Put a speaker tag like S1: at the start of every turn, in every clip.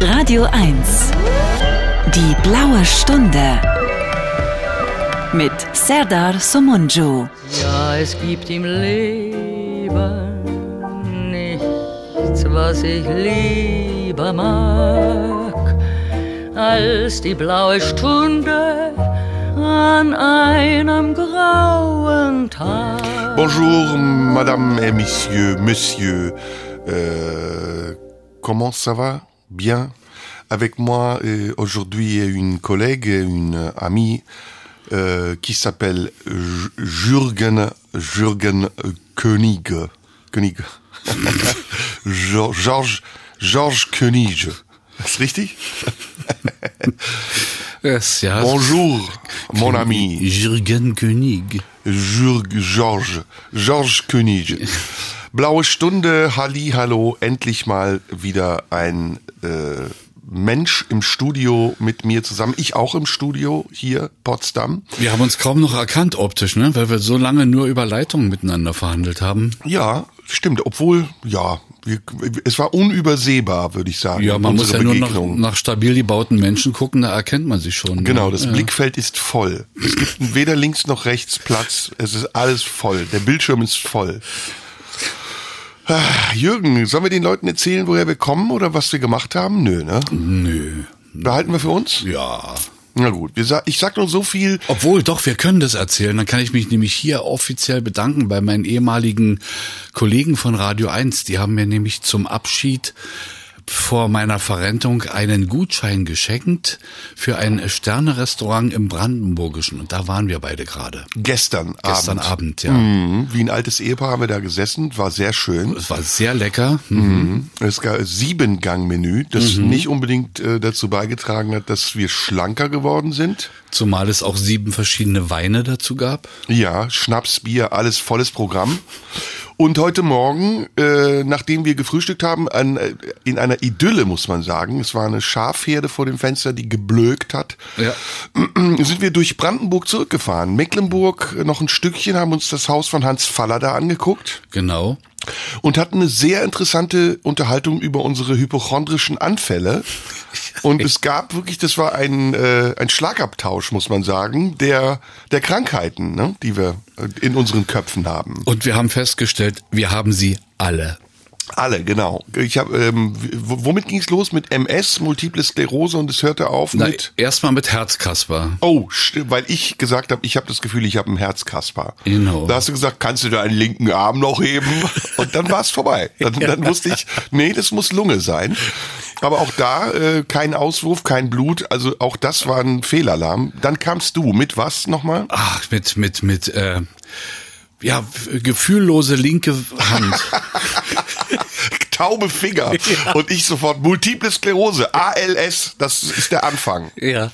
S1: Radio 1. Die blaue Stunde. Mit Serdar Somunju.
S2: Ja, es gibt im Leben nichts, was ich lieber mag, als die blaue Stunde an einem grauen Tag.
S3: Bonjour, madame et messieurs, monsieur. Euh, comment ça va Bien Avec moi euh, aujourd'hui une collègue, une amie euh, qui s'appelle J- Jürgen, Jürgen König. König. Jo- Georges, Georges König. Ist richtig?
S4: Yes, ja.
S3: Bonjour, mon ami.
S4: Jürgen König.
S3: Jürg, George, George König. Blaue Stunde, Halli, hallo, endlich mal wieder ein äh, Mensch im Studio mit mir zusammen. Ich auch im Studio hier, Potsdam.
S4: Wir haben uns kaum noch erkannt optisch, ne? Weil wir so lange nur über Leitungen miteinander verhandelt haben.
S3: Ja, stimmt, obwohl, ja, wir, es war unübersehbar, würde ich sagen,
S4: Ja, man muss
S3: unsere
S4: ja nur nach,
S3: Begegnung.
S4: nach stabil gebauten Menschen gucken, da erkennt man sie schon. ne?
S3: Genau, das
S4: ja.
S3: Blickfeld ist voll. Es gibt weder links noch rechts Platz. Es ist alles voll. Der Bildschirm ist voll. Ah, Jürgen, sollen wir den Leuten erzählen, woher wir kommen oder was wir gemacht haben? Nö, ne?
S4: Mhm. Nö.
S3: Behalten wir für uns?
S4: Ja.
S3: Na gut, wir sa ich sag nur so viel.
S4: Obwohl, doch, wir können das erzählen. Dann kann ich mich nämlich hier offiziell bedanken bei meinen ehemaligen Kollegen von Radio 1. Die haben mir nämlich zum Abschied vor meiner Verrentung einen Gutschein geschenkt für ein Sterne-Restaurant im Brandenburgischen. Und da waren wir beide gerade.
S3: Gestern,
S4: Gestern
S3: Abend.
S4: Abend, ja.
S3: Mhm, Wie ein altes Ehepaar haben wir da gesessen, war sehr schön.
S4: Es war sehr lecker.
S3: Mhm. Es gab ein Siebengang-Menü, das
S4: Mhm.
S3: nicht unbedingt äh, dazu beigetragen hat, dass wir schlanker geworden sind.
S4: Zumal es auch sieben verschiedene Weine dazu gab.
S3: Ja, Schnaps, Bier, alles volles Programm. Und heute Morgen, äh, nachdem wir gefrühstückt haben, an, äh, in einer Idylle muss man sagen, es war eine Schafherde vor dem Fenster, die geblökt hat,
S4: Ja.
S3: sind wir durch Brandenburg zurückgefahren. Mecklenburg äh, noch ein Stückchen, haben uns das Haus von Hans Fallada angeguckt
S4: Genau.
S3: und hatten eine sehr interessante Unterhaltung über unsere hypochondrischen Anfälle. Und es gab wirklich, das war ein, äh, ein Schlagabtausch, muss man sagen, der, der Krankheiten, ne, die wir äh, in unseren Köpfen haben.
S4: Und wir haben festgestellt, wir haben sie alle.
S3: Alle, genau. Ich hab, ähm, w- womit ging's los? Mit MS, Multiple Sklerose und es hörte auf
S4: Na,
S3: mit...
S4: erstmal mit Herzkasper.
S3: Oh, st- weil ich gesagt habe, ich habe das Gefühl, ich habe einen Herzkasper.
S4: Genau.
S3: Da hast du gesagt, kannst du deinen linken Arm noch heben? Und dann war es vorbei. Dann, dann wusste ich, nee, das muss Lunge sein. Aber auch da äh, kein Auswurf, kein Blut. Also auch das war ein Fehlalarm. Dann kamst du mit was nochmal?
S4: Ach, mit, mit, mit, äh, ja, f- gefühllose linke Hand.
S3: Taube Finger. Und ich sofort Multiple Sklerose, ALS. Das ist der Anfang.
S4: ja.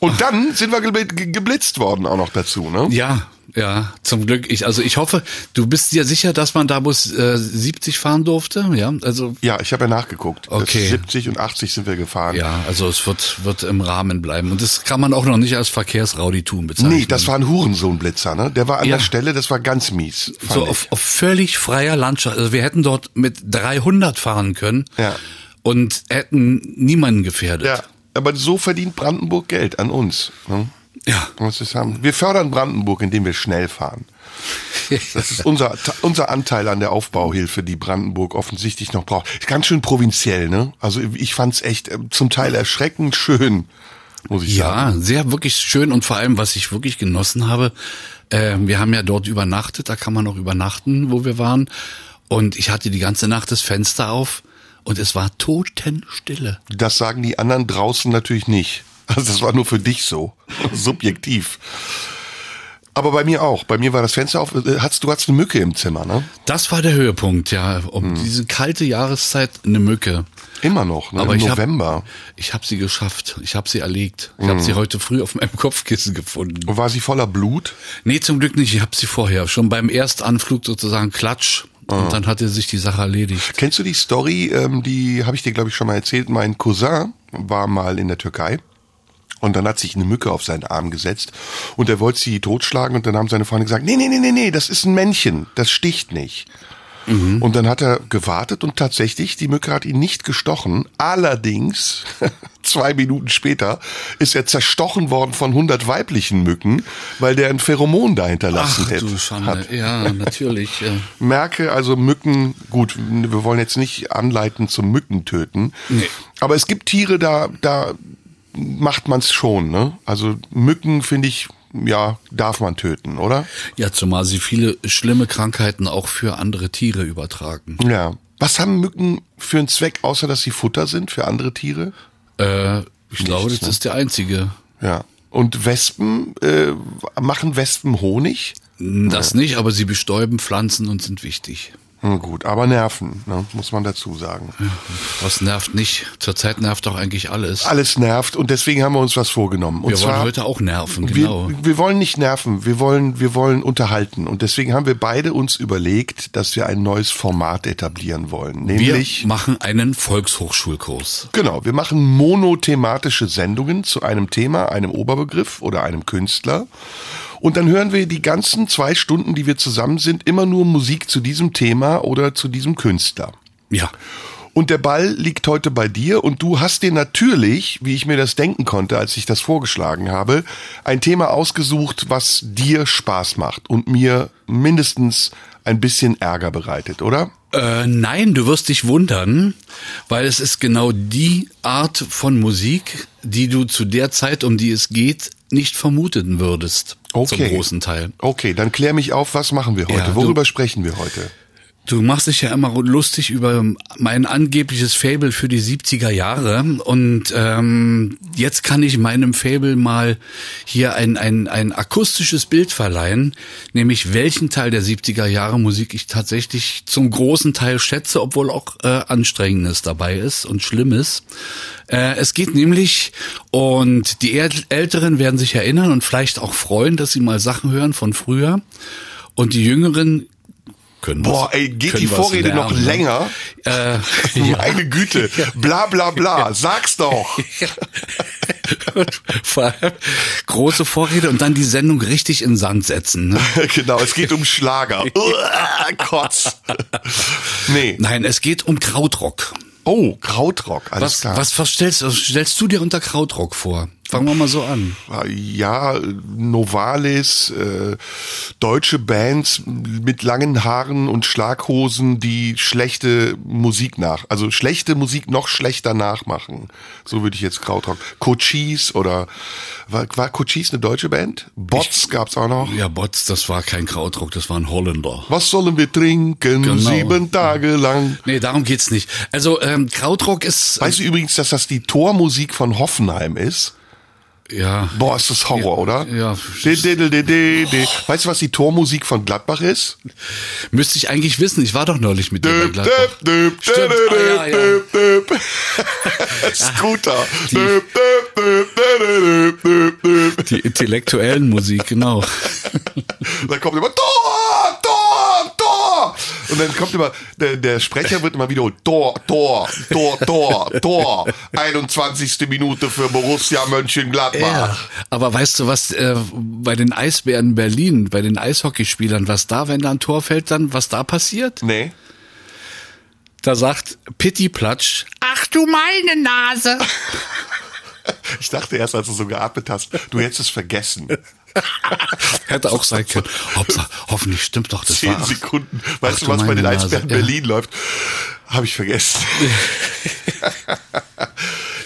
S3: Und dann sind wir gebl- ge- geblitzt worden auch noch dazu, ne?
S4: Ja, ja, zum Glück. Ich, also ich hoffe, du bist dir sicher, dass man da Bus äh, 70 fahren durfte? Ja, also,
S3: Ja, ich habe ja nachgeguckt. Das
S4: Okay.
S3: 70 und 80 sind wir gefahren.
S4: ja, also es wird, wird im Rahmen bleiben. Und das kann man auch noch nicht als Verkehrsrauditum bezeichnen.
S3: Nee, das war ein Hurensohnblitzer, ne? Der war an
S4: Ja.
S3: der Stelle, das war ganz mies. Fand
S4: So
S3: ich.
S4: auf, auf völlig freier Landschaft. Also wir hätten dort mit 300 fahren können
S3: Ja.
S4: und hätten niemanden gefährdet.
S3: ja. Aber so verdient Brandenburg Geld an uns. Ne?
S4: Ja.
S3: Muss es haben. Wir fördern Brandenburg, indem wir schnell fahren. Das ist unser, unser Anteil an der Aufbauhilfe, die Brandenburg offensichtlich noch braucht. Ist ganz schön provinziell, ne? Also ich fand's echt äh, zum Teil erschreckend schön, muss ich sagen.
S4: Ja, sehr wirklich schön und vor allem, was ich wirklich genossen habe, äh, wir haben ja dort übernachtet, da kann man noch übernachten, wo wir waren. Und ich hatte die ganze Nacht das Fenster auf und es war Totenstille.
S3: Das sagen die anderen draußen natürlich nicht. Also das war nur für dich so. Subjektiv. Aber bei mir auch. Bei mir war das Fenster auf. Äh, Hast, du hast eine Mücke im Zimmer, ne?
S4: Das war der Höhepunkt, ja, um diese kalte Jahreszeit eine Mücke.
S3: Immer noch, ne?
S4: Aber
S3: Hm. Im
S4: ich hab-
S3: November. Hm.
S4: Ich habe sie geschafft, ich habe sie erlegt. Ich habe sie heute früh auf meinem Kopfkissen gefunden.
S3: War sie voller Blut?
S4: Nee, zum Glück nicht. Ich habe sie vorher schon beim Erstanflug sozusagen klatsch
S3: Ah.
S4: und dann hatte sich die Sache erledigt.
S3: Kennst du die Story, ähm, die habe ich dir, glaube ich, schon mal erzählt. Mein Cousin war mal in der Türkei und dann hat sich eine Mücke auf seinen Arm gesetzt und er wollte sie totschlagen und dann haben seine Freunde gesagt, nee, nee, nee, nee, nee, das ist ein Männchen, das sticht nicht.
S4: Mhm.
S3: Und dann hat er gewartet und tatsächlich, die Mücke hat ihn nicht gestochen. Allerdings, zwei Minuten später, ist er zerstochen worden von 100 weiblichen Mücken, weil der ein Pheromon da hinterlassen
S4: Ach
S3: hätte.
S4: du Schande.
S3: hat.
S4: Ja, natürlich. Ja.
S3: Merke also Mücken, gut, wir wollen jetzt nicht anleiten zum Mückentöten.
S4: Nee.
S3: Aber es gibt Tiere, da, da macht man es schon. Ne? Also Mücken, finde ich, ja, darf man töten, oder?
S4: ja, zumal sie viele schlimme Krankheiten auch für andere Tiere übertragen.
S3: Ja. Was haben Mücken für einen Zweck, außer dass sie Futter sind für andere Tiere?
S4: Äh, ich glaube, das
S3: ne?
S4: ist der einzige.
S3: Ja. Und Wespen, äh, machen Wespen Honig?
S4: Das nicht, aber sie bestäuben Pflanzen und sind wichtig.
S3: Hm, gut, aber Nerven, ne? muss man dazu sagen.
S4: Was nervt nicht? Zurzeit nervt doch eigentlich alles.
S3: Alles nervt und deswegen haben wir uns was vorgenommen. Und
S4: Wir
S3: zwar,
S4: wollen heute auch nerven, genau.
S3: Wir, wir wollen nicht nerven, wir wollen, wir wollen unterhalten. Und deswegen haben wir beide uns überlegt, dass wir ein neues Format etablieren wollen.
S4: Wir,
S3: Nämlich,
S4: machen einen Volkshochschulkurs.
S3: genau, wir machen monothematische Sendungen zu einem Thema, einem Oberbegriff oder einem Künstler. Und dann hören wir die ganzen zwei Stunden, die wir zusammen sind, immer nur Musik zu diesem Thema oder zu diesem Künstler.
S4: Ja.
S3: Und der Ball liegt heute bei dir und du hast dir natürlich, wie ich mir das denken konnte, als ich das vorgeschlagen habe, ein Thema ausgesucht, was dir Spaß macht und mir mindestens ein bisschen Ärger bereitet, oder?
S4: Äh, nein, du wirst dich wundern, weil es ist genau die Art von Musik, die du zu der Zeit, um die es geht, nicht vermuten würdest. Zum großen Teil.
S3: Okay, dann klär mich auf, was machen wir heute?
S4: Ja, du-
S3: Worüber sprechen wir heute?
S4: Du machst dich ja immer lustig über mein angebliches Fable für die 70er Jahre und ähm, jetzt kann ich meinem Fable mal hier ein, ein, ein akustisches Bild verleihen, nämlich welchen Teil der 70er Jahre Musik ich tatsächlich zum großen Teil schätze, obwohl auch äh, Anstrengendes dabei ist und Schlimmes. Äh, es geht nämlich, und die Äl- Älteren werden sich erinnern und vielleicht auch freuen, dass sie mal Sachen hören von früher und die Jüngeren können
S3: Boah,
S4: was-
S3: ey, geht
S4: können
S3: die
S4: was
S3: Vorrede
S4: lernen,
S3: noch
S4: ne?
S3: länger?
S4: Äh,
S3: Meine Güte, bla bla bla, sag's doch.
S4: vor allem große Vorrede und dann die Sendung richtig in Sand setzen. Ne?
S3: genau, es geht um Schlager. Uah, Kotz. Nee.
S4: Nein, es geht um Krautrock.
S3: Oh, Krautrock, alles
S4: Was,
S3: klar.
S4: was verstellst, was stellst du dir unter Krautrock vor? Fangen wir mal so an.
S3: ja, Novalis, äh, deutsche Bands mit langen Haaren und Schlaghosen, die schlechte Musik nach, also schlechte Musik noch schlechter nachmachen. So würde ich jetzt Krautrock. Cochise oder war, war Cochise eine deutsche Band? Bots gab's auch noch.
S4: Ja, Botz, das war kein Krautrock, das war ein Holländer.
S3: Was sollen wir trinken?
S4: Genau.
S3: Sieben Tage lang.
S4: Nee, darum geht's nicht. Also ähm, Krautrock ist
S3: Weißt du übrigens, dass das die Tormusik von Hoffenheim ist?
S4: ja
S3: Boah, ist das Horror, oder?
S4: ja.
S3: Di- di- di- di- di- di. Weißt du, was die Tormusik von Gladbach ist?
S4: müsste ich eigentlich wissen. Ich war doch neulich mit dir bei
S3: Düb,
S4: Gladbach.
S3: düb, düb,
S4: Stimmt.
S3: düb,
S4: Ah, ja, ja. Ah.
S3: düb, düb, düb. Scooter. Düb, düb, düb, düb, düb, düb, düb.
S4: Die intellektuellen Musik, genau.
S3: Dann kommt immer Tor, Tor, Tor. Und dann kommt immer, der, der Sprecher wird immer wiederholt. Tor, Tor, Tor, Tor, Tor. 21. Minute für Borussia
S4: Ja,
S3: Mönchengladbach.
S4: aber weißt du was, äh, bei den Eisbären Berlin, bei den Eishockeyspielern, was da, wenn da ein Tor fällt, dann was da passiert?
S3: Nee.
S4: Da sagt Pitti Platsch, ach du meine Nase.
S3: Ich dachte erst, als du so geatmet hast, du hättest es vergessen.
S4: Hätte auch sein können. Hauptsache, hoffentlich stimmt doch das war
S3: Zehn
S4: ach-
S3: Sekunden.
S4: ach
S3: Weißt
S4: du
S3: du, was bei
S4: meine
S3: den
S4: Nase,
S3: Eisbären
S4: ja.
S3: Berlin läuft? Habe ich vergessen.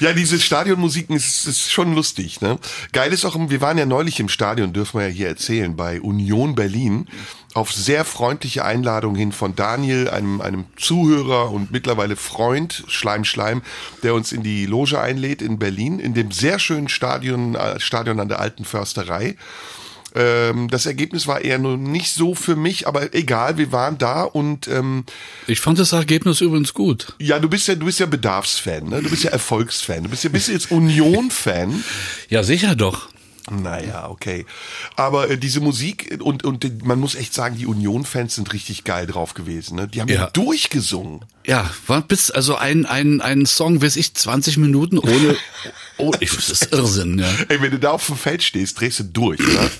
S3: ja, diese Stadionmusiken ist, ist schon lustig. Ne? Geil ist auch, wir waren ja neulich im Stadion, dürfen wir ja hier erzählen, bei Union Berlin auf sehr freundliche Einladung hin von Daniel, einem, einem Zuhörer und mittlerweile Freund, Schleim Schleim, der uns in die Loge einlädt in Berlin, in dem sehr schönen Stadion, äh, Stadion an der Alten Försterei. Ähm, das Ergebnis war eher nur nicht so für mich, aber egal, wir waren da und ähm,
S4: Ich fand das Ergebnis übrigens gut.
S3: ja, du bist ja, du bist ja Bedarfsfan, ne? Du bist ja Erfolgsfan, du bist ja bist du jetzt Union-Fan.
S4: Ja, sicher doch.
S3: Naja, okay. Aber äh, diese Musik und, und die- man muss echt sagen, die Union-Fans sind richtig geil drauf gewesen. Ne? Die haben ja,
S4: Ja.
S3: durchgesungen.
S4: Ja, war bis also ein ein ein Song, weiß ich, 20 Minuten ohne oh, ich, das ist Irrsinn, ja.
S3: ne? Ey, wenn du da auf dem Feld stehst, drehst du durch, oder?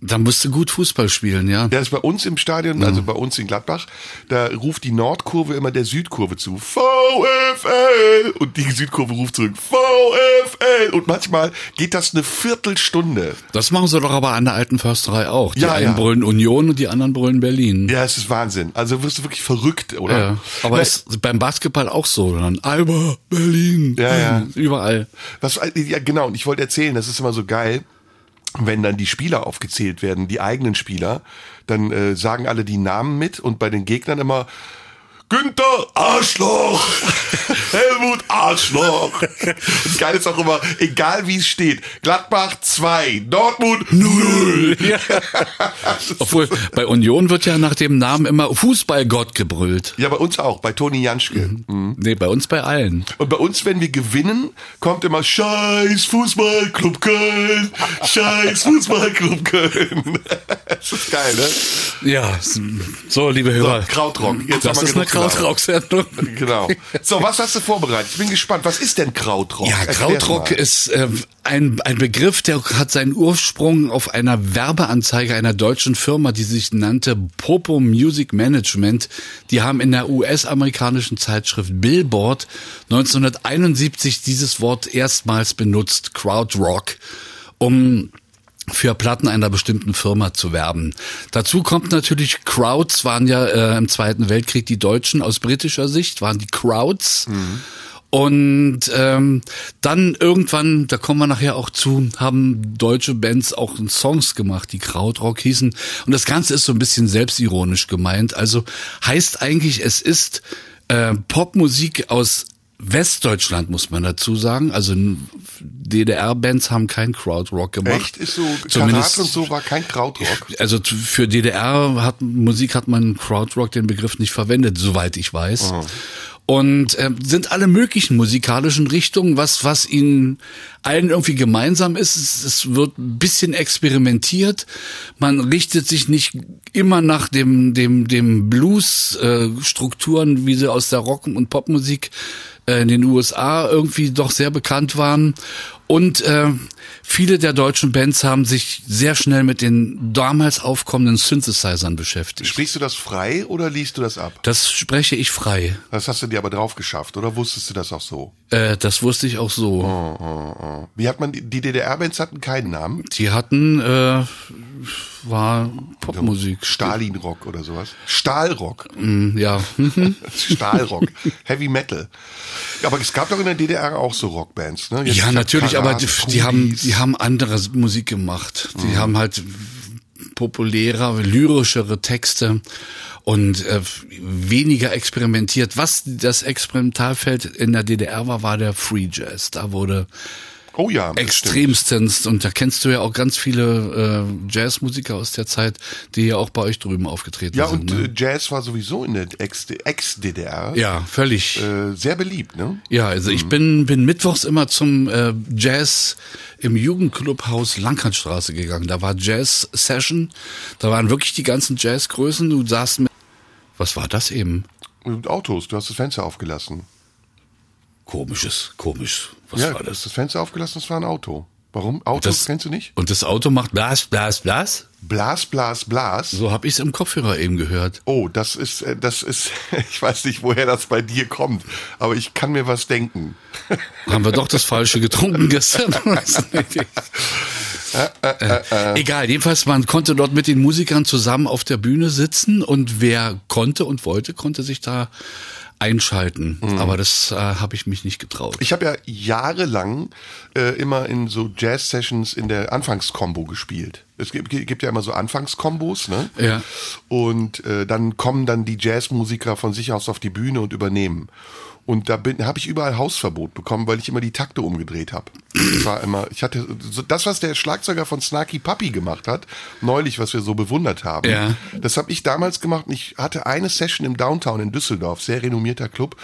S4: Da musst du gut Fußball spielen, ja.
S3: Der ist bei uns im Stadion,
S4: Mhm.
S3: also bei uns in Gladbach, da ruft die Nordkurve immer der Südkurve zu. VfL! Und die Südkurve ruft zurück. VfL! Und manchmal geht das eine Viertelstunde.
S4: Das machen sie doch aber an der alten Försterei auch. Die
S3: Ja,
S4: einen
S3: ja.
S4: brüllen Union und die anderen brüllen Berlin.
S3: Ja, es ist Wahnsinn. Also wirst du wirklich verrückt, oder?
S4: Ja. Aber
S3: Na,
S4: ist beim Basketball auch so. Dann Alba, Berlin,
S3: Ja, ja.
S4: überall.
S3: Was, ja, genau. Und ich wollte erzählen, das ist immer so geil, wenn dann die Spieler aufgezählt werden, die eigenen Spieler, dann äh, sagen alle die Namen mit und bei den Gegnern immer Günther Arschloch, Helmut Arschloch. Und geil ist auch immer, egal wie es steht, Gladbach 2, Dortmund 0.
S4: Obwohl, bei Union wird ja nach dem Namen immer Fußballgott gebrüllt.
S3: Ja, bei uns auch, bei Toni Janschke.
S4: Nee, bei uns bei allen.
S3: Und bei uns, wenn wir gewinnen, kommt immer Scheiß Fußballclub Köln, Scheiß Fußballclub Köln. das ist geil, ne?
S4: Ja, so, liebe Hörer.
S3: So, Krautrock. Jetzt
S4: das
S3: haben wir
S4: ist eine
S3: genug gelabert.
S4: Krautrock-Sendung.
S3: Genau. So, was hast du vorbereitet? Ich bin gespannt. Was ist denn Krautrock?
S4: Ja,
S3: Erklär's
S4: Krautrock
S3: mal.
S4: ist äh, ein, ein Begriff, der hat seinen Ursprung auf einer Werbeanzeige einer deutschen Firma, die sich nannte Popo Music Management. Die haben in der US-amerikanischen Zeitschrift Billboard 1971 dieses Wort erstmals benutzt, Krautrock, um für Platten einer bestimmten Firma zu werben. Dazu kommt natürlich Crowds waren ja äh, im Zweiten Weltkrieg die Deutschen aus britischer Sicht waren die Crowds
S3: Mhm.
S4: und ähm, dann irgendwann, da kommen wir nachher auch zu, haben deutsche Bands auch Songs gemacht, die Krautrock hießen und das Ganze ist so ein bisschen selbstironisch gemeint. Also heißt eigentlich, es ist äh, Popmusik aus Westdeutschland muss man dazu sagen, also DDR-Bands haben kein Krautrock gemacht.
S3: Echt? Ist so,
S4: äh, Zumindest-
S3: Karat und so war kein Krautrock.
S4: also zu- für DDR hat Musik hat man Krautrock den Begriff nicht verwendet, soweit ich weiß. Und ähm, sind alle möglichen musikalischen Richtungen, was was ihnen allen irgendwie gemeinsam ist. Es, es wird ein bisschen experimentiert. Man richtet sich nicht immer nach dem dem dem Blues äh, Strukturen, wie sie aus der Rock- und Popmusik äh, in den USA irgendwie doch sehr bekannt waren. Und äh, viele der deutschen Bands haben sich sehr schnell mit den damals aufkommenden Synthesizern beschäftigt.
S3: Sprichst du das frei oder liest du das ab?
S4: Das spreche ich frei.
S3: Das hast du dir aber drauf geschafft, oder wusstest du das auch so?
S4: Äh, das wusste ich auch so.
S3: Oh.
S4: oh.
S3: Wie hat man, die die DDR-Bands hatten keinen Namen.
S4: Die hatten, äh, war Popmusik.
S3: Stalinrock oder sowas. Stahlrock.
S4: Ja. Mhm.
S3: Stahlrock. Heavy Metal. Aber es gab doch in der DDR auch so Rockbands, ne? Jetzt, ich
S4: Ja,
S3: glaub,
S4: natürlich, aber
S3: Karat,
S4: die,
S3: Kudis. Mhm.
S4: die haben die haben andere Musik gemacht. Die haben halt populärer, lyrischere Texte und äh, weniger experimentiert. Was das Experimentalfeld in der DDR war, war der Free Jazz. Da wurde
S3: Oh ja. das
S4: extremstens und da kennst du ja auch ganz viele äh, Jazzmusiker aus der Zeit, die ja auch bei euch drüben aufgetreten
S3: Ja,
S4: sind.
S3: und
S4: ne?
S3: äh, Jazz war sowieso in der Ex- Ex-DDR
S4: ja, völlig.
S3: äh, sehr beliebt, ne?
S4: Ja, also ich bin, bin mittwochs immer zum äh, Jazz im Jugendclubhaus Langkantstraße gegangen. Da war Jazz-Session. Da waren wirklich die ganzen Jazzgrößen. Du saßt mit. Was war das eben?
S3: Und Autos, du hast das Fenster aufgelassen.
S4: Komisches, komisch. Was
S3: ja,
S4: war
S3: du hast
S4: das?
S3: das Fenster aufgelassen, das war ein Auto. Warum? Autos
S4: Das-
S3: kennst du nicht?
S4: Und das Auto macht blas, blas, blas?
S3: Blas, blas, blas.
S4: So habe ich es im Kopfhörer eben gehört.
S3: Oh, das ist, äh, das ist, ich weiß nicht, woher das bei dir kommt, aber ich kann mir was denken.
S4: Haben wir doch das Falsche getrunken gestern? Äh, Egal, jedenfalls, man konnte dort mit den Musikern zusammen auf der Bühne sitzen und wer konnte und wollte, konnte sich da einschalten. Aber das äh, habe ich mich nicht getraut.
S3: Mhm. Ich habe ja jahrelang äh, immer in so Jazz-Sessions in der Anfangskombo gespielt. Es gibt, gibt ja immer so Anfangskombos, ne?
S4: Ja.
S3: Und äh, dann kommen dann die Jazzmusiker von sich aus auf die Bühne und übernehmen. Und da bin habe ich überall Hausverbot bekommen, weil ich immer die Takte umgedreht habe. Ich war immer, ich hatte so, das, was der Schlagzeuger von Snarky Puppy gemacht hat, neulich, was wir so bewundert haben.
S4: Ja.
S3: Das habe ich damals gemacht. und Ich hatte eine Session im Downtown in Düsseldorf, sehr renommierter Club,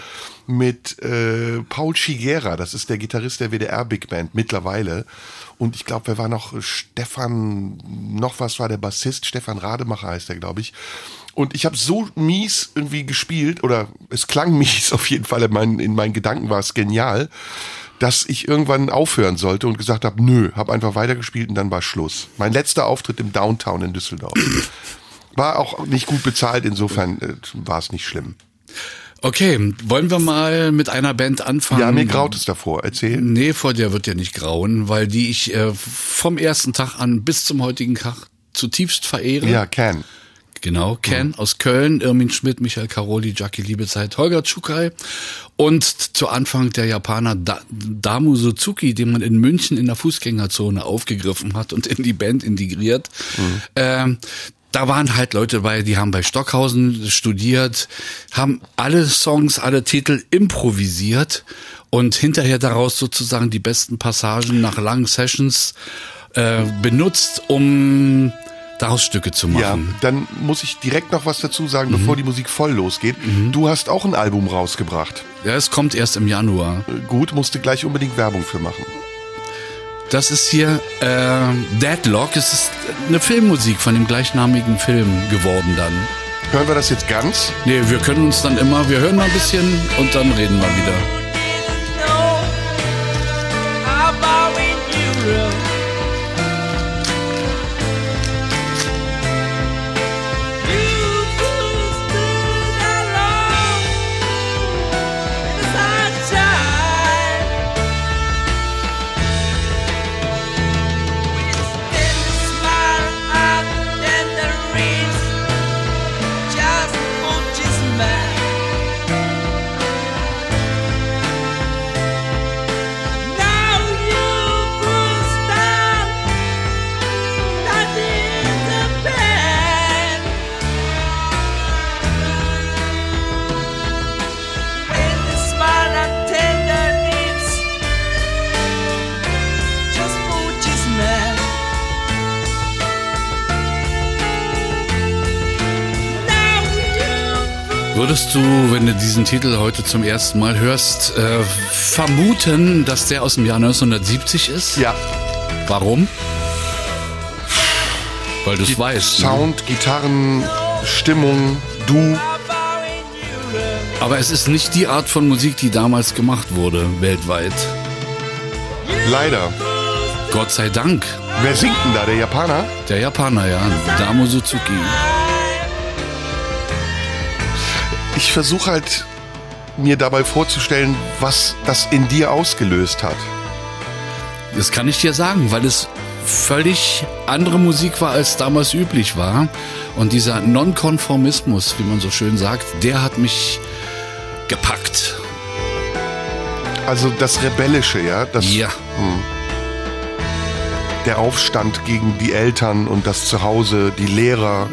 S3: mit äh, Paul Schigera. Das ist der Gitarrist der WDR Big Band mittlerweile. Und ich glaube, wer war noch? Stefan, noch was war der Bassist? Stefan Rademacher heißt er, glaube ich. Und ich habe so mies irgendwie gespielt, oder es klang mies auf jeden Fall, in meinen, in meinen Gedanken war es genial, dass ich irgendwann aufhören sollte und gesagt habe, nö, habe einfach weitergespielt und dann war Schluss. Mein letzter Auftritt im Downtown in Düsseldorf. War auch nicht gut bezahlt, insofern äh, war es nicht schlimm.
S4: Okay, wollen wir mal mit einer Band anfangen?
S3: Ja, mir graut es davor. Erzähl.
S4: Nee, vor der wird ja nicht grauen, weil die ich äh, vom ersten Tag an bis zum heutigen Tag zutiefst verehre.
S3: Ja, Can.
S4: Genau, Ken aus Köln, Irmin Schmidt, Michael Karoli, Jackie Liebezeit, Holger Tschukai und zu Anfang der Japaner da Damu Suzuki, den man in München in der Fußgängerzone aufgegriffen hat und in die Band integriert. Ähm, da waren halt Leute bei, die haben bei Stockhausen studiert, haben alle Songs, alle Titel improvisiert und hinterher daraus sozusagen die besten Passagen nach langen Sessions äh, benutzt, um daraus Stücke zu
S3: Ja,
S4: machen.
S3: dann muss ich direkt noch was dazu sagen, bevor die Musik voll losgeht. Du hast auch ein Album rausgebracht.
S4: Ja. ja, es kommt erst im Januar.
S3: Äh, Gut, musste gleich unbedingt Werbung für machen.
S4: Das ist hier äh, Deadlock. Es ist eine Filmmusik von dem gleichnamigen Film geworden dann.
S3: Hören wir das jetzt ganz?
S4: Nee, wir können uns dann immer, wir hören mal ein bisschen und dann reden wir wieder.
S5: Now you've bruised down that is a pain. When the smile and tender lips just put his man. Now you've
S4: Würdest du, wenn du diesen Titel heute zum ersten Mal hörst, äh, vermuten, dass der aus dem Jahr 1970 ist?
S3: Ja.
S4: Warum? Weil du es weißt. Ne?
S3: Sound, Gitarren, Stimmung, du.
S5: bowing you love.
S4: Aber es ist nicht die Art von Musik, die damals gemacht wurde, weltweit.
S3: Leider.
S4: Gott sei Dank.
S3: Wer singt denn da? Der Japaner?
S4: Der Japaner, ja. Damo Suzuki.
S3: Ich versuche halt mir dabei vorzustellen, was das in dir ausgelöst hat.
S4: Das kann ich dir sagen, weil es völlig andere Musik war, als damals üblich war. Und dieser Nonkonformismus, wie man so schön sagt, der hat mich gepackt.
S3: Also das Rebellische, ja? Das,
S4: Ja,
S3: Der Aufstand gegen die Eltern und das Zuhause, die Lehrer,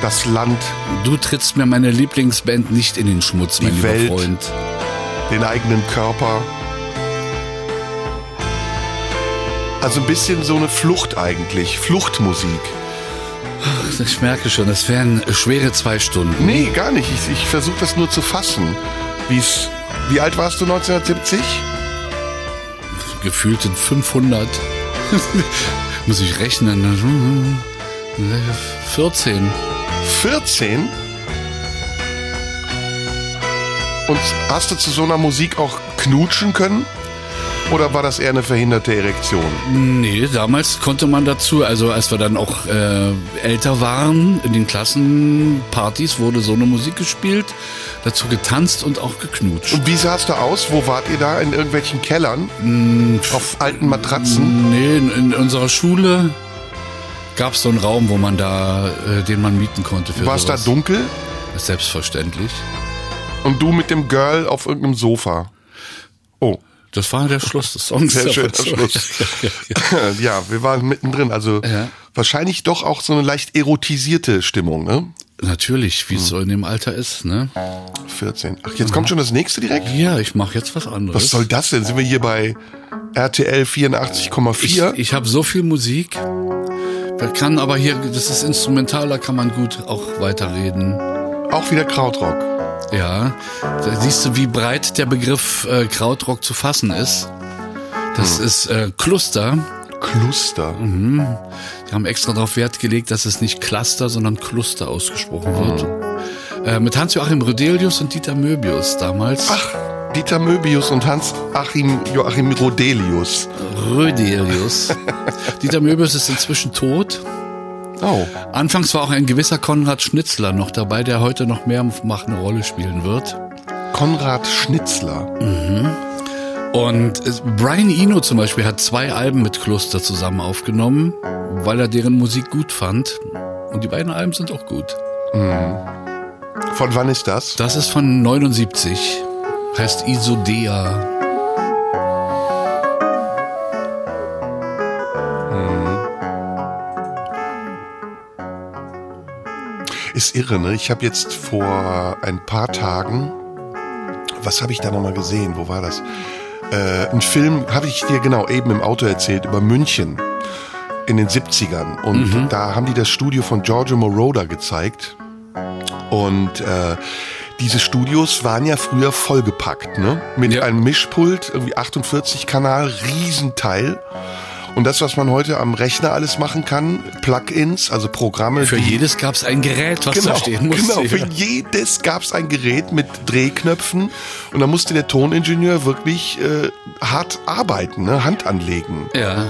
S3: das Land,
S4: du trittst mir meine Lieblingsband nicht in den Schmutz, mein
S3: Die
S4: lieber
S3: Welt.
S4: Freund.
S3: den eigenen Körper. Also ein bisschen so eine Flucht eigentlich, Fluchtmusik.
S4: Ich merke schon, das wären schwere zwei Stunden.
S3: Nee, gar nicht. Ich, ich versuche das nur zu fassen. Wie's, wie alt warst du 1970?
S4: Gefühlt in 500. Muss ich rechnen. ne? Hm, 14.
S3: 14? Und hast du zu so einer Musik auch knutschen können? Oder war das eher eine verhinderte Erektion?
S4: Nee, damals konnte man dazu, also als wir dann auch äh, älter waren, in den Klassenpartys wurde so eine Musik gespielt, dazu getanzt und auch geknutscht.
S3: Und wie sah es da aus? Wo wart ihr da? In irgendwelchen Kellern?
S4: Hm.
S3: Auf alten Matratzen?
S4: Nee, in, in unserer Schule gab es so einen Raum, wo man da, äh, den man mieten konnte für
S3: War es da
S4: sowas.
S3: dunkel?
S4: Selbstverständlich.
S3: Und du mit dem Girl auf irgendeinem Sofa? Oh,
S4: Das war der Schluss des Songs.
S3: sehr schöner
S4: Aber-
S3: Schluss. ja, wir waren mittendrin. Also
S4: Ja.
S3: wahrscheinlich doch auch so eine leicht erotisierte Stimmung, ne?
S4: Natürlich, wie es so in dem Alter ist, ne?
S3: 14. Ach, jetzt kommt schon das nächste direkt?
S4: Ja, ich mache jetzt Mhm. was anderes.
S3: Was soll das denn? Sind wir hier bei RTL 84,4?
S4: Ich, ich habe so viel Musik. Man kann aber hier, das ist instrumental, da kann man gut auch weiterreden.
S3: Auch wieder Krautrock.
S4: Ja, da siehst du, wie breit der Begriff äh, Krautrock zu fassen ist. Das ist äh, Cluster.
S3: Cluster.
S4: Mhm. Die haben extra darauf Wert gelegt, dass es nicht Cluster, sondern Cluster ausgesprochen wird. Äh, mit Hans-Joachim Rodelius und Dieter Möbius damals.
S3: Ach, Dieter Möbius und Hans-Achim Joachim Rodelius.
S4: Rödelius. Dieter Möbius ist inzwischen tot.
S3: Oh,
S4: Anfangs war auch ein gewisser Konrad Schnitzler noch dabei, der heute noch mehr macht eine Rolle spielen wird.
S3: Konrad Schnitzler.
S4: Und es- Brian Eno zum Beispiel hat zwei Alben mit Kloster zusammen aufgenommen, weil er deren Musik gut fand. Und die beiden Alben sind auch gut.
S3: Von wann ist das?
S4: Das ist von 79, heißt Isodea.
S3: Ist irre, ne? Ich habe jetzt vor ein paar Tagen, was habe ich da nochmal gesehen? Wo war das? Äh, ein Film, habe ich dir genau eben im Auto erzählt, über München in den 70ern. Und
S4: Mhm.
S3: da haben die das Studio von Giorgio Moroder gezeigt. Und äh, diese Studios waren ja früher vollgepackt, ne? Mit
S4: Ja.
S3: einem Mischpult, irgendwie 48 Kanal, Riesenteil. Und das, was man heute am Rechner alles machen kann, Plugins, also Programme,
S4: Für
S3: die
S4: jedes gab es ein Gerät, was da stehen musste.
S3: Genau, für
S4: Ja.
S3: jedes gab es ein Gerät mit Drehknöpfen und da musste der Toningenieur wirklich äh, hart arbeiten, ne? Hand anlegen.
S4: ja.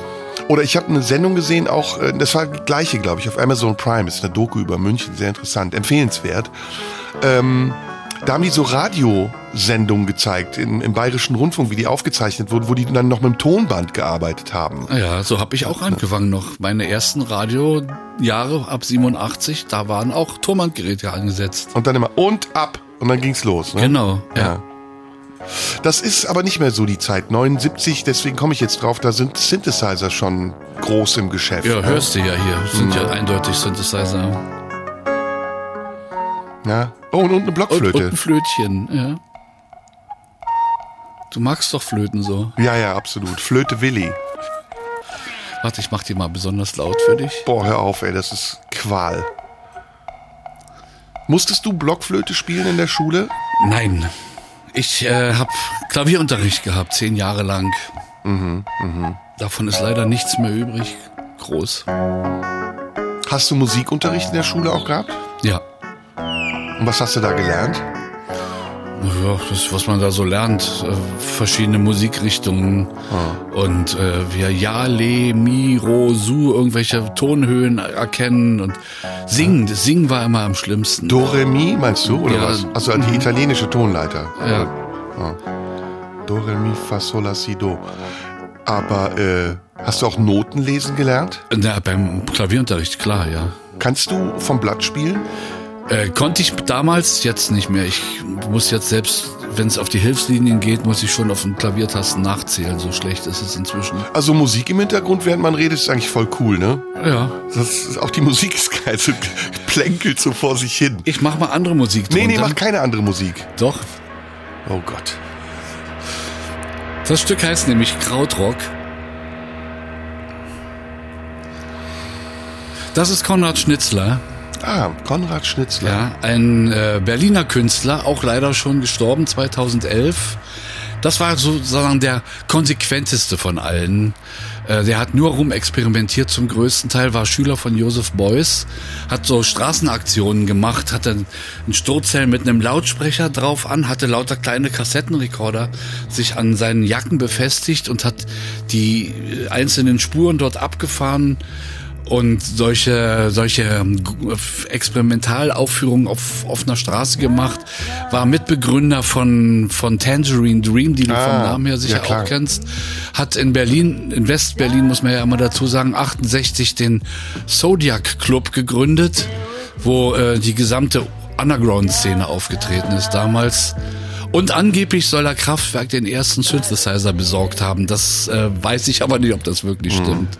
S3: Oder ich habe eine Sendung gesehen, auch, äh, das war die gleiche, glaube ich, auf Amazon Prime, ist eine Doku über München, sehr interessant, empfehlenswert. Ähm, da haben die so Radiosendungen gezeigt in, im Bayerischen Rundfunk, wie die aufgezeichnet wurden, wo die dann noch mit dem Tonband gearbeitet haben.
S4: Ja, so habe ich auch angefangen noch. Meine ersten Radiojahre ab 87, da waren auch Turmbandgeräte angesetzt.
S3: Und dann immer und ab und dann ging's los. Ne?
S4: Genau, ja.
S3: Ja. Das ist aber nicht mehr so die Zeit. 79, deswegen komme ich jetzt drauf, da sind Synthesizer schon groß im Geschäft. ne?
S4: Ja, hörst du ja hier. Sind ja eindeutig Synthesizer.
S3: Ja. Oh, und, und eine
S4: Und, und
S3: Blockflöte.
S4: ein Flötchen, ja. Du magst doch Flöten so.
S3: ja, ja, absolut. Flöte Willi.
S4: Warte, ich mach die mal besonders laut für dich.
S3: Boah, hör auf, ey, das ist Qual. Musstest du Blockflöte spielen in der Schule?
S4: Nein. Ich äh, habe Klavierunterricht gehabt, zehn Jahre lang. Davon ist leider nichts mehr übrig. Groß.
S3: Hast du Musikunterricht in der Schule auch gehabt?
S4: Ja.
S3: Und was hast du da gelernt?
S4: Ja, das, was man da so lernt, äh, verschiedene Musikrichtungen
S3: Ah.
S4: und äh, wir Ja, Le, Mi, Ro, Su, irgendwelche Tonhöhen erkennen und singen. Das Singen war immer am schlimmsten.
S3: Do, Re, Mi, meinst du, oder
S4: Ja. Mhm.
S3: was? Also die italienische Tonleiter. Also,
S4: ja.
S3: Do, Re, Mi, Fa, Sol, La, Si, Do. Aber äh, hast du auch Noten lesen gelernt?
S4: Na, beim Klavierunterricht, klar, ja.
S3: Kannst du vom Blatt spielen?
S4: Äh, konnte ich damals jetzt nicht mehr. Ich muss jetzt selbst, wenn es auf die Hilfslinien geht, muss ich schon auf den Klaviertasten nachzählen. So schlecht ist es inzwischen.
S3: Also Musik im Hintergrund, während man redet, ist eigentlich voll cool, ne?
S4: Ja.
S3: Das ist, auch die Musik ist geil, so plänkelt so vor sich hin.
S4: Ich mach mal andere Musik
S3: Nee,
S4: drunter.
S3: nee, mach keine andere Musik.
S4: Doch.
S3: Oh Gott.
S4: Das Stück heißt nämlich Krautrock. Das ist Konrad Schnitzler,
S3: Ah, Konrad Schnitzler.
S4: ja, ein äh, Berliner Künstler, auch leider schon gestorben 2011. Das war sozusagen der konsequenteste von allen. Äh, der hat nur rumexperimentiert zum größten Teil, war Schüler von Josef Beuys, hat so Straßenaktionen gemacht, hatte einen Sturzhelm mit einem Lautsprecher drauf an, hatte lauter kleine Kassettenrekorder sich an seinen Jacken befestigt und hat die äh, einzelnen Spuren dort abgefahren und solche, solche ähm, gu- äh, Experimentalaufführungen auf offener
S3: Ah.
S4: Straße gemacht, war Mitbegründer von, von Tangerine Dream, die du vom
S3: Ah,
S4: Namen her
S3: ja,
S4: sicher
S3: klar.
S4: auch kennst, hat in Berlin, in Westberlin muss man ja immer dazu sagen, 68 den Zodiac Club gegründet, wo äh, die gesamte Underground-Szene aufgetreten ist damals. Und angeblich soll er Kraftwerk den ersten Synthesizer besorgt haben. Das äh, weiß ich aber nicht, ob das wirklich
S3: Mhm.
S4: stimmt.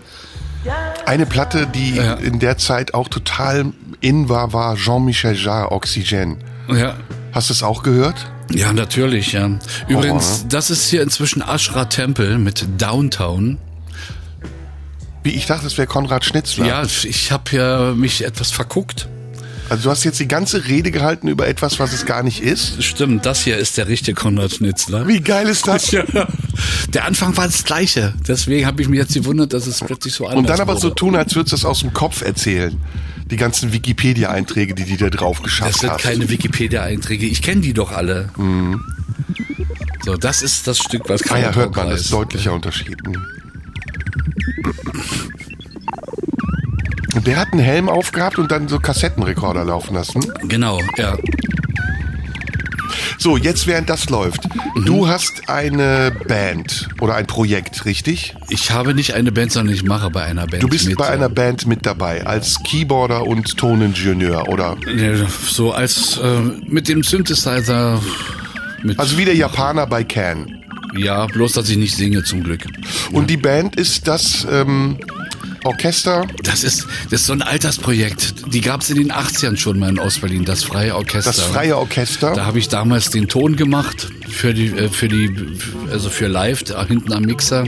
S3: Eine Platte, die
S4: Ja.
S3: in der Zeit auch total in war, war Jean-Michel Jarre, Oxygène.
S4: Ja,
S3: Hast du es auch gehört?
S4: Ja, natürlich, ja. Übrigens,
S3: Horror,
S4: das ist hier inzwischen Ashra Temple mit Downtown.
S3: Wie ich dachte, es wäre Konrad Schnitzler.
S4: Ja, ich habe ja mich etwas verguckt.
S3: Also du hast jetzt die ganze Rede gehalten über etwas, was es gar nicht ist.
S4: Stimmt, das hier ist der richtige Konrad Schnitzler.
S3: Wie geil ist das?
S4: Ja. Der Anfang war das gleiche. Deswegen habe ich mich jetzt gewundert, dass es plötzlich so anders
S3: Und dann aber
S4: wurde.
S3: so tun, als würdest du das aus dem Kopf erzählen. Die ganzen Wikipedia-Einträge, die die da drauf geschafft
S4: Das sind
S3: hast.
S4: keine Wikipedia-Einträge. Ich kenne die doch alle. So, das ist das Stück, was
S3: Mhm. Ah
S4: Karl
S3: ja, hört man,
S4: Popper
S3: das
S4: ist.
S3: ist deutlicher Unterschied. Mhm. Und Der hat einen Helm aufgehabt und dann so Kassettenrekorder laufen lassen.
S4: Genau, ja.
S3: So, jetzt während das läuft.
S4: Mhm.
S3: Du hast eine Band oder ein Projekt, richtig?
S4: Ich habe nicht eine Band, sondern ich mache bei einer Band.
S3: Du bist
S4: mit,
S3: bei einer Band mit dabei, als Keyboarder und Toningenieur, oder?
S4: Ja, So als äh, mit dem Synthesizer. Mit,
S3: Also wie der Japaner bei Can.
S4: ja, bloß dass ich nicht singe zum Glück.
S3: Und die Band ist das ähm, Orchester,
S4: Das ist, das ist so ein Altersprojekt. Die gab es in den 80ern schon mal in Ostberlin, das Freie Orchester.
S3: das freie
S4: Da
S3: Orchester.
S4: habe ich damals den Ton gemacht für die, äh, für die, also für live da hinten am Mixer.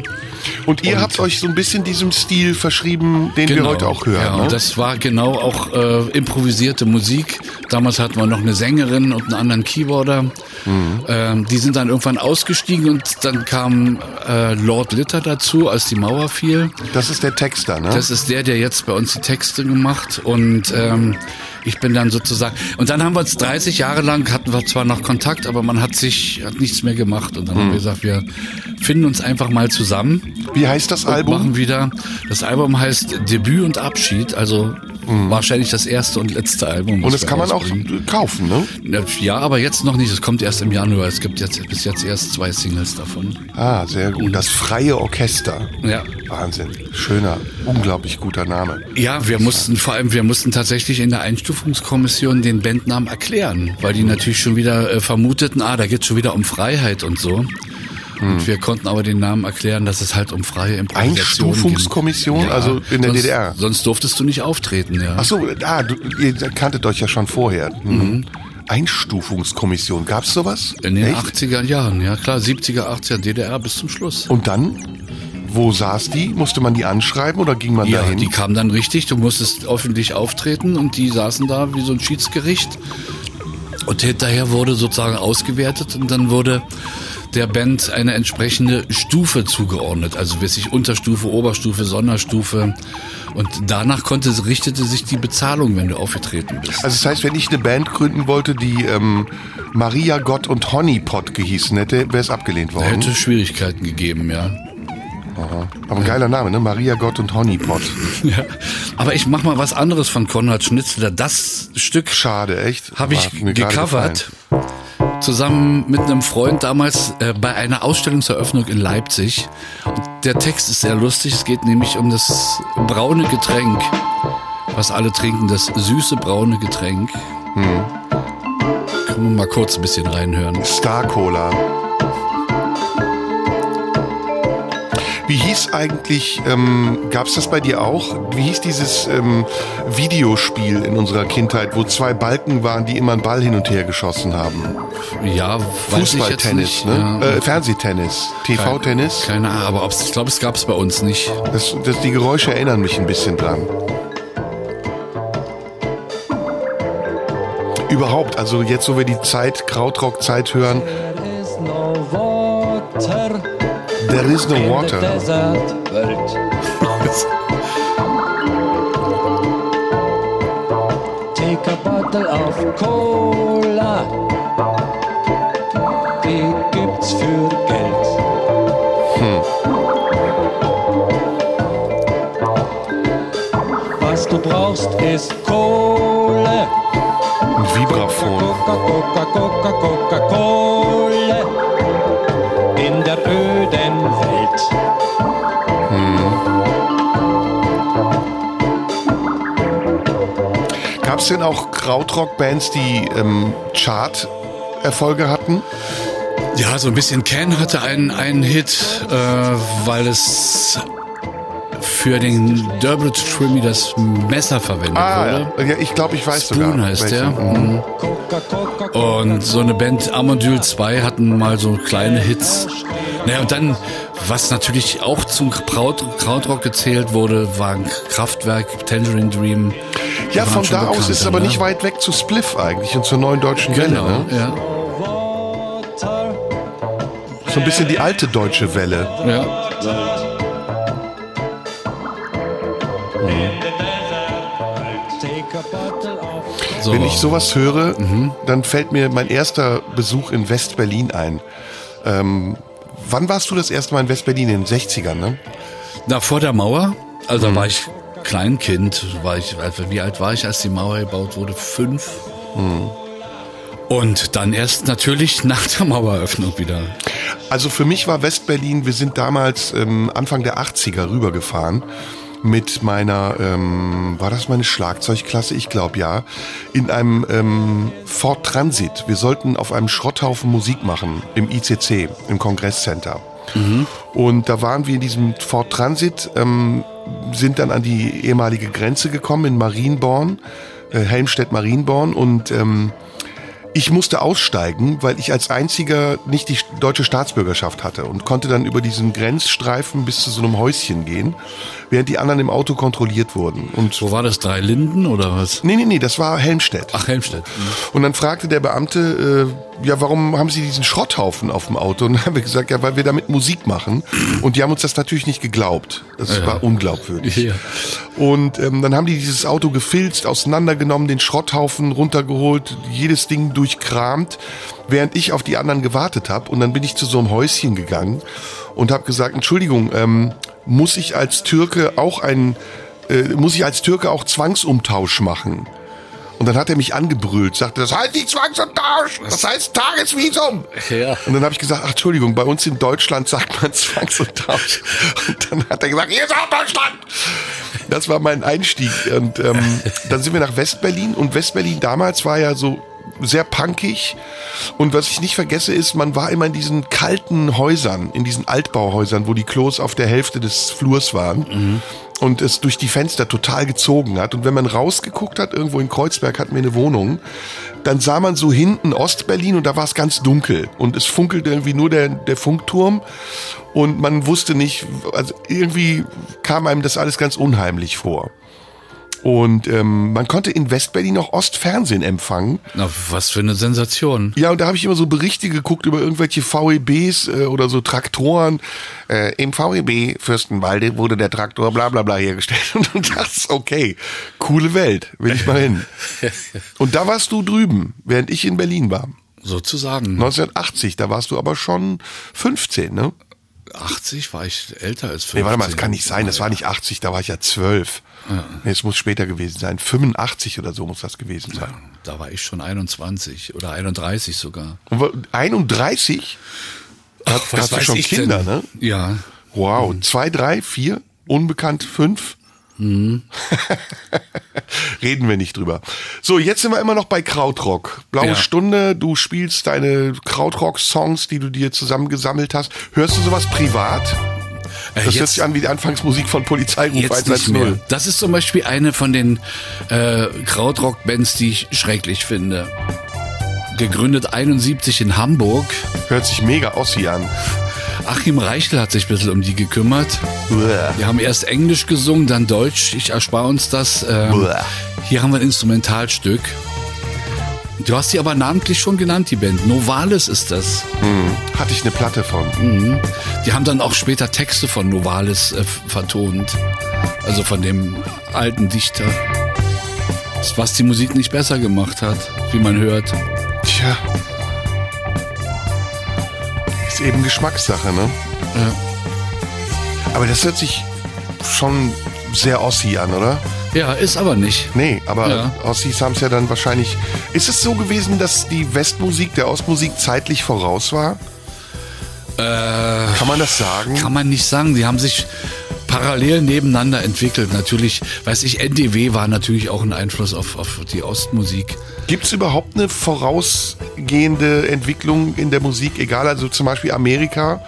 S3: Und ihr
S4: Und-
S3: habt euch so ein bisschen diesem Stil verschrieben, den wir heute auch hören.
S4: Genau. Ja,
S3: ne?
S4: und das war genau auch äh, improvisierte Musik. Damals hatten wir noch eine Sängerin und einen anderen Keyboarder.
S3: Mhm.
S4: Ähm, die sind dann irgendwann ausgestiegen und dann kam äh, Lord Litter dazu, als die Mauer fiel.
S3: Das ist der Texter, ne?
S4: Das ist der, der jetzt bei uns die Texte gemacht und ähm, ich bin dann sozusagen und dann haben wir uns 30 Jahre lang hatten wir zwar noch Kontakt, aber man hat sich hat nichts mehr gemacht und dann
S3: Mhm.
S4: haben wir gesagt, wir finden uns einfach mal zusammen,
S3: Wie heißt das Album?
S4: machen wieder. Das Album heißt Debüt und Abschied, also wahrscheinlich das erste und letzte Album.
S3: Mhm. Und das
S4: was wir
S3: kann man auch
S4: rausbringen.
S3: kaufen, ne?
S4: Ja, aber jetzt noch nicht. Es kommt erst im Januar. Es gibt jetzt bis jetzt erst zwei Singles davon.
S3: Ah, sehr gut. Das freie Orchester.
S4: Ja.
S3: Wahnsinn. Schöner, unglaublich guter Name.
S4: Ja, wir mussten vor allem, wir mussten tatsächlich in der Einstufungskommission den Bandnamen erklären, weil
S3: Mhm.
S4: die natürlich schon wieder äh, vermuteten, ah, da geht's schon wieder um Freiheit und so. Und
S3: Mhm.
S4: wir konnten aber den Namen erklären, dass es halt um freie Improvisation ging.
S3: Einstufungskommission? Also in der
S4: sonst,
S3: DDR?
S4: Sonst durftest du nicht auftreten, ja.
S3: Ach so, ah, du, ihr kanntet euch ja schon vorher. Mhm. Einstufungskommission, gab's sowas?
S4: in den
S3: Echt?
S4: 80er Jahren, ja klar, 70er, 80er DDR bis zum Schluss.
S3: Und dann? Wo saß die? Musste man die anschreiben oder ging man
S4: Ja,
S3: dahin?
S4: die kamen dann richtig, du musstest öffentlich auftreten und die saßen da wie so ein Schiedsgericht. Und hinterher wurde sozusagen ausgewertet und dann wurde der Band eine entsprechende Stufe zugeordnet. Also wirklich Unterstufe, Oberstufe, Sonderstufe. Und danach konnte, richtete sich die Bezahlung, wenn du aufgetreten bist.
S3: Also das heißt, wenn ich eine Band gründen wollte, die ähm, Maria Gott und Honeypot gehießen hätte, wäre es abgelehnt
S4: Da
S3: worden.
S4: hätte Schwierigkeiten gegeben, ja.
S3: Aber ein geiler Name, ne? Maria Gott und Honeypot.
S4: ja. Aber ich mach mal was anderes von Konrad Schnitzler. Das Stück
S3: Schade, echt.
S4: habe ich
S3: War mir gerade
S4: gecovert. Zusammen mit einem Freund damals äh, bei einer Ausstellungseröffnung in Leipzig. Und der Text ist sehr lustig. Es geht nämlich um das braune Getränk, was alle trinken, das süße braune Getränk.
S3: Hm.
S4: Können wir mal kurz ein bisschen reinhören.
S3: gefallen. Star Cola. Wie hieß eigentlich, ähm, gab's das bei dir auch? Wie hieß dieses ähm, Videospiel in unserer Kindheit, wo zwei Balken waren, die immer einen Ball hin und her geschossen haben?
S4: Ja, weiß ich jetzt
S3: Fußballtennis,
S4: nicht.
S3: ne?
S4: Ja.
S3: Äh, Fernsehtennis, TV-Tennis.
S4: Keine Ahnung, aber ob's, ich glaube, es gab es bei uns nicht.
S3: Das, das, die Geräusche erinnern mich ein bisschen dran. Überhaupt, also jetzt, wo wir die Zeit, Krautrock-Zeit hören,
S6: There is no water
S3: there is no
S6: in the
S3: water.
S6: desert world. Take a bottle of cola. Die gibt's für Geld. Was du brauchst ist Kohle.
S3: Ein Vibraphon.
S6: Coca, Coca, Coca, Coca, Cola in der öden Welt.
S3: Gab es denn auch Krautrock-Bands, die ähm, Chart-Erfolge hatten?
S4: Ja, so ein bisschen Can hatte einen, einen Hit, äh, weil es für den Durable Trimmy das Messer verwendet wurde.
S3: Ah, ja, ich glaube, ich weiß
S4: Spoon
S3: sogar.
S4: heißt
S3: welche.
S4: der. Mhm.
S6: Coca, Coca, Coca,
S4: Und so eine Band Amandül 2 hatten mal so kleine Hits. Naja, und dann, was natürlich auch zum Kraut, Krautrock gezählt wurde, waren Kraftwerk, Tangerine Dream. Die
S3: Ja,
S4: waren
S3: von
S4: schon
S3: da aus
S4: bekannter,
S3: ist es aber
S4: ne?
S3: nicht weit weg zu Spliff eigentlich und zur neuen deutschen
S4: Genau,
S3: Welle. Ne?
S4: ja.
S6: Water.
S3: So ein bisschen die alte deutsche Welle.
S4: Ja.
S6: Take a bottle of
S4: So.
S3: mhm, Wenn ich sowas höre, dann fällt mir mein erster Besuch in West-Berlin ein. Ähm, wann warst du das erste Mal in West-Berlin? In den 60ern, ne?
S4: Na, vor der Mauer,
S3: Mhm.
S4: also da war ich Kleinkind, war ich, also wie alt war ich, als die Mauer gebaut wurde? Fünf.
S3: Mhm.
S4: Und dann erst natürlich nach der Maueröffnung wieder.
S3: Also für mich war West-Berlin, wir sind damals ähm, Anfang der 80er rübergefahren mit meiner, ähm, war das meine Schlagzeugklasse? Ich glaube ja, in einem ähm, Ford Transit. Wir sollten auf einem Schrotthaufen Musik machen im ICC, im Kongresscenter. Und da waren wir in diesem Ford Transit, ähm, sind dann an die ehemalige Grenze gekommen in Marienborn, äh, Helmstedt-Marienborn und ähm, ich musste aussteigen, weil ich als einziger nicht die deutsche Staatsbürgerschaft hatte und konnte dann über diesen Grenzstreifen bis zu so einem Häuschen gehen, während die anderen im Auto kontrolliert wurden. Und
S4: Wo war das? Drei Linden oder was?
S3: nee, nee, nee, das war Helmstedt.
S4: Ach, Helmstedt.
S3: Und dann fragte der Beamte, äh, ja, warum haben Sie diesen Schrotthaufen auf dem Auto? Und dann haben wir gesagt, ja, weil wir damit Musik machen. Und die haben uns das natürlich nicht geglaubt. Das war unglaubwürdig.
S4: Ja.
S3: Und ähm, dann haben die dieses Auto gefilzt, auseinandergenommen, den Schrotthaufen runtergeholt, jedes Ding durchkramt, während ich auf die anderen gewartet habe. Und dann bin ich zu so einem Häuschen gegangen und habe gesagt, Entschuldigung, ähm, muss ich als Türke auch einen, äh, muss ich als Türke auch Zwangsumtausch machen? Und dann hat er mich angebrüllt, sagte, das heißt nicht Zwangsumtausch, das heißt Tagesvisum.
S4: Ja.
S3: Und dann habe ich gesagt, ach, Entschuldigung, bei uns in Deutschland sagt man Zwangsumtausch. Und dann hat er gesagt, hier ist auch Deutschland. Das war mein Einstieg. Und ähm, dann sind wir nach Westberlin. Und Westberlin damals war ja so sehr punkig. Und was ich nicht vergesse ist, man war immer in diesen kalten Häusern, in diesen Altbauhäusern, wo die Klos auf der Hälfte des Flurs waren. Und es durch die Fenster total gezogen hat. Und wenn man rausgeguckt hat, irgendwo in Kreuzberg hatten wir eine Wohnung, dann sah man so hinten Ostberlin und da war es ganz dunkel. Und es funkelte irgendwie nur der, der Funkturm. Und man wusste nicht, also irgendwie kam einem das alles ganz unheimlich vor. Und ähm, man konnte in Westberlin noch Ostfernsehen empfangen.
S4: Na, was für eine Sensation.
S3: Ja, und da habe ich immer so Berichte geguckt über irgendwelche VEBs äh, oder so Traktoren. Äh, Im VEB Fürstenwalde wurde der Traktor bla bla bla hergestellt. Und dann dachte ich, okay, coole Welt, will ich mal hin. Und da warst du drüben, während ich in Berlin war.
S4: Sozusagen.
S3: 1980, da warst du aber schon 15, ne?
S4: 80 war ich älter als 15.
S3: Nee, warte mal, das kann nicht sein. Das war nicht 80, da war ich ja 12. Nee, es muss später gewesen sein. 85 oder so muss das gewesen sein.
S4: Da war ich schon 21 oder 31 sogar.
S3: Und wa- 31?
S4: Ach,
S3: da hast du schon Kinder, ne?
S4: Ja.
S3: Wow.
S4: Mhm.
S3: Zwei, drei, vier, unbekannt fünf.
S4: Mhm.
S3: Reden wir nicht drüber. So, jetzt sind wir immer noch bei Krautrock. Blaue
S4: Ja.
S3: Stunde, du spielst deine Krautrock-Songs, die du dir zusammengesammelt hast. Hörst du sowas privat?
S4: Äh,
S3: Das hört sich an wie die Anfangsmusik von Polizeiruf
S4: Jetzt nicht
S3: 110.
S4: mehr. Das ist zum Beispiel eine von den äh, Krautrock-Bands, die ich schrecklich finde. Gegründet 71 in Hamburg.
S3: Hört sich mega Ossi an.
S4: Achim Reichel hat sich ein bisschen um die gekümmert. Wir haben erst Englisch gesungen, dann Deutsch. Ich erspare uns das. Ähm,
S3: Uah.
S4: hier haben wir ein Instrumentalstück. Du hast die aber namentlich schon genannt, die Band. Novalis ist das.
S3: Hatte ich eine Platte von.
S4: Die haben dann auch später Texte von Novalis äh, f- vertont. Also von dem alten Dichter. Was die Musik nicht besser gemacht hat, wie man hört.
S3: Tja. Ist eben Geschmackssache, ne? Aber das hört sich schon sehr Ossi an, oder?
S4: Ja, ist aber nicht.
S3: Nee, aber
S4: Ja.
S3: Ossis haben es ja dann wahrscheinlich. Ist es so gewesen, dass die Westmusik der Ostmusik zeitlich voraus war? Kann man das sagen?
S4: Äh, Kann man nicht sagen. Die haben sich parallel nebeneinander entwickelt. Natürlich, weiß ich, NDW war natürlich auch ein Einfluss auf, auf die Ostmusik.
S3: Gibt es überhaupt eine vorausgehende Entwicklung in der Musik? Egal, also zum Beispiel Amerika,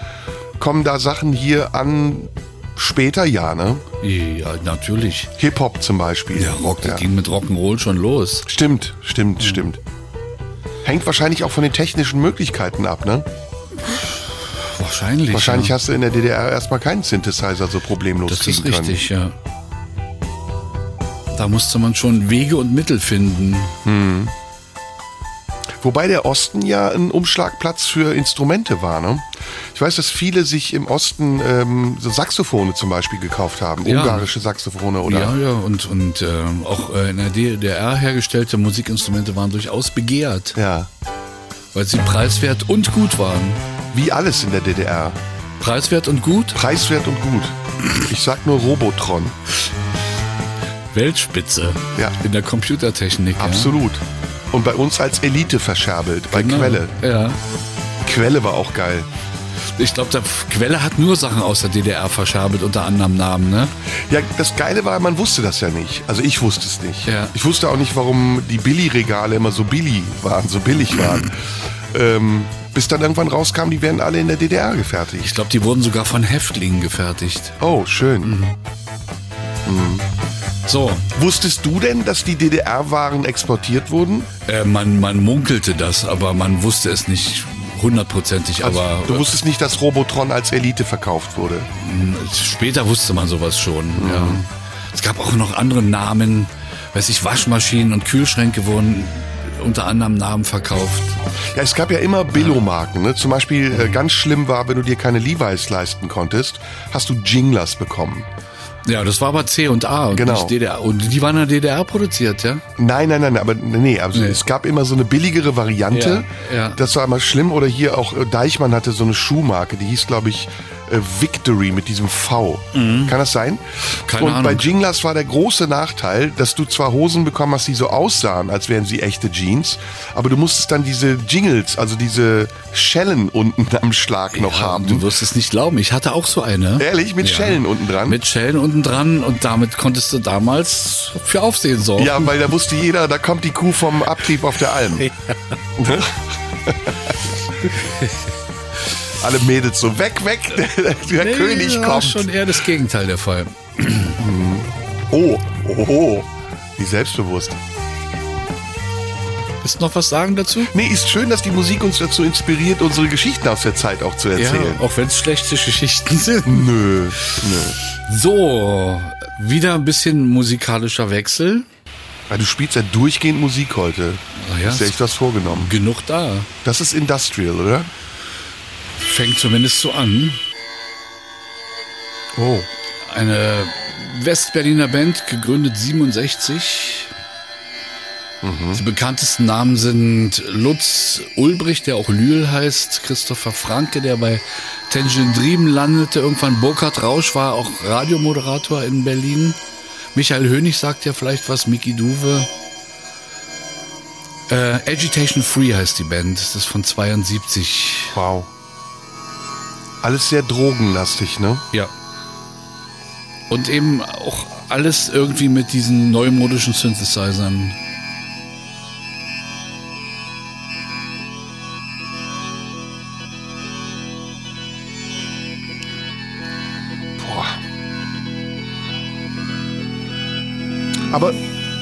S3: kommen da Sachen hier an später, ja, ne?
S4: Ja, natürlich.
S3: Hip-Hop zum Beispiel.
S4: Der Rock, das ging mit Rock'n'Roll schon los.
S3: Stimmt, stimmt, stimmt. Hängt wahrscheinlich auch von den technischen Möglichkeiten ab, ne?
S4: Wahrscheinlich.
S3: Wahrscheinlich
S4: ja.
S3: hast du in der DDR erstmal keinen Synthesizer so problemlos
S4: Das
S3: kriegen
S4: ist
S3: können.
S4: richtig, ja. Da musste man schon Wege und Mittel finden.
S3: Wobei der Osten ja ein Umschlagplatz für Instrumente war, ne? Ich weiß, dass viele sich im Osten ähm, so Saxophone zum Beispiel gekauft haben.
S4: Ja.
S3: Ungarische Saxophone oder
S4: Ja, ja, und, und ähm, auch äh, in der DDR hergestellte Musikinstrumente waren durchaus begehrt,
S3: ja.
S4: weil sie preiswert und gut waren.
S3: Wie alles in der DDR.
S4: Preiswert und gut?
S3: Preiswert und gut. Ich sag nur Robotron.
S4: Weltspitze.
S3: Ja.
S4: In der Computertechnik.
S3: Absolut. Und bei uns als Elite verscherbelt, bei
S4: Ja. Genau.
S3: Quelle.
S4: Ja.
S3: Quelle war auch geil.
S4: Ich glaube, der Quelle hat nur Sachen aus der DDR verschabelt, unter anderem Namen, ne?
S3: Ja, das Geile war, man wusste das ja nicht. Also ich wusste es nicht.
S4: Ja.
S3: Ich wusste auch nicht, warum die Billy-Regale immer so billig waren, so billig waren.
S4: Mhm.
S3: ähm, bis dann irgendwann rauskam, die werden alle in der DDR gefertigt.
S4: Ich glaube, die wurden sogar von Häftlingen gefertigt.
S3: Oh, schön.
S4: Mhm. So,
S3: Wusstest du denn, dass die DDR-Waren exportiert wurden?
S4: äh, man, man munkelte das, aber man wusste es nicht hundertprozentig. aber
S3: Also, du wusstest nicht, dass Robotron als Elite verkauft wurde.
S4: Später wusste man sowas schon. Ja.
S3: Mhm.
S4: Es gab auch noch andere Namen, weiß ich, Waschmaschinen und Kühlschränke wurden unter anderem Namen verkauft.
S3: Ja, es gab ja immer Billo-Marken. Ne? Zum Beispiel, äh, ganz schlimm war, wenn du dir keine Levi's leisten konntest, hast du Jinglers bekommen.
S4: Ja, das war aber C und A und
S3: Genau.
S4: nicht DDR. Und die waren in der DDR produziert, ja?
S3: Nein, nein, nein, aber nee, also
S4: Nee.
S3: es gab immer so eine billigere Variante.
S4: Ja, ja.
S3: Das war immer schlimm. Oder hier auch äh, Deichmann hatte so eine Schuhmarke, die hieß, glaube ich, äh, Victory mit diesem V. Kann das sein?
S4: Mhm. Keine
S3: Und bei
S4: Ahnung.
S3: Jinglers war der große Nachteil, dass du zwar Hosen bekommen hast, die so aussahen, als wären sie echte Jeans, aber du musstest dann diese Jingles, also diese Schellen unten am Schlag noch haben.
S4: Du wirst es nicht glauben, ich hatte auch so eine.
S3: Ehrlich, mit
S4: Ja.
S3: Schellen unten dran.
S4: Mit Schellen unten dran und damit konntest du damals für Aufsehen sorgen.
S3: ja, weil da wusste jeder, da kommt die Kuh vom Abtrieb auf der Alm. Ne? Alle Mädels so weg, weg, der, der
S4: Nee,
S3: König
S4: das war
S3: kommt.
S4: schon eher das Gegenteil der Fall.
S3: Oh, oh, oh, wie selbstbewusst.
S4: Willst du noch was sagen dazu?
S3: Nee, ist schön, dass die Musik uns dazu inspiriert, unsere Geschichten aus der Zeit auch zu erzählen.
S4: Ja, auch wenn es schlechte Geschichten sind.
S3: Nö, nö.
S4: So, wieder ein bisschen musikalischer Wechsel.
S3: Weil Ah, du spielst ja durchgehend Musik heute.
S4: Ah ja,
S3: Hast du echt was vorgenommen.
S4: genug da.
S3: Das ist Industrial, oder?
S4: Fängt zumindest so an.
S3: Oh.
S4: Eine Westberliner Band, gegründet 67. Die bekanntesten Namen sind Lutz Ulbricht, der auch Lühl heißt, Christopher Franke, der bei Tension Dream landete, irgendwann Burkhard Rausch war auch Radiomoderator in Berlin. Michael Hönig sagt ja vielleicht was, Mickey Duwe. Äh, Agitation Free heißt die Band, das ist von 72.
S3: Wow. Alles sehr drogenlastig, ne?
S4: Ja. Und eben auch alles irgendwie mit diesen neumodischen Synthesizern.
S3: Aber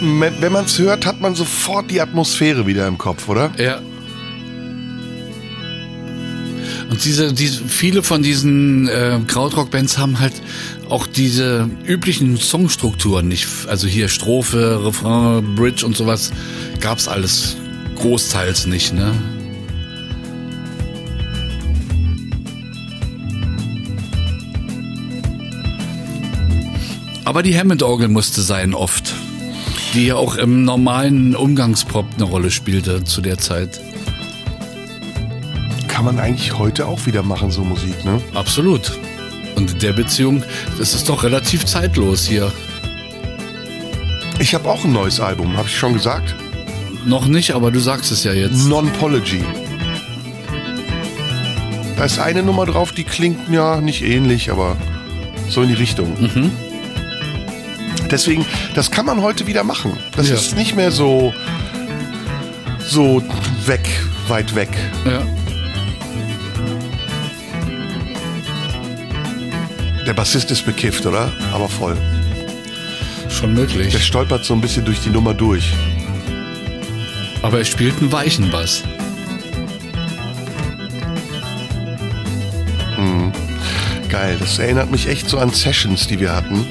S3: me- wenn man es hört, hat man sofort die Atmosphäre wieder im Kopf, oder?
S4: Ja. Und diese, diese, viele von diesen äh, Krautrock-Bands haben halt auch diese üblichen Songstrukturen nicht. Also hier Strophe, Refrain, Bridge und sowas gab's alles großteils nicht, ne? Aber die Hammond-Orgel musste sein oft, die ja auch im normalen Umgangspop eine Rolle spielte zu der Zeit.
S3: Kann man eigentlich heute auch wieder machen, so Musik, ne?
S4: Absolut. Und in der Beziehung, das ist doch relativ zeitlos hier.
S3: Ich habe auch ein neues Album, habe ich schon gesagt?
S4: Noch nicht, aber du sagst es ja jetzt.
S3: Nonpology. Da ist eine Nummer drauf, die klingt ja nicht ähnlich, aber so in die Richtung. Deswegen, das kann man heute wieder machen. Das
S4: Ja.
S3: ist nicht mehr so, so weg, weit weg.
S4: Ja.
S3: Der Bassist ist bekifft, oder? Aber voll.
S4: Schon
S3: Der
S4: möglich.
S3: stolpert so ein bisschen durch die Nummer durch.
S4: Aber er spielt einen weichen Bass.
S3: Geil, das erinnert mich echt so an Sessions, die wir hatten.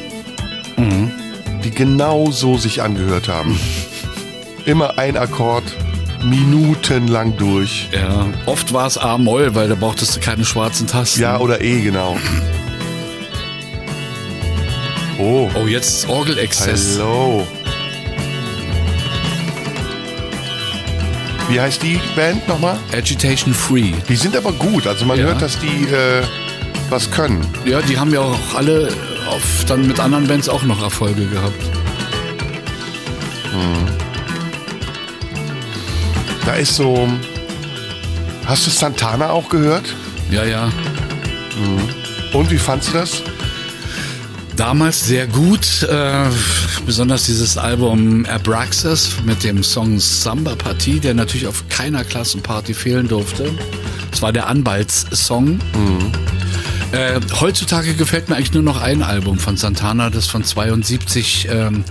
S3: Die genau so sich angehört haben. Immer ein Akkord, minutenlang durch.
S4: Ja. Oft war es A-Moll, weil da brauchtest du keine schwarzen Tasten.
S3: Ja oder E, genau. Oh,
S4: Oh, jetzt Orgelexzess.
S3: hello. Wie heißt die Band nochmal?
S4: Agitation Free.
S3: Die sind aber gut. Also man
S4: Ja.
S3: hört, dass die äh, was können.
S4: Ja, die haben ja auch alle auf, dann mit anderen Bands auch noch Erfolge gehabt.
S3: Da ist so. Hast du Santana auch gehört?
S4: Ja, ja.
S3: Und wie fandst du das?
S4: Damals sehr gut, äh, besonders dieses Album Abraxas mit dem Song Samba Partie, der natürlich auf keiner Klassenparty fehlen durfte. Es war der Anwaltssong. Äh, heutzutage gefällt mir eigentlich nur noch ein Album von Santana, das von 72 ähm,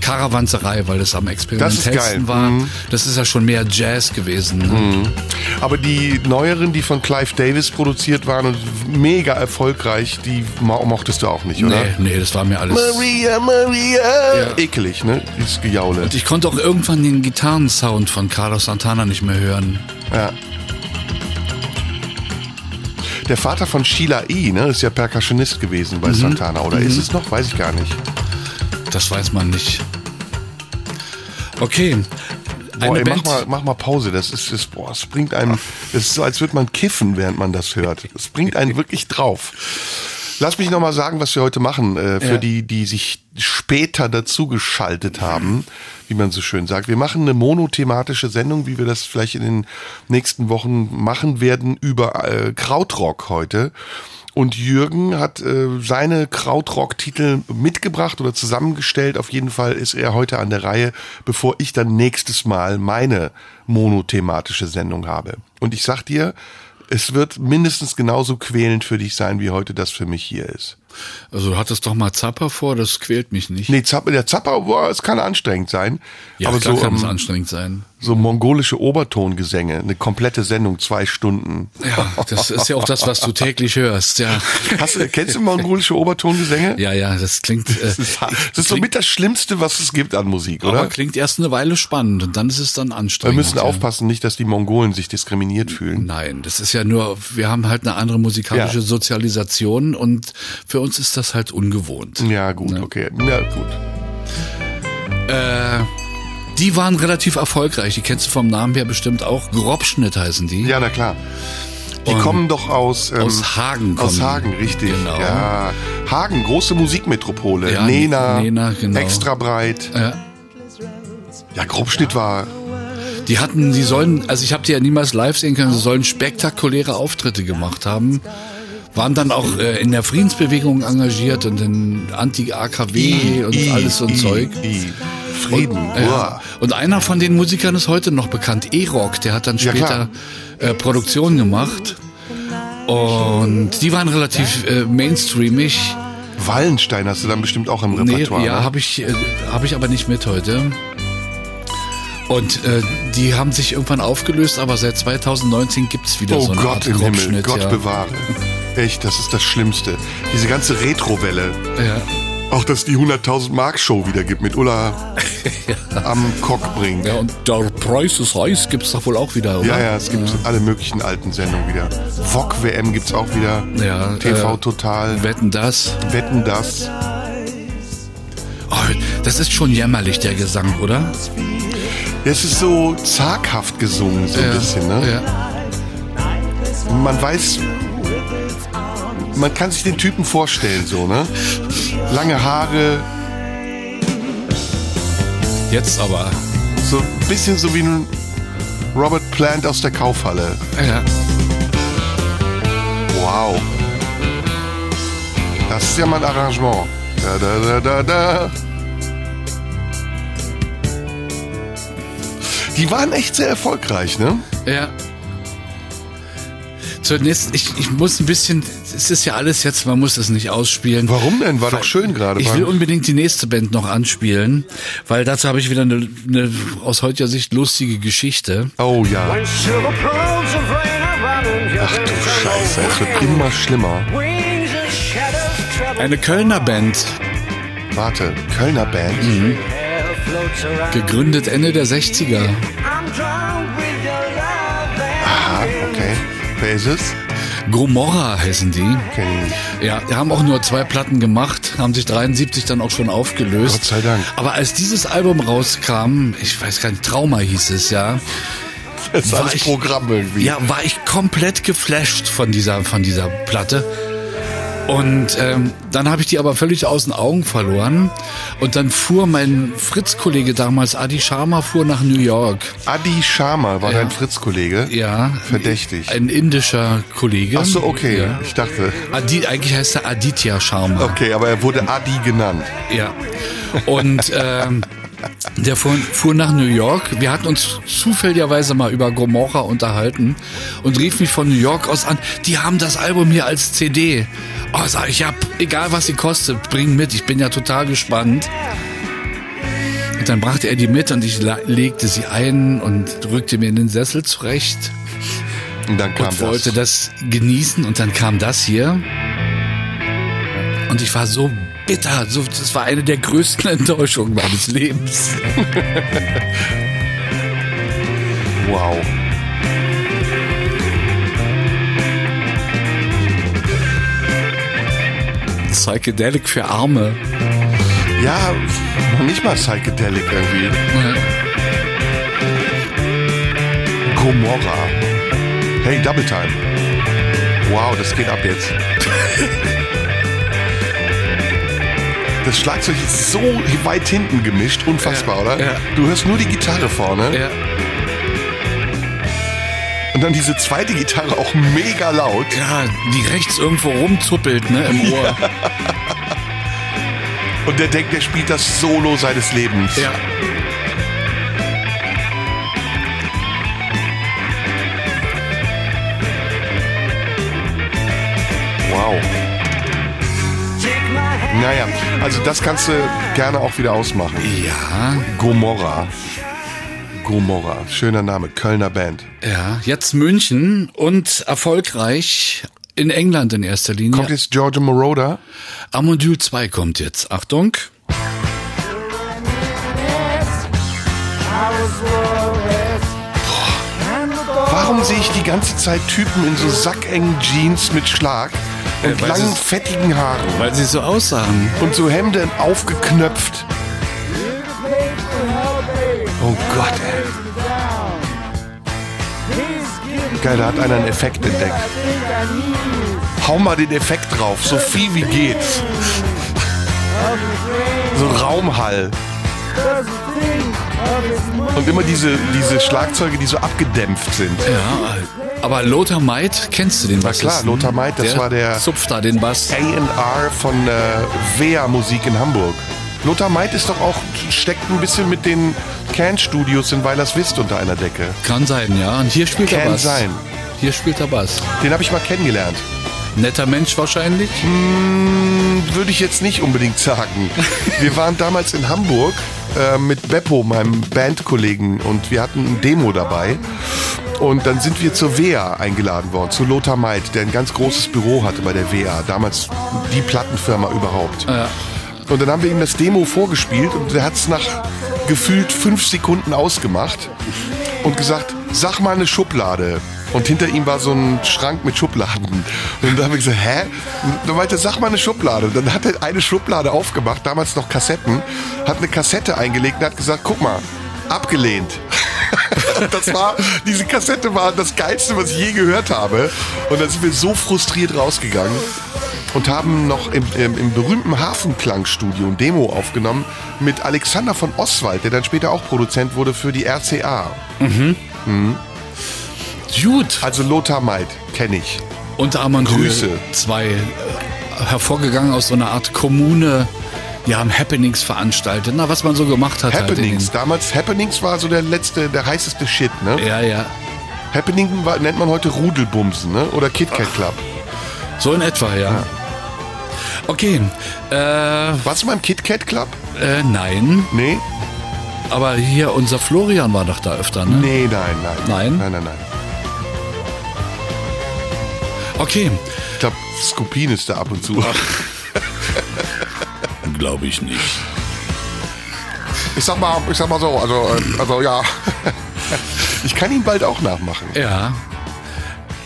S4: Karawanserei, weil das am experimentellsten
S3: geil.
S4: war. Das ist ja schon mehr Jazz gewesen. Ne?
S3: Aber die neueren, die von Clive Davis produziert waren und mega erfolgreich, die mo mochtest du auch nicht, oder?
S4: Nee, nee, das war mir alles.
S3: Maria, Maria.
S4: Ja.
S3: Ekelig, ne? Dieses Gejaule.
S4: Ich konnte auch irgendwann den Gitarrensound von Carlos Santana nicht mehr hören.
S3: Ja. Der Vater von Sheila E., ne, ist ja Percussionist gewesen bei
S4: Mhm.
S3: Santana, oder ist es noch? Weiß ich gar nicht.
S4: Das weiß man nicht. Okay.
S3: Boah,
S4: Eine
S3: ey, mach,
S4: Band.
S3: mal, mach mal Pause, das ist, das, boah, es bringt einem, es ist so, als würde man kiffen, während man das hört. Es bringt einen wirklich drauf. Lass mich nochmal sagen, was wir heute machen, äh, für
S4: Ja.
S3: die, die sich später dazugeschaltet haben, wie man so schön sagt. Wir machen eine monothematische Sendung, wie wir das vielleicht in den nächsten Wochen machen werden, über äh, Krautrock heute. Und Jürgen hat äh, seine Krautrock-Titel mitgebracht oder zusammengestellt. Auf jeden Fall ist er heute an der Reihe, bevor ich dann nächstes Mal meine monothematische Sendung habe. Und ich sag dir, es wird mindestens genauso quälend für dich sein, wie heute das für mich hier ist.
S4: Also du hattest doch mal Zappa vor, das quält mich nicht.
S3: Nee, Zappa, der Zappa, boah, es kann anstrengend sein.
S4: ja,
S3: aber
S4: klar
S3: so,
S4: kann es
S3: ähm,
S4: anstrengend sein.
S3: so mongolische Obertongesänge, eine komplette Sendung, zwei Stunden.
S4: Ja, das ist ja auch das, was du täglich hörst. Ja,
S3: Hast, du- kennst du mongolische Obertongesänge?
S4: ja, ja das klingt. Äh,
S3: Das ist, das ist somit das Schlimmste, was es gibt an Musik,
S4: aber
S3: oder?
S4: klingt erst eine Weile spannend und dann ist es dann
S3: Wir
S4: anstrengend.
S3: müssen
S4: ja.
S3: aufpassen, nicht, dass die Mongolen sich diskriminiert fühlen.
S4: Nein, das ist ja nur, wir haben halt eine andere musikalische
S3: Ja.
S4: Sozialisation und für uns ist das halt ungewohnt.
S3: Ja, gut, okay. Na gut.
S4: Die waren relativ erfolgreich, die kennst du vom Namen her bestimmt auch. Grobschnitt heißen die.
S3: Ja, na klar. Die
S4: Und
S3: kommen doch aus, ähm,
S4: aus Hagen
S3: Aus
S4: kommen.
S3: Hagen, richtig.
S4: Genau.
S3: Ja. Hagen, große Musikmetropole.
S4: Ja,
S3: Nena,
S4: Nena, genau.
S3: extra breit.
S4: Ja.
S3: Ja, Grobschnitt war.
S4: Die hatten, die sollen, also ich habe die ja niemals live sehen können, sie sollen spektakuläre Auftritte gemacht haben. Waren dann auch äh, in der Friedensbewegung engagiert und in Anti-AKW und
S3: I,
S4: alles so ein
S3: I,
S4: Zeug.
S3: I. Frieden.
S4: Ja.
S3: Uah.
S4: Und einer von den Musikern ist heute noch bekannt, E-Rock, der hat dann
S3: Ja,
S4: später äh, Produktionen gemacht. Und die waren relativ äh, mainstreamig.
S3: Wallenstein hast du dann bestimmt auch im
S4: Nee,
S3: Repertoire.
S4: ja,
S3: ne?
S4: habe ich, äh, hab ich aber nicht mit heute. Und äh, die haben sich irgendwann aufgelöst, aber seit 2019 gibt's wieder
S3: Oh
S4: so eine
S3: Gott
S4: Art
S3: im Himmel,
S4: Grobschnitt,
S3: Gott
S4: ja.
S3: bewahre. Echt, das ist das Schlimmste. Diese ganze Retrowelle.
S4: Ja.
S3: Auch, dass die 100.000 Mark Show wieder gibt mit Ulla am Kock bringen.
S4: ja, und der Preis ist heiß gibt's doch wohl auch wieder, oder?
S3: Ja, ja, es gibt alle möglichen alten Sendungen wieder. VOG WM gibt's auch wieder.
S4: Ja,
S3: TV
S4: äh,
S3: Total.
S4: Wetten das?
S3: Wetten das.
S4: Oh, das ist schon jämmerlich, der Gesang, oder?
S3: Es ist so zaghaft gesungen, so ein bisschen, ne?
S4: Ja.
S3: Man weiß. Man kann sich den Typen vorstellen, so, ne? Lange Haare,
S4: Jetzt aber.
S3: so ein bisschen so wie ein Robert Plant aus der Kaufhalle.
S4: Ja.
S3: Wow. Das ist ja mal ein Arrangement. Da, da, da, da, da. Die waren echt sehr erfolgreich, ne?
S4: Ja. Zunächst, ich, ich muss ein bisschen, es ist ja alles jetzt, man muss es nicht ausspielen.
S3: Warum denn? War doch schön gerade.
S4: Ich
S3: War-
S4: will unbedingt die nächste Band noch anspielen, weil dazu habe ich wieder eine, eine aus heutiger Sicht lustige Geschichte.
S3: Oh ja. Ach du Scheiße, es wird immer schlimmer.
S4: Eine Kölner Band,
S3: Warte, Kölner Band.
S4: Mhm. gegründet Ende der 60er.
S3: Aha, okay. Wer ist es?
S4: Gomorra heißen die.
S3: Kenn ich nicht.
S4: Ja, die haben auch nur zwei Platten gemacht, haben sich 73 dann auch schon aufgelöst.
S3: Gott sei Dank.
S4: Aber als dieses Album rauskam, ich weiß gar nicht, Trauma hieß es ja,
S3: Das ist
S4: War
S3: alles
S4: ich-
S3: Programm irgendwie.
S4: Ja, war ich komplett geflasht von dieser, von dieser Platte. Und ähm, dann habe ich die aber völlig aus den Augen verloren. Und dann fuhr mein Fritz-Kollege damals, Adi Sharma, fuhr nach New York.
S3: Adi Sharma war dein Fritz-Kollege.
S4: Ja.
S3: Verdächtig.
S4: Ein indischer Kollege.
S3: Ach so, okay.
S4: Ja.
S3: Ich dachte.
S4: Adi, eigentlich heißt er Aditya Sharma.
S3: Okay, aber er wurde Adi genannt.
S4: Ja. Und ähm, der fuhr, fuhr nach New York. Wir hatten uns zufälligerweise mal über Gomorra unterhalten und rief mich von New York aus an. Die haben das Album hier als CD. Oh, sag ich, ja, egal was sie kostet, bring mit. Ich bin ja total gespannt. Und dann brachte er die mit und ich la- legte sie ein und drückte mir in den Sessel zurecht
S3: Und dann kam
S4: und
S3: das.
S4: wollte das genießen und dann kam das hier. Und ich war so bitter, so, das war eine der größten Enttäuschungen meines Lebens.
S3: Wow.
S4: Psychedelic für Arme.
S3: Ja, noch nicht mal Psychedelic irgendwie. Gomorra. Hey, Double Time. Wow, das geht ab jetzt. Das Schlagzeug ist so weit hinten gemischt, unfassbar,
S4: Ja,
S3: oder?
S4: ja.
S3: Du hörst nur die Gitarre vorne
S4: Ja,
S3: und dann diese zweite Gitarre auch mega laut.
S4: ja, die rechts irgendwo rumzuppelt, ne, im Ohr.
S3: Und der denkt, der spielt das Solo seines Lebens.
S4: Ja.
S3: Wow. Naja, also das kannst du gerne auch wieder ausmachen.
S4: Ja,
S3: Gomorra. Gomorra, schöner Name, Kölner Band.
S4: ja. Jetzt München und erfolgreich in England in erster Linie.
S3: Kommt jetzt Giorgio Moroder?
S4: Amondule 2 kommt jetzt. Achtung.
S3: Warum sehe ich die ganze Zeit Typen in so sackengen Jeans mit Schlag und
S4: weil
S3: langen,
S4: es-
S3: fettigen Haaren
S4: Weil sie so aussahen.
S3: und so Hemden aufgeknöpft? Oh Gott, ey. Geil, da hat einer einen Effekt entdeckt. Hau mal den Effekt drauf, so viel wie geht. So Raumhall. Und immer diese, diese Schlagzeuge, die so abgedämpft sind.
S4: Ja, aber Lothar Meid, kennst du den
S3: Na
S4: Bassisten?
S3: klar, Lothar Meid, das war der- Äh,
S4: Zupft da den Bass.
S3: A&R von äh, Wea Musik in Hamburg. Lothar Meid ist doch auch, steckt ein bisschen mit den Can-Studios in Weilerswist unter einer Decke.
S4: Kann sein, ja. Und hier spielt er
S3: Kann
S4: Bass.
S3: sein.
S4: Hier spielt er Bass.
S3: Den habe ich mal kennengelernt.
S4: Netter Mensch wahrscheinlich.
S3: Würde ich jetzt nicht unbedingt sagen. Wir waren damals in Hamburg äh, mit Beppo, meinem Bandkollegen, und wir hatten ein Demo dabei. Und dann sind wir zur WEA eingeladen worden, zu Lothar Meid, der ein ganz großes Büro hatte bei der WEA, damals die Plattenfirma überhaupt. Und dann haben wir ihm das Demo vorgespielt und er hat es nach gefühlt fünf Sekunden ausgemacht und gesagt, sag mal eine Schublade. Und hinter ihm war so ein Schrank mit Schubladen. Und dann haben wir gesagt, hä? Und dann meinte er, sag mal eine Schublade. Und dann hat er eine Schublade aufgemacht, damals noch Kassetten, hat eine Kassette eingelegt und hat gesagt, guck mal, abgelehnt. das war, diese Kassette war das Geilste, was ich je gehört habe. Und dann sind wir so frustriert rausgegangen und haben noch im, im, im berühmten Hafenklangstudio ein Demo aufgenommen mit Alexander von Oswald, der dann später auch Produzent wurde für die RCA.
S4: Gut.
S3: Also Lothar Meid kenne ich.
S4: Und Amandül
S3: Grüße.
S4: 2. Äh, hervorgegangen aus so einer Art Kommune. Die haben Happenings veranstaltet. Na, was man so gemacht hat.
S3: Happenings,
S4: Halt
S3: damals Happenings war so der letzte, der heißeste Shit, ne?
S4: in den, ja, ja.
S3: Happening war, nennt man heute Rudelbumsen, ne? Oder Kit Kat Club.
S4: So in etwa, ja. Okay. Äh,
S3: Warst du mal im Kit Kat Club?
S4: äh, nein.
S3: Nee?
S4: Aber hier unser Florian war doch da öfter, ne?
S3: Nee, nein, nein.
S4: Nein?
S3: Nein, nein, nein.
S4: Okay.
S3: Ich glaube, Skupin ist da ab und zu.
S4: Glaube ich nicht.
S3: Ich sag mal, ich sag mal so, also, äh, also ja. Ich kann ihn bald auch nachmachen.
S4: Ja.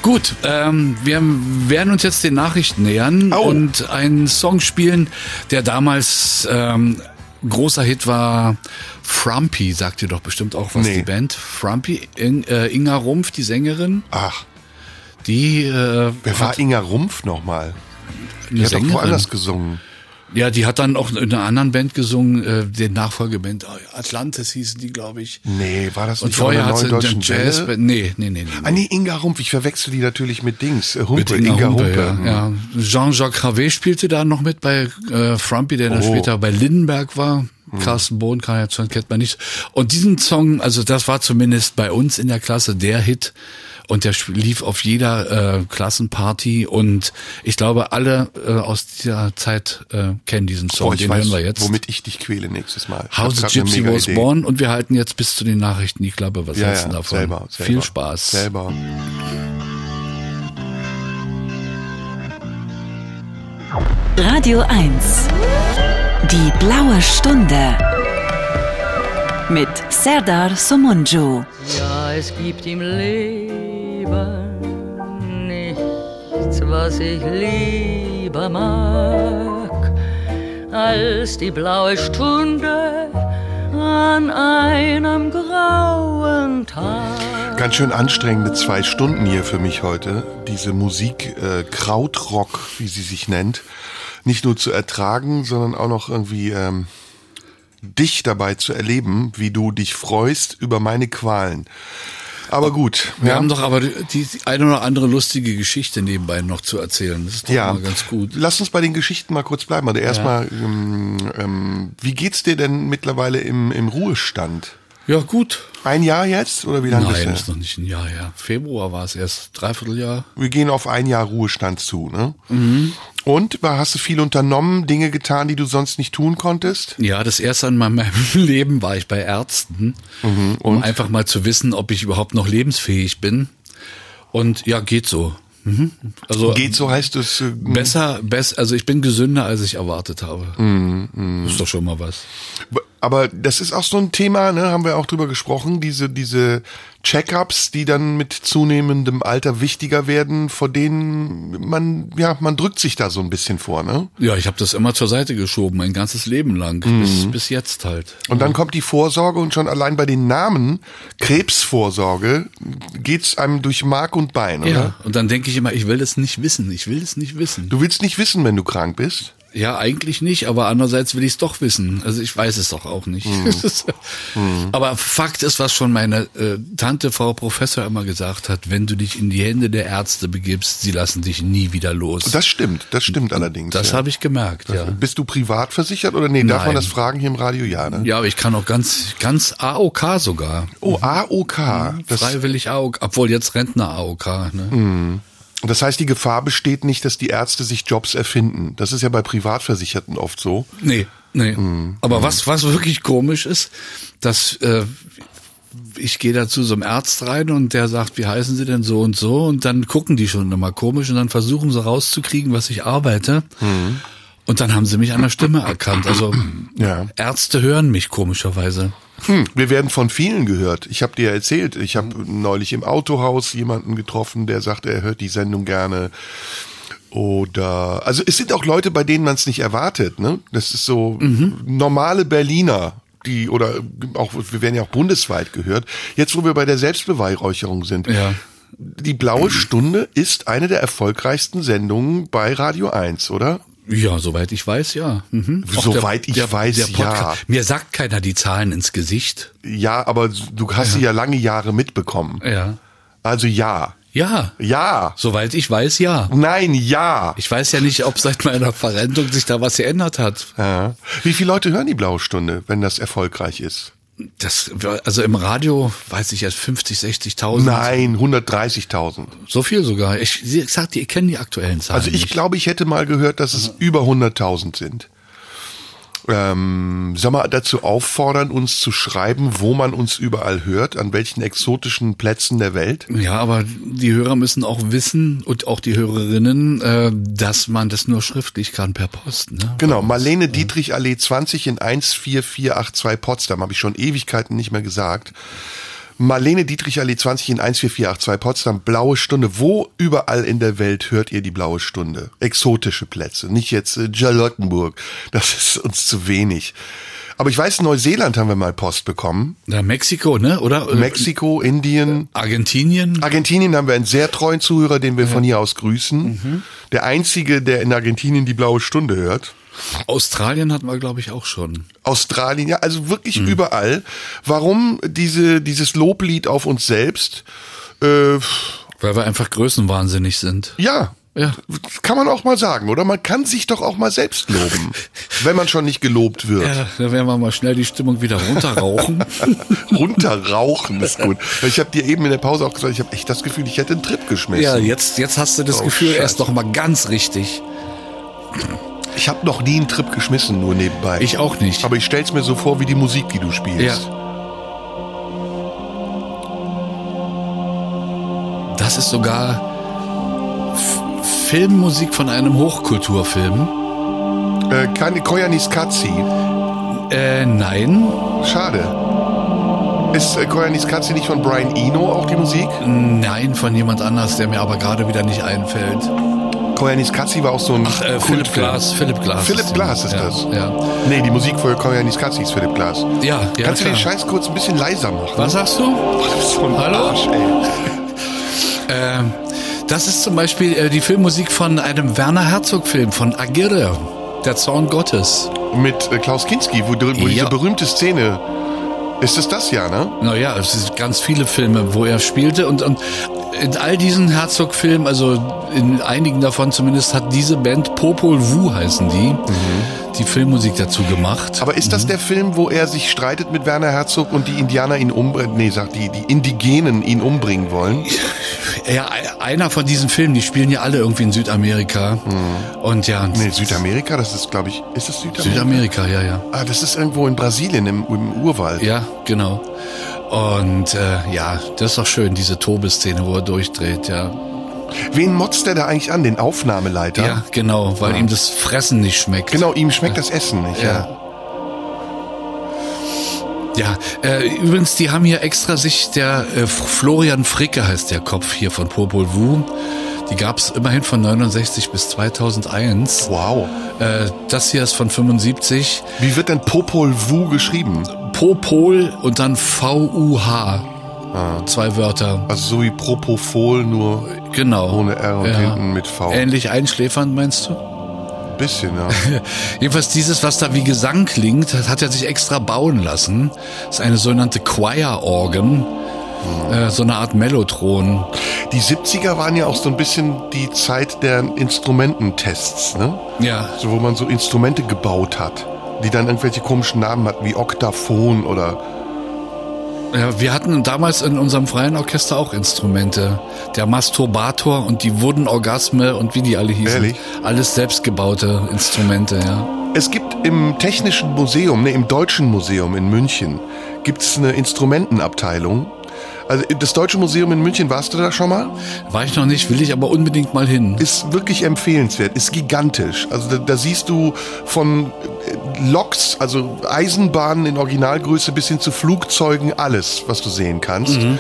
S4: Gut, ähm, wir werden uns jetzt den Nachrichten nähern
S3: Au.
S4: und einen Song spielen, der damals ähm, großer Hit war Frumpy, sagt ihr doch bestimmt auch was
S3: Nee.
S4: die Band. Frumpy, in, äh, Inga Rumpf, die Sängerin,
S3: Ach,
S4: die äh,
S3: wer war Inga Rumpf nochmal? Die
S4: eine
S3: hat doch
S4: Sängerin.
S3: woanders gesungen.
S4: Ja, die hat dann auch in einer anderen Band gesungen, äh, den Nachfolgeband Atlantis hießen die, glaube ich.
S3: Nee, war das
S4: Und
S3: nicht von der
S4: vorher hat
S3: Neuen
S4: sie
S3: Deutschen
S4: den Jazz.
S3: Welle?
S4: Nee, nee, nee, nee.
S3: Ah, nee, Inga Rumpf. Ich verwechsel die natürlich mit Dings. Äh, Humpe,
S4: Mit Inga, Humpe,
S3: Hm.
S4: ja. ja. Jean-Jacques Cravet spielte da noch mit bei äh, Frumpy, der dann
S3: Oh. Hm.
S4: später bei Lindenberg war. Carsten Bohn, Karl Zorn kennt man nicht. Und diesen Song, also das war zumindest bei uns in der Klasse der Hit. Und der sp- lief auf jeder äh, Klassenparty. Und ich glaube, alle äh, aus dieser Zeit äh, kennen diesen Song.
S3: Boah, Oh, ich
S4: Den
S3: weiß,
S4: hören wir jetzt.
S3: womit ich dich quäle nächstes Mal. Ich
S4: How
S3: hab
S4: the
S3: grad eine
S4: Gypsy
S3: mega
S4: was
S3: Idee.
S4: born. Und wir halten jetzt bis zu den Nachrichten die Klappe. Was
S3: Ja,
S4: hältst du
S3: ja,
S4: davon?
S3: Selber, selber.
S4: Viel Spaß.
S3: Selber.
S1: Radio 1. Die blaue Stunde. Mit Serdar Somunju.
S2: Ja, es gibt im Leben nichts, was ich lieber mag, als die blaue Stunde an einem grauen Tag.
S3: Ganz schön anstrengende zwei Stunden hier für mich heute. Diese Musik, äh, Krautrock, wie sie sich nennt, nicht nur zu ertragen, sondern auch noch irgendwie ähm, dich dabei zu erleben, wie du dich freust über meine Qualen. Aber gut,
S4: Oh, Wir
S3: ja.
S4: haben doch aber die, die eine oder andere lustige Geschichte nebenbei noch zu erzählen. Das ist doch
S3: Ja,
S4: mal ganz gut.
S3: lass uns bei den Geschichten mal kurz bleiben. Also erstmal, ähm, ähm, wie geht's dir denn mittlerweile im, im Ruhestand?
S4: Ja, gut.
S3: Ein Jahr jetzt oder wie lange
S4: Nein,
S3: bist
S4: ist
S3: du?
S4: noch nicht ein Jahr her. Februar war es erst, Dreivierteljahr.
S3: Wir gehen auf ein Jahr Ruhestand zu, ne? Und war- hast du viel unternommen, Dinge getan, die du sonst nicht tun konntest?
S4: Ja, das erste Mal in meinem Leben war ich bei Ärzten,
S3: Mhm.
S4: um einfach mal zu wissen, ob ich überhaupt noch lebensfähig bin. Und ja, geht so. Mhm. Also
S3: Geht so heißt es. äh,
S4: besser, besser, also ich bin gesünder, als ich erwartet habe.
S3: Mhm.
S4: Ist doch schon mal was.
S3: Aber das ist auch so ein Thema, ne, haben wir auch drüber gesprochen, diese, diese Check-ups, die dann mit zunehmendem Alter wichtiger werden, vor denen man, ja, man drückt sich da so ein bisschen vor, ne?
S4: Ja, ich habe das immer zur Seite geschoben, mein ganzes Leben lang,
S3: Mhm.
S4: bis, bis jetzt halt.
S3: Und dann kommt die Vorsorge und schon allein bei den Namen Krebsvorsorge geht's einem durch Mark und Bein, oder?
S4: Ja, und dann denke ich immer, ich will es nicht wissen, ich will es nicht wissen.
S3: Du willst nicht wissen, wenn du krank bist?
S4: Ja, eigentlich nicht, aber andererseits will ich es doch wissen. Also ich weiß es doch auch nicht.
S3: Mhm.
S4: aber Fakt ist, was schon meine äh, Tante, Frau Professor immer gesagt hat, wenn du dich in die Hände der Ärzte begibst, sie lassen dich nie wieder los.
S3: Das stimmt, das stimmt allerdings.
S4: das
S3: ja.
S4: habe ich gemerkt, ja.
S3: Bist du privat versichert oder nee? Darf man
S4: Nein.
S3: das fragen hier im Radio? Ja, ne?
S4: Ja, aber ich kann auch ganz, ganz AOK sogar.
S3: Oh, AOK. Das,
S4: Freiwillig AOK, obwohl jetzt Rentner AOK. Ne?
S3: das heißt, die Gefahr besteht nicht, dass die Ärzte sich Jobs erfinden. Das ist ja bei Privatversicherten oft so.
S4: Nee, nee.
S3: Mhm.
S4: Aber was, was wirklich komisch ist, dass äh, ich gehe da zu so einem Arzt rein und der sagt, wie heißen Sie denn so und so? Und dann gucken die schon immer komisch und dann versuchen sie rauszukriegen, was ich arbeite.
S3: Mhm.
S4: Und dann haben sie mich an der Stimme erkannt. Also
S3: Ja.
S4: Ärzte hören mich komischerweise.
S3: Hm, wir werden von vielen gehört. Ich habe dir erzählt, ich habe neulich im Autohaus jemanden getroffen, der sagte, er hört die Sendung gerne. Oder, also es sind auch Leute, bei denen man es nicht erwartet. Ne? Das ist so normale Berliner, die oder auch wir werden ja auch bundesweit gehört. Jetzt, wo wir bei der Selbstbeweihräucherung sind,
S4: Ja.
S3: die blaue Stunde ist eine der erfolgreichsten Sendungen bei Radio 1, oder?
S4: Ja, soweit ich weiß, ja. Mhm. Auch
S3: Soweit ich weiß, ja.
S4: Mir sagt keiner die Zahlen ins Gesicht.
S3: Ja, aber du hast sie ja lange Jahre mitbekommen.
S4: Ja.
S3: Also ja,
S4: Ja.
S3: ja.
S4: Soweit ich weiß, ja.
S3: Nein, ja.
S4: Ich weiß ja nicht, ob seit meiner Verrentung sich da was geändert hat.
S3: Ja. Äh. Wie viele Leute hören die blaue Stunde, wenn das erfolgreich ist?
S4: Das, also im Radio weiß ich jetzt 50, 60.000.
S3: Nein, 130.000.
S4: So viel sogar. Ich, ich sag dir, ich kenne die aktuellen Zahlen.
S3: Also ich
S4: nicht.
S3: glaube, ich hätte mal gehört, dass es über 100.000 sind. Ähm, sag mal, dazu auffordern, uns zu schreiben, wo man uns überall hört, an welchen exotischen Plätzen der Welt.
S4: Ja, aber die Hörer müssen auch wissen und auch die Hörerinnen, äh, dass man das nur schriftlich kann per Post. Ne?
S3: Genau, Marlene Dietrich Allee 20 in 14482 Potsdam, habe ich schon Ewigkeiten nicht mehr gesagt. Marlene Dietrich Allee 20 in 14482 Potsdam, blaue Stunde. Wo überall in der Welt hört ihr die blaue Stunde? Exotische Plätze, nicht jetzt äh, Charlottenburg. Das ist uns zu wenig. Aber ich weiß, in Neuseeland haben wir mal Post bekommen.
S4: Na, Mexiko, ne? Oder? Äh,
S3: Mexiko, Indien.
S4: Argentinien?
S3: Argentinien haben wir einen sehr treuen Zuhörer, den wir von hier aus grüßen. Der einzige, der in Argentinien die blaue Stunde hört.
S4: Australien hatten wir, glaube ich, auch schon.
S3: Australien, ja, also wirklich
S4: Mhm.
S3: überall. Warum diese, dieses Loblied auf uns selbst? Äh,
S4: Weil wir einfach größenwahnsinnig sind.
S3: ja.
S4: Ja.
S3: Das kann man auch mal sagen, oder? Man kann sich doch auch mal selbst loben, wenn man schon nicht gelobt wird.
S4: Ja, da werden wir mal schnell die Stimmung wieder runterrauchen.
S3: Runterrauchen ist gut. Ich habe dir eben in der Pause auch gesagt, ich habe echt das Gefühl, ich hätte einen Trip geschmissen.
S4: ja, jetzt, jetzt hast du das
S3: Oh,
S4: Gefühl,
S3: Scheiße.
S4: erst noch mal ganz richtig.
S3: Ich habe noch nie einen Trip geschmissen, nur nebenbei.
S4: Ich auch nicht.
S3: Aber ich stell's mir so vor wie die Musik, die du spielst.
S4: ja. Das ist sogar F Filmmusik von einem Hochkulturfilm.
S3: Äh, keine Koyanis Katzi.
S4: Äh, nein.
S3: Schade. Ist äh, Koyanis Katzi nicht von Brian Eno auch die Musik?
S4: Nein, von jemand anders, der mir aber gerade wieder nicht einfällt.
S3: Koyanis Katzi war auch so ein.
S4: Äh,
S3: Kultfilm.
S4: Philipp Glass. Philipp Glass.
S3: Philipp Glass ist
S4: ja,
S3: das.
S4: Ja,
S3: Nee, die Musik von Koyanis Katzi ist Philipp Glass.
S4: ja, ja
S3: Kannst du den
S4: klar.
S3: Scheiß kurz ein bisschen leiser machen?
S4: Was sagst du?
S3: Boah, du bist so ein
S4: Hallo?
S3: Arsch, ey.
S4: Ähm, das ist zum Beispiel äh, die Filmmusik von einem Werner Herzog-Film von Agirre. Der Zorn Gottes.
S3: Mit äh, Klaus Kinski, wo, du- wo
S4: Ja.
S3: diese berühmte Szene. Ist es das ja, ne?
S4: Naja, es sind ganz viele Filme, wo er spielte und, und in all diesen Herzog-Filmen, also in einigen davon zumindest, hat diese Band Popol Vuh heißen die, die Filmmusik dazu gemacht.
S3: Mhm. Aber ist das der Film, wo er sich streitet mit Werner Herzog und die Indianer ihn umbringen? Nee, sagt die, die Indigenen ihn umbringen wollen?
S4: Ja, einer von diesen Filmen, die spielen ja alle irgendwie in Südamerika. Und ja,
S3: Mhm. Nee, Südamerika, das ist, glaube ich, ist das Südamerika?
S4: Südamerika, ja, ja.
S3: Ah, das ist irgendwo in Brasilien im, im Urwald.
S4: Ja, genau. Und äh, ja, das ist doch schön, diese Tobe-Szene, wo er durchdreht, ja.
S3: Wen motzt der da eigentlich an? Den Aufnahmeleiter?
S4: Ja, genau, weil ihm das Fressen nicht schmeckt.
S3: Genau, ihm schmeckt das Essen nicht. Ja.
S4: Ja, äh, übrigens, die haben hier extra sich der äh, Florian Fricke heißt der Kopf hier von Popol Vuh. Die gab's immerhin von 69 bis 2001.
S3: Wow.
S4: Äh, das hier ist von 75.
S3: Wie wird denn Popol Vuh geschrieben?
S4: Popol und dann V-U-H.
S3: Ah.
S4: Zwei Wörter.
S3: Also so wie Propofol, nur
S4: Genau.
S3: Ohne R und hinten mit V.
S4: Ähnlich einschläfernd, meinst du?
S3: ein bisschen, ja.
S4: Jedenfalls dieses, was da wie Gesang klingt, das hat er sich extra bauen lassen. Das ist eine sogenannte Choir-Organ. Äh, so eine Art Mellotron.
S3: Die 70er waren ja auch so ein bisschen die Zeit der Instrumententests, ne?
S4: Ja.
S3: So, wo man so Instrumente gebaut hat, die dann irgendwelche komischen Namen hatten, wie Oktaphon oder...
S4: Ja, äh, wir hatten damals in unserem freien Orchester auch Instrumente. Der Masturbator und die Wurdenorgasme und wie die alle hießen.
S3: Ehrlich?
S4: Alles selbstgebaute Instrumente, ja.
S3: Es gibt im Technischen Museum, ne, im Deutschen Museum in München, gibt's eine Instrumentenabteilung. Also das Deutsche Museum in München, warst du da schon mal?
S4: War ich noch nicht, will ich aber unbedingt mal hin.
S3: Ist wirklich empfehlenswert, ist gigantisch. Also da, da siehst du von äh, Loks, also Eisenbahnen in Originalgröße bis hin zu Flugzeugen alles, was du sehen kannst.
S4: Mhm.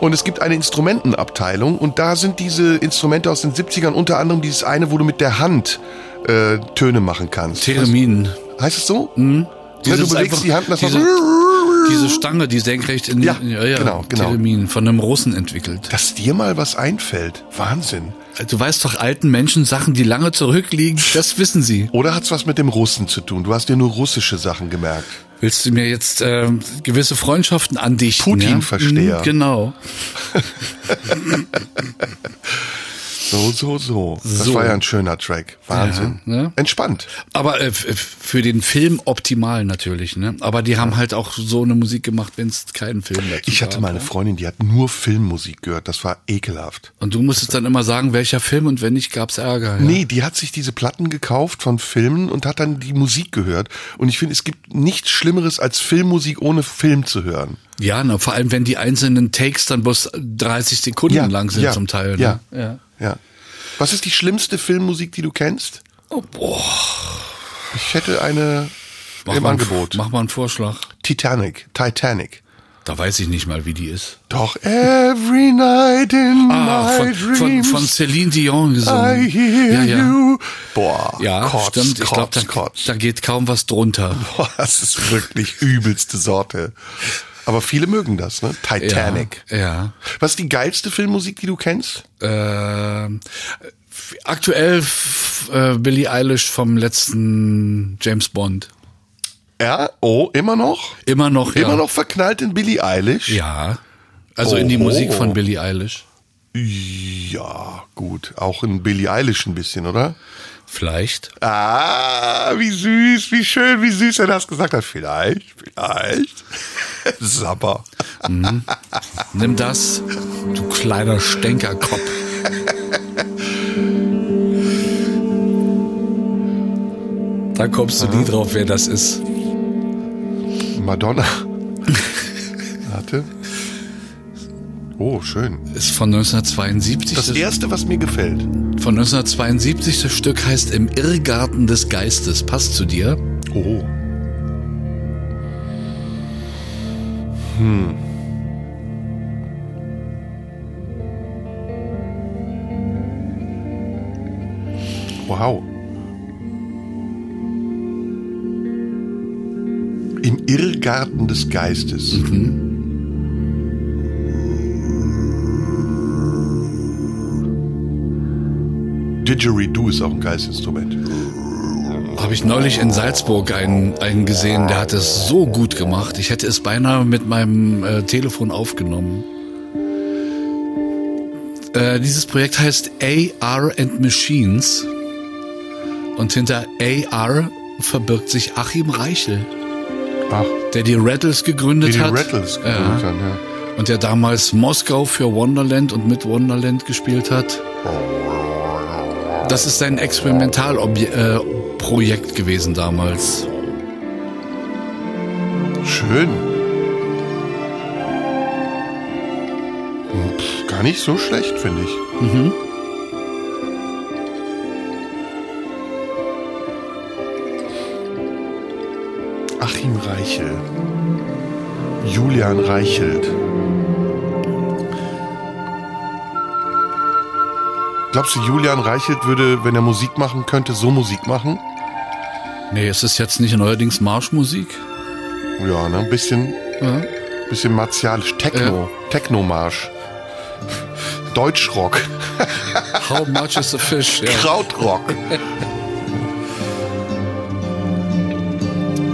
S3: Und es gibt eine Instrumentenabteilung und da sind diese Instrumente aus den 70ern, unter anderem dieses eine, wo du mit der Hand äh, Töne machen kannst.
S4: Theremin.
S3: Was- Heißt es so? Mhm. Ja, Also, du
S4: Dieses
S3: bewegst
S4: einfach-
S3: die Hand und das
S4: diese,
S3: macht so-
S4: diese Stange, die senkrecht in
S3: Ja, genau, genau.
S4: Theremin von einem Russen entwickelt.
S3: Dass dir mal was einfällt. Wahnsinn.
S4: Also, Du weißt doch alten Menschen Sachen, die lange zurückliegen, das wissen sie.
S3: Oder hat's was mit dem Russen zu tun? Du hast dir nur russische Sachen gemerkt.
S4: Willst du mir jetzt ähm, gewisse Freundschaften andichten?
S3: Putin-Versteher.
S4: Ja? Mhm, Genau.
S3: So, so, so. Das
S4: So.
S3: war ja ein schöner Track. Wahnsinn.
S4: Ja, ne?
S3: Entspannt.
S4: Aber äh, f- f- für den Film optimal natürlich, ne? Aber die haben halt auch so eine Musik gemacht, wenn es keinen Film dazu
S3: Ich hatte
S4: gab.
S3: mal eine Freundin, die hat nur Filmmusik gehört. Das war ekelhaft.
S4: Und du musstest dann immer sagen, welcher Film und wenn nicht, gab's Ärger. Ja?
S3: Nee, die hat sich diese Platten gekauft von Filmen und hat dann die Musik gehört. Und ich finde, es gibt nichts Schlimmeres als Filmmusik ohne Film zu hören.
S4: Ja, ne, vor allem wenn die einzelnen Takes dann bloß 30 Sekunden lang sind zum Teil. Ne?
S3: Ja,
S4: ja.
S3: ja. ja. Was ist die schlimmste Filmmusik, die du kennst?
S4: Oh, boah.
S3: Ich hätte eine
S4: Mach
S3: im
S4: mal einen-
S3: Angebot.
S4: Mach mal einen Vorschlag.
S3: Titanic. Titanic.
S4: Da weiß ich nicht mal, wie die ist.
S3: Doch every night in
S4: Ah,
S3: my
S4: von, von,
S3: dreams
S4: von Celine Dion gesungen.
S3: I hear
S4: ja, ja.
S3: you. Boah,
S4: Ja,
S3: Kotz,
S4: stimmt. Ich glaube,
S3: Kotz,
S4: da,
S3: Kotz.
S4: da geht kaum was drunter.
S3: Boah, das ist wirklich übelste Sorte. Aber viele mögen das, ne? Titanic.
S4: Ja.
S3: Was ist die geilste Filmmusik, die du kennst?
S4: ja. Ähm, f- aktuell f- äh, Billie Eilish vom letzten James Bond.
S3: Ja, oh, immer noch?
S4: Immer noch, ja.
S3: Immer noch Oh. verknallt in Billie Eilish?
S4: Ja. Also in die
S3: Oho.
S4: Musik von Billie Eilish.
S3: Ja, gut. Auch in Billie Eilish ein bisschen, oder?
S4: Vielleicht.
S3: Ah, wie süß, wie schön, wie süß er das gesagt hat. Vielleicht, vielleicht. Sapper.
S4: Nimm das, du kleiner Stänkerkopf. Da kommst du nie drauf, wer das ist.
S3: Madonna. Warte. Oh, schön.
S4: Ist von 1972.
S3: Das erste, was mir gefällt.
S4: von 1972. Das Stück heißt Im Irrgarten des Geistes. Passt zu dir?
S3: Oh. Hm. Wow. Im Irrgarten des Geistes.
S4: Mhm.
S3: Didgeridoo ist auch ein Geistinstrument.
S4: Habe ich neulich in Salzburg einen, einen gesehen, der hat es so gut gemacht. Ich hätte es beinahe mit meinem äh, Telefon aufgenommen. Äh, dieses Projekt heißt AR and Machines. Und hinter AR verbirgt sich Achim Reichel,
S3: Ach,
S4: der die Rattles
S3: wie
S4: gegründet
S3: die
S4: hat.
S3: Rattles.
S4: ja.
S3: Dann, ja.
S4: Und der damals Moskau für Wonderland und mit Wonderland gespielt hat. Das ist sein Experimentalprojekt äh, Projekt gewesen damals.
S3: Schön. Hm, Pff, gar nicht so schlecht, finde ich. Achim Reichel. Julian Reichelt. Glaubst du, Julian Reichelt würde, wenn er Musik machen könnte, so Musik machen?
S4: Nee, es ist jetzt nicht neuerdings Marschmusik.
S3: Ja, ne? Ein bisschen
S4: Ja.
S3: Bisschen martialisch. Techno. Technomarsch. Deutschrock.
S4: How much is a fish? Ja.
S3: Krautrock.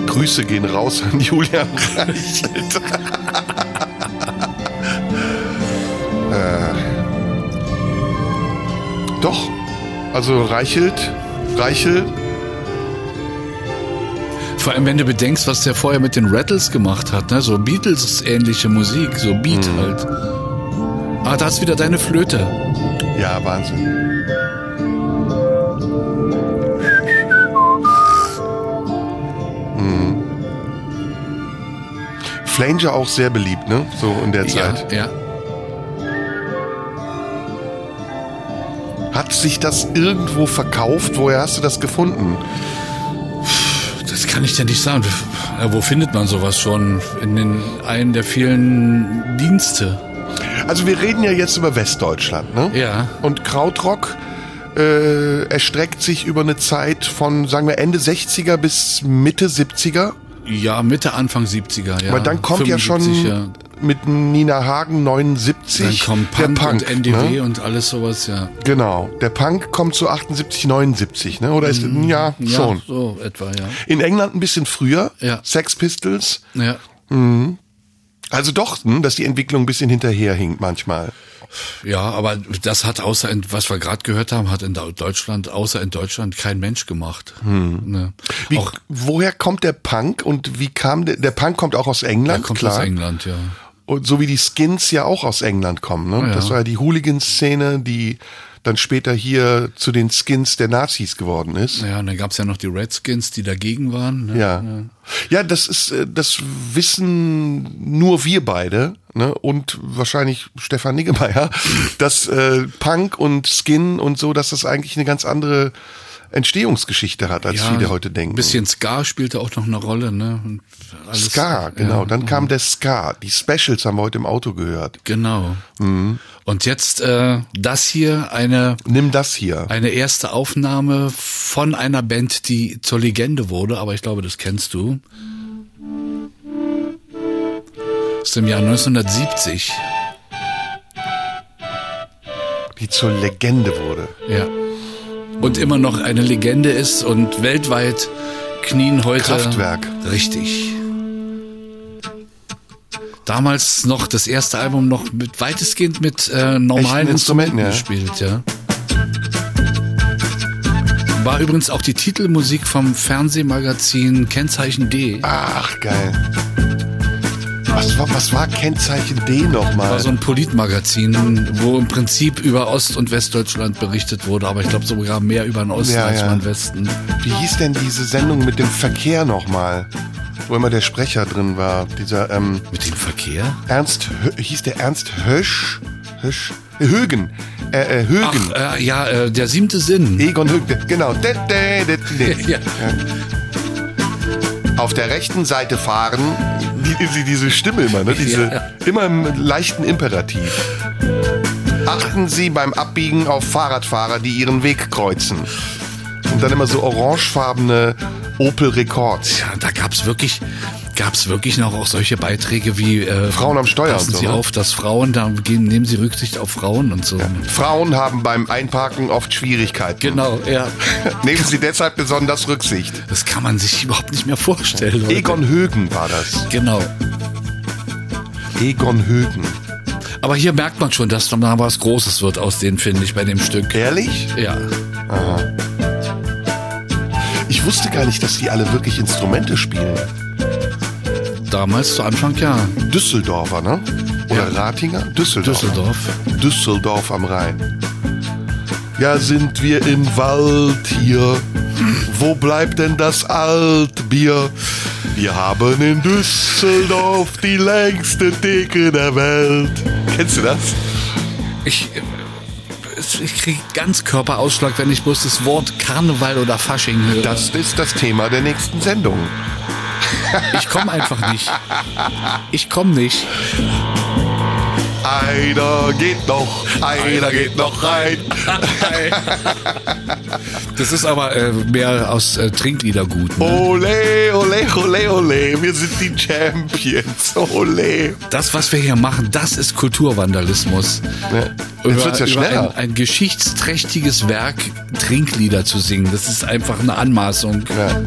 S3: Grüße gehen raus an Julian Reichelt. äh. Doch. Also Reichelt. Reichel.
S4: Vor allem, wenn du bedenkst, was der vorher mit den Rattles gemacht hat, ne? So Beatles-ähnliche Musik, so Beat halt. Ah, da ist wieder deine Flöte.
S3: Ja, Wahnsinn. Mhm. Flanger auch sehr beliebt, ne? So in der Zeit.
S4: Ja,
S3: Hat sich das irgendwo verkauft? Woher hast du das gefunden?
S4: ja. Das kann ich dir nicht sagen. Ja, wo findet man sowas schon? In den einen der vielen Dienste.
S3: Also wir reden ja jetzt über Westdeutschland, ne?
S4: Ja.
S3: Und Krautrock äh, erstreckt sich über eine Zeit von, sagen wir, Ende 60er bis Mitte 70er.
S4: Ja, Mitte, Anfang 70er, ja.
S3: Weil dann kommt ja schon
S4: 75, ja.
S3: mit Nina Hagen
S4: Dann
S3: 79
S4: kommt
S3: der
S4: Punk,
S3: Punk.
S4: und NDW
S3: ne?
S4: und alles sowas, ja.
S3: Genau. Der Punk kommt zu 78, 79, ne? Oder ist ja,
S4: Mm, ja
S3: schon.
S4: So etwa, ja.
S3: In England ein bisschen früher.
S4: Ja.
S3: Sex Pistols.
S4: Ja.
S3: Also doch, hm, dass die Entwicklung ein bisschen hinterherhinkt manchmal.
S4: Ja, aber das hat außer in, was wir gerade gehört haben, hat in Dau- Deutschland, außer in Deutschland kein Mensch gemacht.
S3: Hm.
S4: Ne.
S3: Wie,
S4: auch
S3: woher kommt der Punk und wie kam der, der Punk kommt auch aus England,
S4: er kommt
S3: klar.
S4: aus England, ja.
S3: Und so wie die Skins ja auch aus England kommen, ne?
S4: ja.
S3: Das war ja die Hooligan-Szene, die dann später hier zu den Skins der Nazis geworden ist.
S4: Naja, und dann gab's ja noch die Redskins, die dagegen waren. Ne?
S3: Ja. Ja, das ist, äh, das wissen nur wir beide, ne? Und wahrscheinlich Stefan Niggemeier, dass äh, Punk und Skin und so, dass das eigentlich eine ganz andere Entstehungsgeschichte hat, als
S4: Ja,
S3: viele heute denken.
S4: Ein bisschen Ska spielte auch noch eine Rolle, ne? Und alles-
S3: Ska, genau.
S4: Ja, Mhm.
S3: Dann kam der Ska. Die Specials haben wir heute im Auto gehört.
S4: genau.
S3: Mhm.
S4: Und jetzt äh, das hier, eine
S3: Nimm das hier.
S4: Eine erste Aufnahme von einer Band, die zur Legende wurde, aber ich glaube, das kennst du. Ist im Jahr 1970.
S3: Die zur Legende wurde.
S4: Ja. Und immer noch eine Legende ist und weltweit knien heute.
S3: Kraftwerk.
S4: Richtig. Damals noch das erste Album noch mit weitestgehend mit äh, normalen
S3: Echten
S4: Instrumenten
S3: Instrumenten, ja.
S4: gespielt, ja. War übrigens auch die Titelmusik vom Fernsehmagazin Kennzeichen D.
S3: Ach, geil. Was war, was war Kennzeichen D
S4: War
S3: nochmal?
S4: so ein Politmagazin, wo im Prinzip über Ost- und Westdeutschland berichtet wurde, aber ich glaube sogar mehr über den Osten
S3: Ja,
S4: als
S3: ja.
S4: über den Westen.
S3: Wie hieß denn diese Sendung mit dem Verkehr nochmal? Wo immer der Sprecher drin war. Dieser, ähm,
S4: Mit dem Verkehr?
S3: Ernst, Hö hieß der Ernst Hösch? Hösch? Äh, Högen. Äh, äh, Högen.
S4: Ach, äh, ja, äh, der siebte Sinn.
S3: Egon Högen, genau. Dä, dä, dä, dä.
S4: Ja.
S3: Auf der rechten Seite fahren, die, die, diese Stimme immer, ne? Diese,
S4: Ja.
S3: Immer im leichten Imperativ. Achten Sie beim Abbiegen auf Fahrradfahrer, die ihren Weg kreuzen. Und dann immer so orangefarbene Opel Records.
S4: Ja, da gab's wirklich, gab's wirklich noch auch solche Beiträge wie äh,
S3: Frauen am Steuer
S4: Passen
S3: und so,
S4: Sie
S3: ne?
S4: auf, dass Frauen da gehen, nehmen Sie Rücksicht auf Frauen und so.
S3: Frauen haben beim Einparken oft Schwierigkeiten.
S4: Genau, ja.
S3: Nehmen Sie deshalb besonders Rücksicht.
S4: Das kann man sich überhaupt nicht mehr vorstellen. oder?
S3: Egon Högen war das.
S4: Genau.
S3: Egon Högen.
S4: Aber hier merkt man schon, dass da was Großes wird aus denen, finde ich, bei dem Stück.
S3: Ehrlich?
S4: Ja.
S3: Ich wusste gar nicht, dass die alle wirklich Instrumente spielen.
S4: Damals zu Anfang ja.
S3: Düsseldorfer, ne? Oder
S4: Ja.
S3: Ratinger? Düsseldorf.
S4: Düsseldorf.
S3: Düsseldorf am Rhein. Ja, sind wir im Wald hier. Wo bleibt denn das Altbier? Wir haben in Düsseldorf die längste Theke der Welt. Kennst du das?
S4: Ich, äh, ich kriege ganz Körperausschlag, wenn ich bloß das Wort Karneval oder Fasching höre.
S3: Das ist das Thema der nächsten Sendung.
S4: Ich komme einfach nicht. Ich komme nicht.
S3: Einer geht noch, einer geht noch rein.
S4: Das ist aber äh, mehr aus äh, Trinkliedergut. Ne?
S3: Ole, ole, ole, ole, wir sind die Champions. Ole.
S4: Das, was wir hier machen, das ist Kulturvandalismus.
S3: Jetzt wird's ja
S4: über
S3: schneller.
S4: Ein, ein geschichtsträchtiges Werk Trinklieder zu singen, das ist einfach eine Anmaßung.
S3: Ja.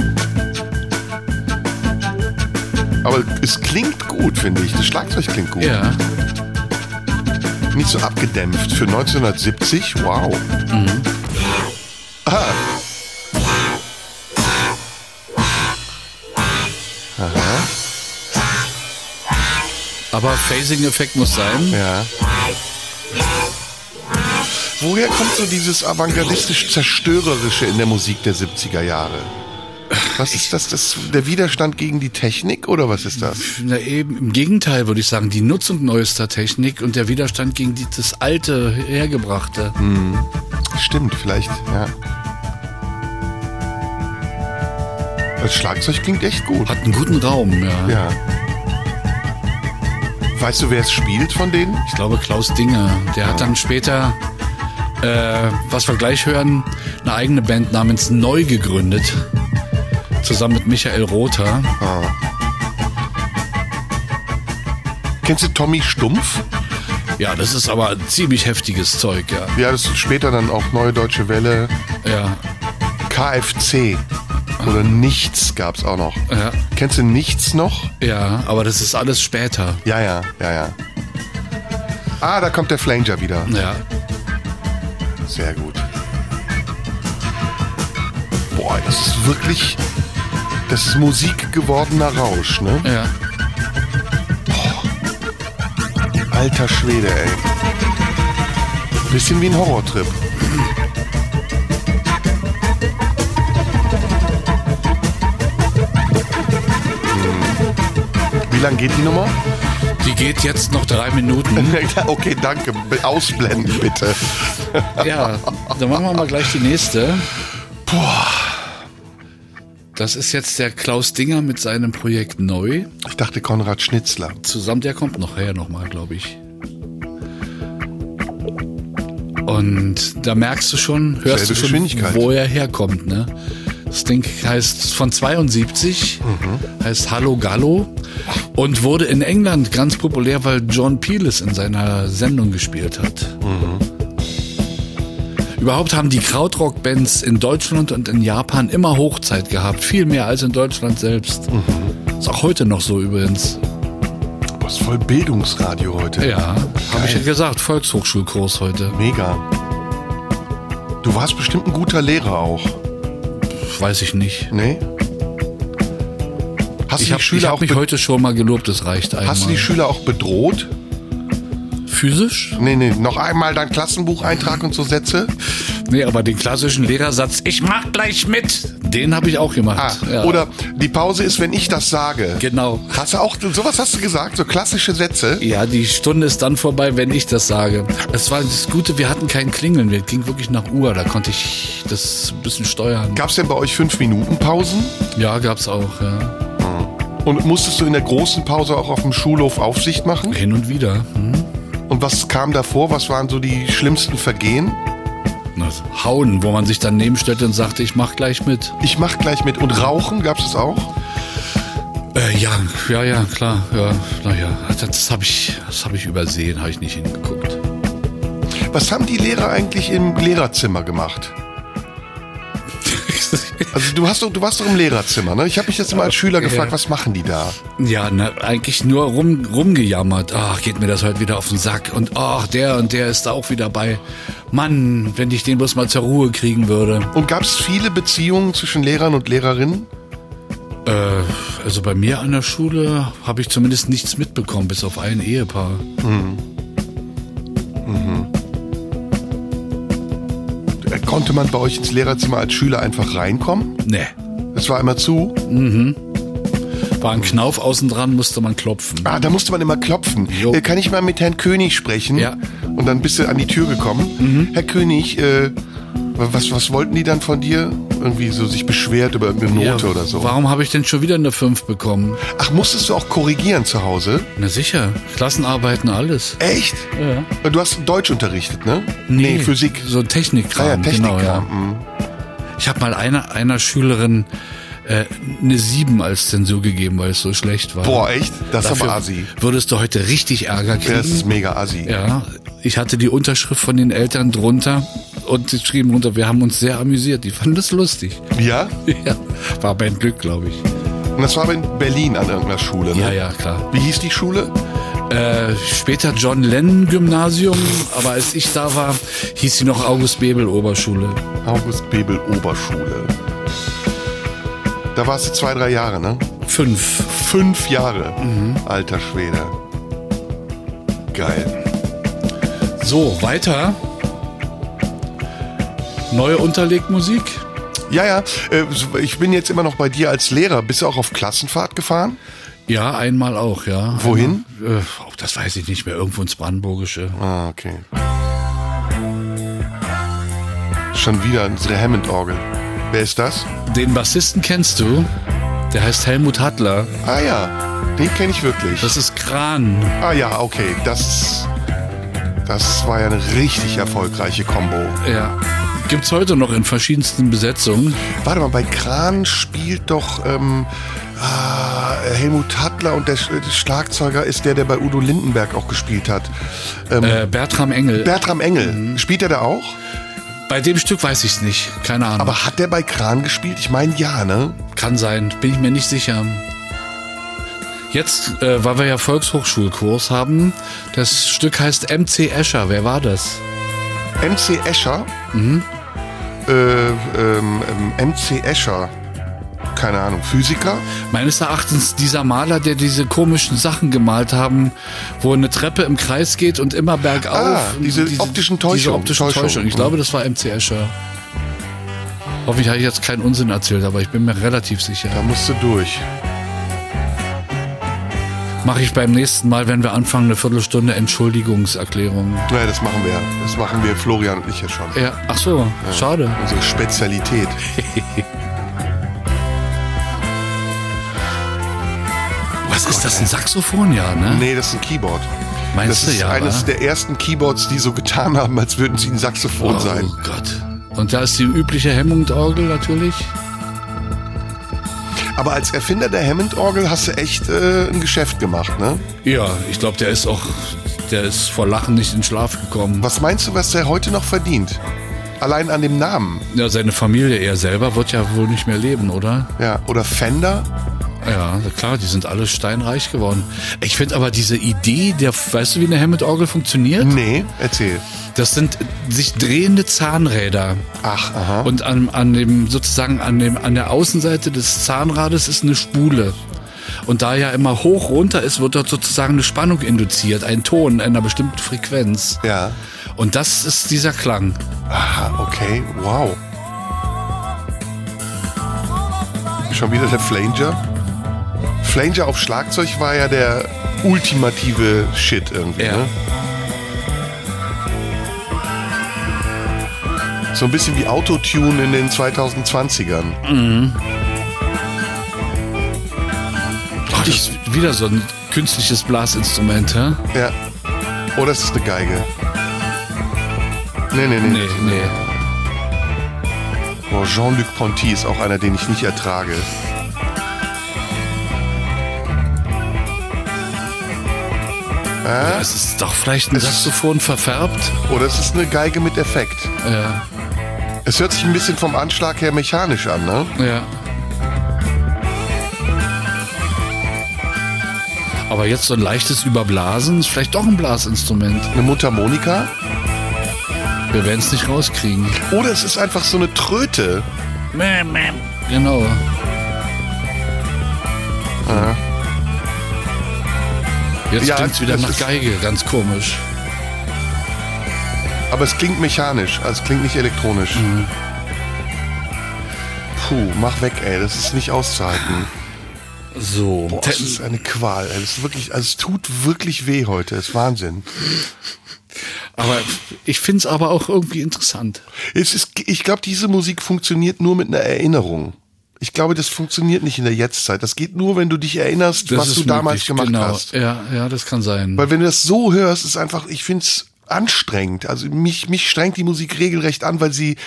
S3: Aber es klingt gut, finde ich. Das Schlagzeug klingt gut.
S4: Ja.
S3: Nicht so abgedämpft. Für 1970, wow. Aha.
S4: Aber Phasing-Effekt muss sein.
S3: Ja. Woher kommt so dieses avantgardistisch-zerstörerische in der Musik der 70er Jahre? Was ist das, das? Der Widerstand gegen die Technik oder was ist das?
S4: Na eben, Im Gegenteil würde ich sagen, die Nutzung neuester Technik und der Widerstand gegen die, das alte, hergebrachte.
S3: Hm. Stimmt, vielleicht, ja. Das Schlagzeug klingt echt gut.
S4: Hat einen guten Raum, ja.
S3: Ja. Weißt du, wer es spielt von denen?
S4: Ich glaube, Klaus Dinger, der hat dann später, äh, was wir gleich hören, eine eigene Band namens Neu gegründet. Zusammen mit Michael Rother.
S3: Kennst du Tommy Stumpf?
S4: Ja, das ist aber ziemlich heftiges Zeug, ja.
S3: Ja, das ist später dann auch Neue Deutsche Welle.
S4: Ja,
S3: KFC. Oder Nichts gab's auch noch.
S4: Ja.
S3: Kennst du Nichts noch?
S4: ja aber das ist alles später.
S3: Ja, ja, ja, ja. Ah, da kommt der Flanger wieder.
S4: Ja.
S3: Sehr gut. Boah, das ist wirklich. Das ist Musik gewordener Rausch, ne?
S4: Ja.
S3: Alter Schwede, ey. Bisschen wie ein Horrortrip. Hm. Wie lang geht die Nummer?
S4: Die geht jetzt noch drei Minuten.
S3: Okay, danke. Be- Ausblenden bitte.
S4: Ja, dann machen wir mal gleich die nächste. Das ist jetzt der Klaus Dinger mit seinem Projekt Neu.
S3: Ich dachte Konrad Schnitzler.
S4: Zusammen, der kommt noch her nochmal, glaube ich. Und da merkst du schon,
S3: Selbe
S4: hörst du schon,
S3: Geschwindigkeit.
S4: wo er herkommt, ne? Stink heißt von 72,
S3: Mhm.
S4: heißt Hallo Gallo und wurde in England ganz populär, weil John Peel es in seiner Sendung gespielt hat.
S3: Mhm.
S4: Überhaupt haben die Krautrock-Bands in Deutschland und in Japan immer Hochzeit gehabt, viel mehr als in Deutschland selbst.
S3: Mhm.
S4: Ist auch heute noch so übrigens.
S3: Was voll Bildungsradio heute.
S4: Ja, habe ich ja gesagt, Volkshochschulkurs heute.
S3: Mega. Du warst bestimmt ein guter Lehrer auch.
S4: Weiß ich nicht.
S3: Nee? Hast
S4: Ich
S3: du
S4: habe
S3: die Schüler
S4: hab
S3: auch
S4: mich
S3: be-
S4: heute schon mal gelobt, das reicht einmal.
S3: Hast du die Schüler auch bedroht?
S4: Physisch?
S3: Nee, nee, noch einmal dein Klassenbucheintrag und so Sätze?
S4: Nee, aber den klassischen Lehrersatz, ich mach gleich mit, den habe ich auch
S3: Ah,
S4: gemacht. Ja.
S3: Oder die Pause ist, wenn ich das sage.
S4: Genau.
S3: Hast du auch, sowas hast du gesagt, so klassische Sätze?
S4: Ja, die Stunde ist dann vorbei, wenn ich das sage. Es war das Gute, wir hatten kein Klingeln, wir ging wirklich nach Uhr, da konnte ich das ein bisschen steuern.
S3: Gab's denn bei euch fünf Minuten Pausen?
S4: Ja, gab's auch, ja.
S3: Und musstest du in der großen Pause auch auf dem Schulhof Aufsicht machen?
S4: Hin und wieder. Hm?
S3: Und was kam davor? Was waren so die schlimmsten Vergehen?
S4: Also, hauen, wo man sich daneben stellte und sagte, ich mach gleich mit.
S3: Ich mach gleich mit. Und Rauchen gab's das auch?
S4: Äh, ja, ja, ja, klar, ja, naja, das habe ich, das habe ich übersehen, habe ich nicht hingeguckt.
S3: Was haben die Lehrer eigentlich im Lehrerzimmer gemacht? Also du, hast doch, du warst doch im Lehrerzimmer, ne? Ich habe mich jetzt mal als Schüler gefragt, was machen die da?
S4: Ja, na, eigentlich nur rum, rumgejammert. Ach, geht mir das heute wieder auf den Sack. Und ach, der und der ist da auch wieder bei. Mann, wenn ich den bloß mal zur Ruhe kriegen würde.
S3: Und gab's viele Beziehungen zwischen Lehrern und Lehrerinnen?
S4: Äh, also bei mir an der Schule habe ich zumindest nichts mitbekommen, bis auf ein Ehepaar.
S3: Äh, Konnte man bei euch ins Lehrerzimmer als Schüler einfach reinkommen?
S4: Nee.
S3: Es war immer zu.
S4: War ein Knauf außen dran, musste man klopfen.
S3: Ah, da musste man immer klopfen.
S4: Jo.
S3: Äh, kann ich mal mit Herrn König sprechen?
S4: Ja. Mhm.
S3: Und dann bist du an die Tür gekommen. Herr König, äh, was, was wollten die dann von dir? Irgendwie so sich beschwert über eine Note
S4: Ja,
S3: oder so.
S4: Warum habe ich denn schon wieder eine 5 bekommen?
S3: Ach, musstest du auch korrigieren zu Hause?
S4: Na sicher, Klassenarbeiten, alles.
S3: Echt? Ja. Du hast Deutsch unterrichtet, ne? Physik.
S4: So Technikkram. genau,
S3: Ah ja, Technikkram,
S4: Ich habe mal einer, einer Schülerin äh, eine 7 als Zensur gegeben, weil es so schlecht war.
S3: Boah, echt? Das ist
S4: Dafür
S3: aber assi.
S4: Würdest du heute richtig Ärger kriegen.
S3: Das ist mega assi.
S4: ja, ich hatte die Unterschrift von den Eltern drunter und sie schrieben runter, wir haben uns sehr amüsiert. Die fanden das lustig.
S3: Ja?
S4: Ja, war mein Glück, glaube ich.
S3: Und das war aber in Berlin an irgendeiner Schule, ne?
S4: Ja, ja, klar.
S3: Wie hieß die Schule?
S4: Äh, später John Lennon Gymnasium, aber als ich da war, hieß sie noch August Bebel Oberschule.
S3: August Bebel Oberschule. Da warst du zwei, drei Jahre, ne?
S4: Fünf.
S3: Fünf Jahre.
S4: Mhm.
S3: Alter Schwede. Geil.
S4: So, weiter. Neue Unterlegmusik.
S3: Ja, ja. äh, Ich bin jetzt immer noch bei dir als Lehrer. Bist du auch auf Klassenfahrt gefahren?
S4: Ja, einmal auch, ja.
S3: Wohin?
S4: Einmal, äh, auch das weiß ich nicht mehr. Irgendwo ins Brandenburgische.
S3: Ah, okay. Schon wieder unsere Hammond-Orgel. Wer ist das?
S4: Den Bassisten kennst du. Der heißt Helmut Hattler.
S3: Ah ja, den kenne ich wirklich.
S4: Das ist Kran.
S3: ah ja, okay, das das war ja eine richtig erfolgreiche Combo.
S4: Ja. Gibt's heute noch in verschiedensten Besetzungen.
S3: Warte mal, bei Kran spielt doch ähm, ah, Helmut Hattler und der Sch der Schlagzeuger ist der, der bei Udo Lindenberg auch gespielt hat. Ähm,
S4: Äh, Bertram Engel.
S3: Bertram Engel, spielt er da auch?
S4: bei dem Stück weiß ich's nicht. Keine Ahnung.
S3: Aber hat der bei Kran gespielt? Ich meine ja, ne?
S4: Kann sein, bin ich mir nicht sicher. Jetzt, äh, weil wir ja Volkshochschulkurs haben, das Stück heißt MC Escher. Wer war das?
S3: MC Escher. Äh, ähm, ähm, MC Escher. Keine Ahnung, Physiker?
S4: Meines Erachtens dieser Maler, der diese komischen Sachen gemalt haben, wo eine Treppe im Kreis geht und immer bergauf.
S3: Ah, diese optischen
S4: Diese
S3: Täuschungen,
S4: optischen Täuschungen.
S3: Täuschungen,
S4: Ich glaube, das war MC Escher. Hoffentlich habe ich jetzt keinen Unsinn erzählt, aber ich bin mir relativ sicher.
S3: Da musst du durch.
S4: Mache ich beim nächsten Mal, wenn wir anfangen, eine Viertelstunde Entschuldigungserklärung.
S3: Naja, das machen wir. Das machen wir Florian und ich ja schon.
S4: Ja, ach so, schade.
S3: Unsere Spezialität.
S4: Was ist das, ein Saxophon? Ja, ne?
S3: Nee, das ist ein Keyboard.
S4: Meinst
S3: das
S4: du
S3: ist
S4: ja, ne?
S3: eines
S4: wa?
S3: der ersten Keyboards, die so getan haben, als würden sie ein Saxophon
S4: oh
S3: sein.
S4: Gott. Und da ist die übliche Hammond-Orgel natürlich.
S3: Aber als Erfinder der Hammond-Orgel hast du echt äh, ein Geschäft gemacht, ne?
S4: Ja, ich glaube, der ist auch, der ist vor Lachen nicht in Schlaf gekommen.
S3: Was meinst du, was der heute noch verdient? Allein an dem Namen,
S4: Ja, seine Familie, er selber, wird ja wohl nicht mehr leben, oder?
S3: ja. Oder Fender?
S4: Ja, na klar, die sind alle steinreich geworden. Ich finde aber diese Idee, der, weißt du, wie eine Hammond-Orgel funktioniert?
S3: Nee, erzähl.
S4: Das sind sich drehende Zahnräder.
S3: Ach, aha.
S4: Und an, an dem, sozusagen an, dem, an der Außenseite des Zahnrades ist eine Spule. Und da ja immer hoch runter ist, wird dort sozusagen eine Spannung induziert, ein Ton einer bestimmten Frequenz.
S3: Ja.
S4: Und das ist dieser Klang.
S3: Aha, Ah, okay. Wow. Schon wieder der Flanger? Flanger auf Schlagzeug war ja der ultimative Shit irgendwie,
S4: Ja.
S3: ne? So ein bisschen wie Autotune in den 2020ern.
S4: Oh, das ist wieder so ein künstliches Blasinstrument, hä?
S3: Ja. Oder ist es eine Geige? Nee, nee, nee.
S4: Nee, nee.
S3: Boah, Jean-Luc Ponty ist auch einer, den ich nicht ertrage.
S4: Ja, es ist doch vielleicht ein
S3: Es-
S4: Saxophon verfärbt.
S3: Oder es ist eine Geige mit Effekt.
S4: Ja,
S3: Es hört sich ein bisschen vom Anschlag her mechanisch an, ne?
S4: ja. Aber jetzt so ein leichtes Überblasen ist vielleicht doch ein Blasinstrument.
S3: Eine Mundharmonika?
S4: Wir werden es nicht rauskriegen.
S3: Oder es ist einfach so eine Tröte.
S4: Genau. Jetzt
S3: Ja,
S4: klingt's wieder
S3: das
S4: nach
S3: ist-
S4: Geige, ganz komisch.
S3: Aber es klingt mechanisch, also es klingt nicht elektronisch.
S4: Mhm.
S3: Puh, mach weg, ey, das ist nicht auszuhalten.
S4: So,
S3: Boah,
S4: Te-
S3: das ist eine Qual, ey. Das ist wirklich, also es tut wirklich weh heute, das ist Wahnsinn.
S4: aber ich find's aber auch irgendwie interessant.
S3: Es ist, ich glaube, diese Musik funktioniert nur mit einer Erinnerung. Ich glaube, das funktioniert nicht in der Jetztzeit. Das geht nur, wenn du dich erinnerst, was
S4: ist
S3: du damals
S4: möglich,
S3: gemacht
S4: genau.
S3: hast.
S4: Ja, ja, das kann sein.
S3: Weil wenn du das so hörst, ist einfach, ich find's anstrengend. Also mich, mich strengt die Musik regelrecht an, weil sie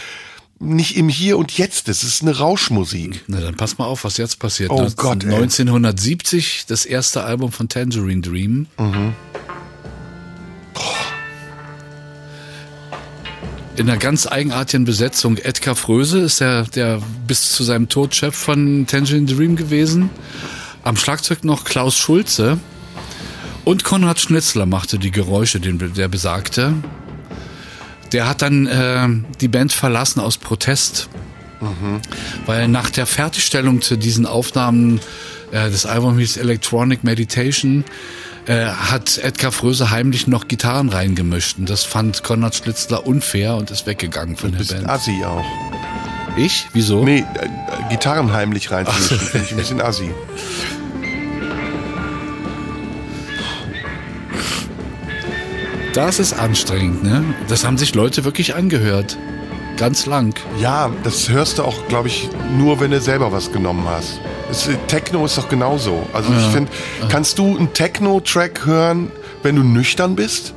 S3: nicht im Hier und Jetzt ist. Es ist eine Rauschmusik.
S4: Na, dann pass mal auf, was jetzt passiert.
S3: Oh
S4: Neunz-
S3: Gott, ey.
S4: 1970, das erste Album von Tangerine Dream.
S3: Mhm.
S4: In einer ganz eigenartigen Besetzung. Edgar Fröse ist der, der bis zu seinem Tod Chef von Tangerine Dream gewesen. Am Schlagzeug noch Klaus Schulze. Und Konrad Schnitzler machte die Geräusche, den, der besagte. Der hat dann äh, die Band verlassen aus Protest, weil nach der Fertigstellung zu diesen Aufnahmen äh, des Albums hieß Electronic Meditation äh, hat Edgar Fröse heimlich noch Gitarren reingemischt und das fand Konrad Schlitzler unfair und ist weggegangen von der
S3: Bisschen
S4: Band.
S3: assi auch.
S4: Ich? Wieso?
S3: Nee, äh, äh, Gitarren heimlich reinzumischen, finde ich ein bisschen assi.
S4: Das ist anstrengend, ne? Das haben sich Leute wirklich angehört. Ganz lang.
S3: Ja, das hörst du auch, glaube ich, nur, wenn du selber was genommen hast. Es, äh, Techno ist doch genauso. Also ich finde, kannst du einen Techno-Track hören, wenn du nüchtern bist?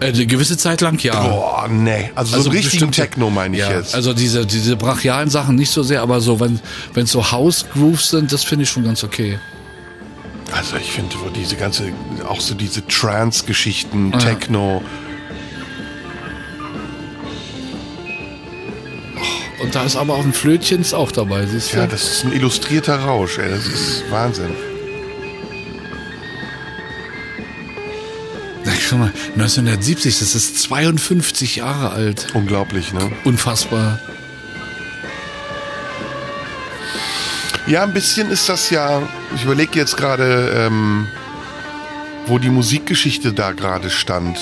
S4: Äh, eine gewisse Zeit lang ja.
S3: Boah, nee. Also, so einen richtigen
S4: bestimmte-
S3: Techno meine ich
S4: ja,
S3: jetzt.
S4: Also diese, diese brachialen Sachen nicht so sehr, aber so, wenn wenn so House-Grooves sind, das finde ich schon ganz okay.
S3: Also ich finde wo diese ganze, auch so diese Trance-Geschichten, Techno.
S4: Und da ist aber auch ein Flötchen ist auch dabei, siehst du?
S3: Ja, das ist ein illustrierter Rausch, ey. Das ist Wahnsinn.
S4: Na, schau mal, 1970, das ist 52 Jahre alt.
S3: Unglaublich, ne?
S4: Unfassbar.
S3: Ja, ein bisschen ist das ja, ich überlege jetzt gerade, ähm, wo die Musikgeschichte da gerade stand.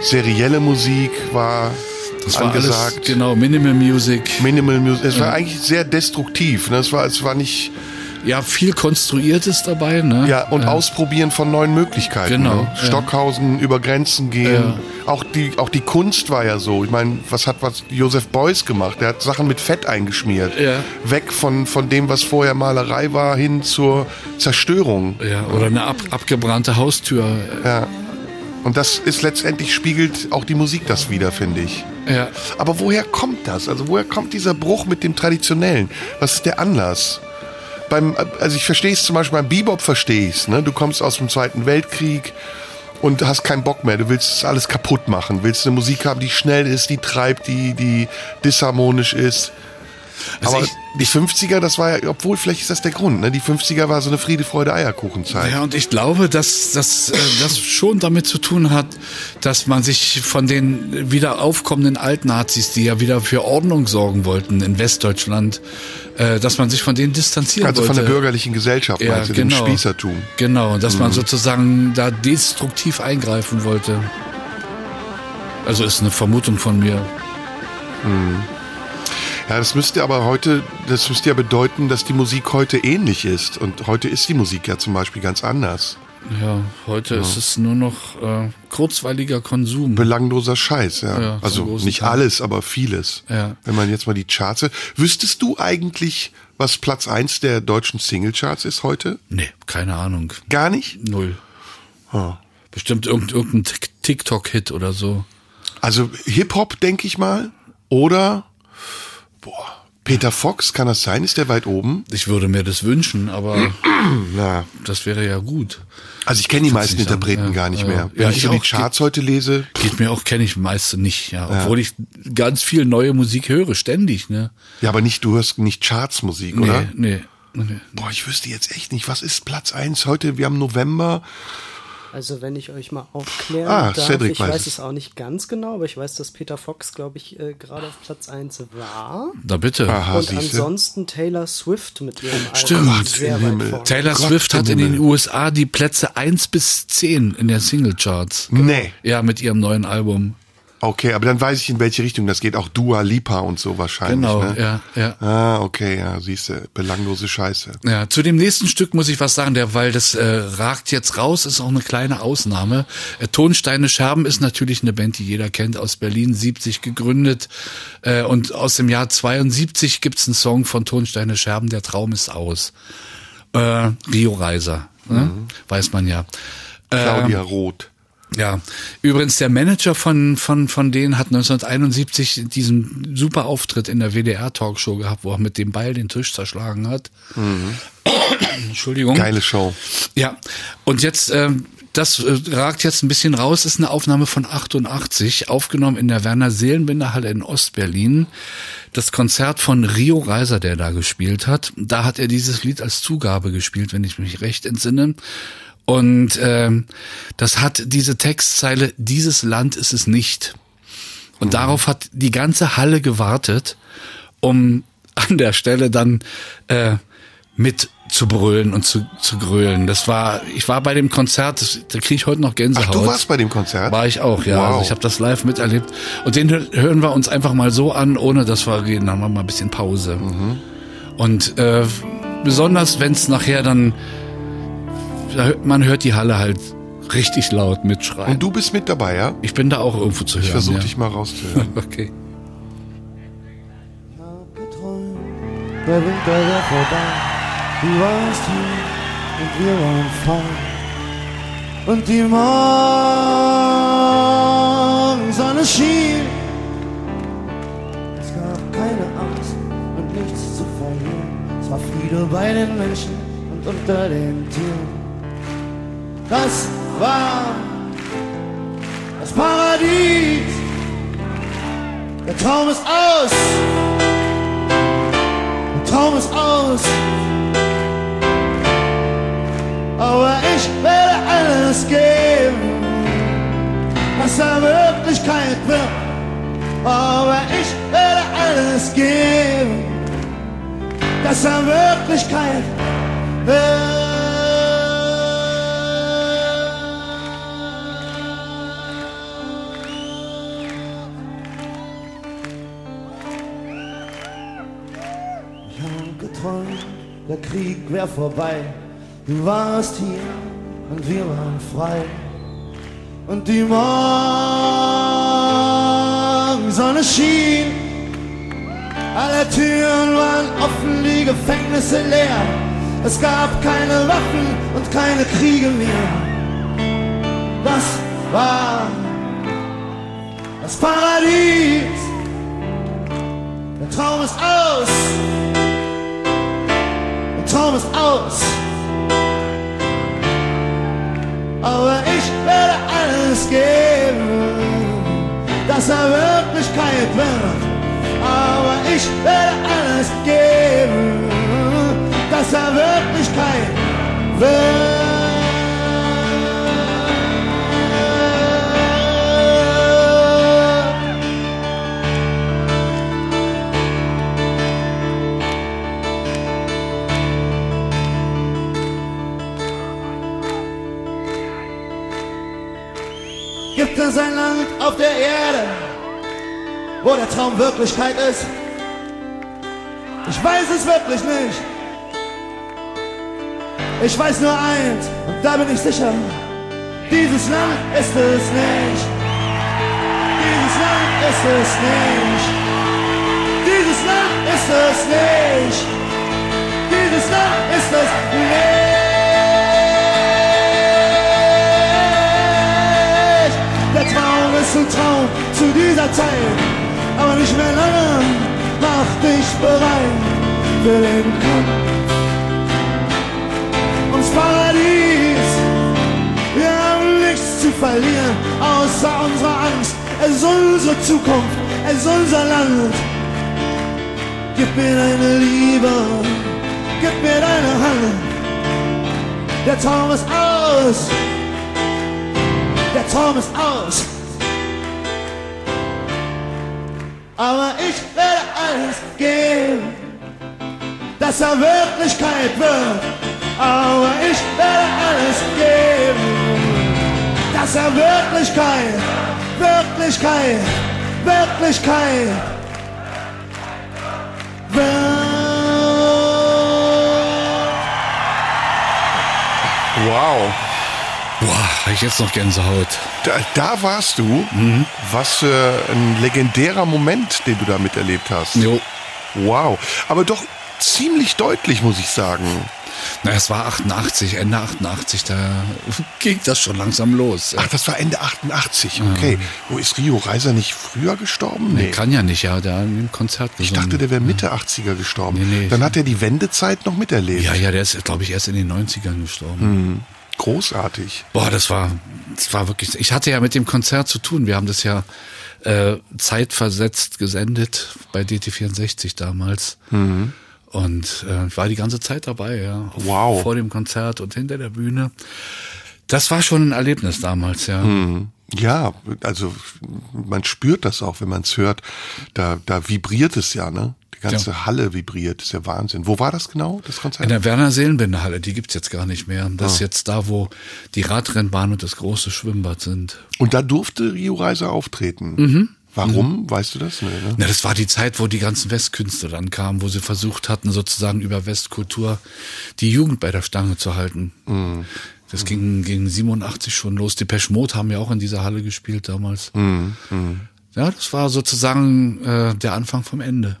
S3: Serielle Musik war
S4: Das war genau
S3: angesagt.
S4: alles, genau, Minimal Music.
S3: Minimal Music. Es war eigentlich sehr destruktiv. Ne? Es, war, es war nicht
S4: ja, viel Konstruiertes dabei, ne?
S3: Ja, und Ausprobieren von neuen Möglichkeiten.
S4: Genau,
S3: Ne?
S4: ja.
S3: Stockhausen, über Grenzen gehen. Auch, die, auch die Kunst war ja so. Ich meine, was hat was Josef Beuys gemacht? Der hat Sachen mit Fett eingeschmiert.
S4: Ja.
S3: Weg von, von dem, was vorher Malerei war, hin zur Zerstörung.
S4: Ja, oder eine ab, abgebrannte Haustür.
S3: Ja. Und das ist letztendlich spiegelt auch die Musik das wieder, finde ich.
S4: Ja.
S3: Aber woher kommt das? Also woher kommt dieser Bruch mit dem Traditionellen? Was ist der Anlass? Beim, also ich verstehe es zum Beispiel beim Bebop verstehe ich es. Ne? Du kommst aus dem Zweiten Weltkrieg und hast keinen Bock mehr. Du willst alles kaputt machen. Willst eine Musik haben, die schnell ist, die treibt, die, die disharmonisch ist.
S4: Also
S3: Aber
S4: ich-
S3: die 50er, das war ja, obwohl vielleicht ist das der Grund. Ne? Die 50er war so eine Friede, Freude, Eierkuchenzeit.
S4: Ja, und ich glaube, dass, dass äh, das schon damit zu tun hat, dass man sich von den wieder aufkommenden Altnazis, die ja wieder für Ordnung sorgen wollten in Westdeutschland, äh, dass man sich von denen distanzieren
S3: Also
S4: wollte.
S3: von der bürgerlichen Gesellschaft,
S4: ja,
S3: meinst du,
S4: genau.
S3: dem Spießertum. Mhm.
S4: Genau, dass man sozusagen da destruktiv eingreifen wollte. Also ist eine Vermutung von mir.
S3: Ja, das müsste aber heute, das müsste ja bedeuten, dass die Musik heute ähnlich ist. Und heute ist die Musik ja zum Beispiel ganz anders.
S4: Ja, heute ist es nur noch äh, kurzweiliger Konsum.
S3: Belangloser Scheiß, ja.
S4: Ja, zum
S3: also
S4: großen
S3: nicht
S4: Teil.
S3: alles, aber vieles.
S4: Ja.
S3: Wenn man jetzt mal die Charts, wüsstest du eigentlich, was Platz eins der deutschen Singlecharts ist heute?
S4: nee, keine Ahnung.
S3: Gar nicht?
S4: Null. Bestimmt irgend- irgendein Tik- TikTok-Hit oder so.
S3: Also Hip-Hop, denke ich mal. Oder, boah, Peter Fox, kann das sein? Ist der weit oben?
S4: Ich würde mir das wünschen,
S3: Mhm.
S4: aber
S3: Na,
S4: das wäre ja gut.
S3: also ich kenne die meisten
S4: nicht sagen,
S3: Interpreten
S4: ja,
S3: gar nicht
S4: ja.
S3: mehr. Wenn
S4: Ja,
S3: ich
S4: ich
S3: so die
S4: auch.
S3: Charts heute lese,
S4: Geht mir auch, kenne ich meiste nicht, ja. Obwohl ich ganz viel neue Musik höre, ständig, ne?
S3: ja, aber nicht, du hörst nicht Chartsmusik,
S4: Nee,
S3: oder?
S4: nee. nee.
S3: Boah, ich wüsste jetzt echt nicht, was ist Platz eins heute? Wir haben November.
S7: Also wenn ich euch mal aufklären
S3: Ah,
S7: darf,
S3: Cedric
S7: ich
S3: weiß
S7: weiß,
S3: es.
S7: es auch nicht ganz genau, aber ich weiß, dass Peter Fox, glaube ich, äh, gerade auf Platz 1 war.
S4: Na bitte.
S3: Aha,
S7: und
S3: siehst du.
S7: ansonsten Taylor Swift mit ihrem Album
S4: Stimmt.
S7: sehr
S3: Im Himmel.
S7: weit vorne.
S4: Taylor
S3: Gott
S4: Swift hat
S3: im
S4: in den
S3: Himmel.
S4: USA die Plätze 1 bis 10 in der Singlecharts.
S3: Nee.
S4: Ja, mit ihrem neuen Album.
S3: Okay, aber dann weiß ich, in welche Richtung das geht. Auch Dua Lipa und so wahrscheinlich.
S4: Genau,
S3: ne?
S4: ja, ja.
S3: Ah, okay, ja, siehst du, belanglose Scheiße.
S4: Ja, zu dem nächsten Stück muss ich was sagen, der, weil das äh, ragt jetzt raus, ist auch eine kleine Ausnahme. Äh, Tonsteine Scherben ist natürlich eine Band, die jeder kennt, aus Berlin 70 gegründet. Äh, und aus dem Jahr 72 gibt's einen Song von Tonsteine Scherben, Der Traum ist aus. Äh, Rio Reiser, ne? weiß man ja.
S3: Claudia
S4: Ähm,
S3: Roth.
S4: Ja, übrigens der Manager von von von denen hat 1971 diesen super Auftritt in der WDR Talkshow gehabt, wo er mit dem Beil den Tisch zerschlagen hat. Entschuldigung.
S3: Geile Show.
S4: Ja, und jetzt, ähm, das äh, ragt jetzt ein bisschen raus, ist eine Aufnahme von 88, aufgenommen in der Werner Seelenbinder Halle in Ostberlin. Das Konzert von Rio Reiser, der da gespielt hat. Da hat er dieses Lied als Zugabe gespielt, wenn ich mich recht entsinne. Und ähm, das hat diese Textzeile, dieses Land ist es nicht.
S3: Mhm.
S4: Und darauf hat die ganze Halle gewartet, um an der Stelle dann äh, mit zu brüllen und zu, zu grölen. Das war, ich war bei dem Konzert, das, da kriege ich heute noch Gänsehaut.
S3: Ach, du warst bei dem Konzert?
S4: War ich auch, ja.
S3: Wow.
S4: Also ich habe das live miterlebt. Und den hö- hören wir uns einfach mal so an, ohne dass wir reden. Dann machen wir mal ein bisschen Pause.
S3: Mhm.
S4: Und äh, besonders, wenn es nachher dann, da hö- man hört die Halle halt richtig laut mitschreien.
S3: Und du bist mit dabei, ja?
S4: ich bin da auch irgendwo zu hören.
S3: Ich versuche
S4: ja.
S3: dich mal rauszuhören.
S4: Okay.
S8: Der Winter war vorbei, du warst hier und wir waren frei. Und die Morgensonne schien. Es gab keine Angst und nichts zu verlieren. Es war Friede bei den Menschen und unter den Tieren. Das war das Paradies. Der Traum ist aus. Traum ist aus. Aber ich werde alles geben, was er Wirklichkeit wird. Aber ich werde alles geben, dass er Wirklichkeit wird. Ich hab geträumt, der Krieg wär vorbei. Du warst hier und wir waren frei. Und die Morgensonne schien. Alle Türen waren offen, die Gefängnisse leer. Es gab keine Waffen und keine Kriege mehr. Das war das Paradies. Der Traum ist aus. Der Traum ist aus. Aber ich werde alles geben, dass er Wirklichkeit wird. Aber ich werde alles geben, dass er Wirklichkeit wird. Gibt es ein Land auf der Erde? wo der Traum Wirklichkeit ist. Ich weiß es wirklich nicht. Ich weiß nur eins und da bin ich sicher. Dieses Land ist es nicht. Dieses Land ist es nicht. Dieses Land ist es nicht. Dieses Land ist es nicht. Der Traum ist ein Traum zu dieser Zeit aber nicht mehr lange. Mach dich bereit für den Kampf ums Paradies. Wir haben nichts zu verlieren, außer unserer Angst. Es ist unsere Zukunft, es ist unser Land. Gib mir deine Liebe, gib mir deine Hand. Der Traum ist aus, der Traum ist aus. aber ich werde alles geben, dass er Wirklichkeit wird. Aber ich werde alles geben, dass er Wirklichkeit, Wirklichkeit, Wirklichkeit wird.
S3: Wow.
S4: Boah, hab ich jetzt noch Gänsehaut.
S3: Da, da warst du.
S4: Mhm.
S3: Was für ein legendärer Moment, den du da miterlebt hast.
S4: Jo.
S3: Wow. Aber doch ziemlich deutlich, muss ich sagen.
S4: Na, es war 88, Ende 88, da ging das schon langsam los.
S3: Ach, das war Ende 88. Okay. Wo ist Rio Reiser nicht früher gestorben?
S4: Nee, kann ja nicht, ja, da in dem Konzert
S3: Ich dachte, der wäre Mitte 80er gestorben.
S4: Nee, nee.
S3: Dann hat er die Wendezeit noch miterlebt.
S4: Ja, ja, der ist, glaube ich, erst in den 90ern gestorben.
S3: Großartig.
S4: Boah, das war, das war wirklich. Ich hatte ja mit dem Konzert zu tun. Wir haben das ja äh, zeitversetzt gesendet bei DT64 damals. Und äh, ich war die ganze Zeit dabei, ja. Auf-
S3: Wow.
S4: Vor dem Konzert und hinter der Bühne. Das war schon ein Erlebnis damals, ja.
S3: Ja, also man spürt das auch, wenn man es hört. Da, da vibriert es ja, ne? Die ganze Halle vibriert. Ist ja Wahnsinn. Wo war das genau, das Konzert?
S4: In der Werner Seelenbindehalle, die gibt's jetzt gar nicht mehr. Das ist jetzt da, wo die Radrennbahn und das große Schwimmbad sind.
S3: Und da durfte Rio Reiser auftreten.
S4: Mhm.
S3: Warum? Weißt du das? Nee, ne?
S4: Na, das war die Zeit, wo die ganzen Westkünste dann kamen, wo sie versucht hatten, sozusagen über Westkultur die Jugend bei der Stange zu halten. Mhm. Das ging gegen 87 schon los. Die Mode haben ja auch in dieser Halle gespielt damals. Mhm. Ja, das war sozusagen äh, der Anfang vom Ende.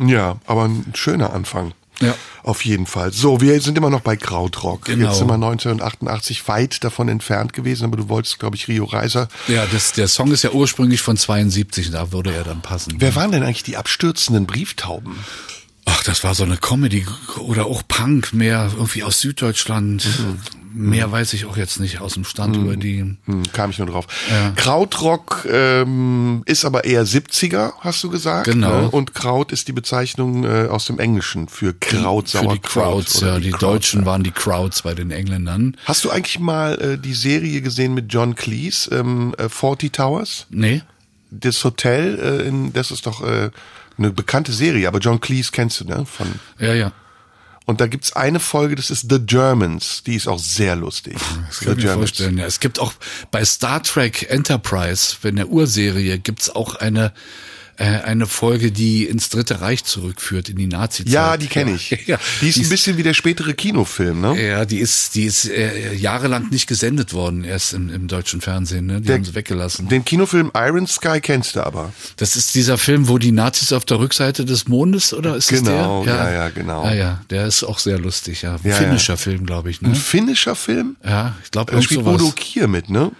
S3: Ja, aber ein schöner Anfang.
S4: Ja.
S3: Auf jeden Fall. So, wir sind immer noch bei Krautrock.
S4: Genau.
S3: Jetzt sind wir 1988 weit davon entfernt gewesen, aber du wolltest, glaube ich, Rio Reiser.
S4: Ja, das, der Song ist ja ursprünglich von 72, da würde er dann passen.
S3: Wer waren denn eigentlich die abstürzenden Brieftauben?
S4: Ach, das war so eine Comedy oder auch Punk mehr, irgendwie aus Süddeutschland. Mehr weiß ich auch jetzt nicht aus dem Stand über die.
S3: Hm, kam ich nur drauf. Krautrock ähm, ist aber eher 70er, hast du gesagt.
S4: Genau.
S3: Ne? Und Kraut ist die Bezeichnung äh, aus dem Englischen für Kraut,
S4: Für die
S3: Sauerkraut
S4: Crowds,
S3: oder
S4: ja. Die
S3: Crowds,
S4: Deutschen waren die Crowds bei den Engländern.
S3: Hast du eigentlich mal äh, die Serie gesehen mit John Cleese, ähm, äh, 40 Towers?
S4: Nee?
S3: Das Hotel, äh, in, das ist doch äh, eine bekannte Serie, aber John Cleese kennst du, ne? Von,
S4: Ja, ja.
S3: und da gibt's eine Folge, das ist The Germans, die ist auch sehr lustig.
S4: Das kann ich mir vorstellen. Ja. Es gibt auch bei Star Trek Enterprise, in der Urserie, gibt's auch eine äh, eine Folge, die ins Dritte Reich zurückführt, in die Nazi-Zeit.
S3: Ja, die kenne ich.
S4: Ja,
S3: Die ist ein bisschen wie der spätere Kinofilm, ne?
S4: ja, die ist, die ist äh, jahrelang nicht gesendet worden, erst im, im deutschen Fernsehen. Ne? Die haben sie weggelassen.
S3: Den Kinofilm Iron Sky kennst du aber.
S4: Das ist dieser Film, wo die Nazis auf der Rückseite des Mondes, oder ist
S3: Genau,
S4: es der?
S3: ja, ja, genau.
S4: Ja, ja, der ist auch sehr lustig, ja.
S3: Ja,
S4: Finnischer
S3: ja.
S4: Film, glaube ich,
S3: Ein
S4: ne?
S3: finnischer Film?
S4: Ja, ich glaube,
S3: Da
S4: irgend
S3: spielt
S4: sowas.
S3: Udo Kier mit, ne?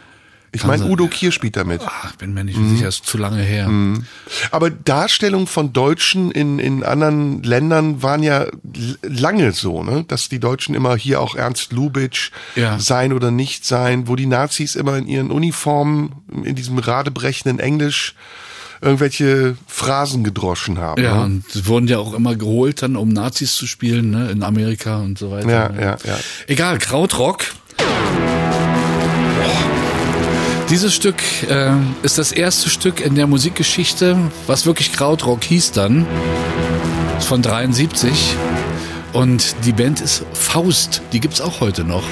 S3: Ich meine,
S4: sein, Ah,
S3: Udo Kier spielt da mit.
S4: Ach, bin mir nicht
S3: Mhm.
S4: sicher, ist zu lange her.
S3: Aber Darstellung von Deutschen in, in anderen Ländern waren ja l- lange so, ne? Dass die Deutschen immer hier auch Ernst Lubitsch
S4: Ja.
S3: sein oder nicht sein, wo die Nazis immer in ihren Uniformen, in diesem radebrechenden Englisch irgendwelche Phrasen gedroschen haben.
S4: Ja,
S3: ne?
S4: und wurden ja auch immer geholt dann, um Nazis zu spielen, ne, in Amerika und so weiter.
S3: Ja, ja, ja.
S4: Egal, Krautrock. Dieses Stück äh, ist das erste Stück in der Musikgeschichte, was wirklich Krautrock hieß dann. Ist Von 73. Und die Band ist Faust. Die gibt's auch heute noch.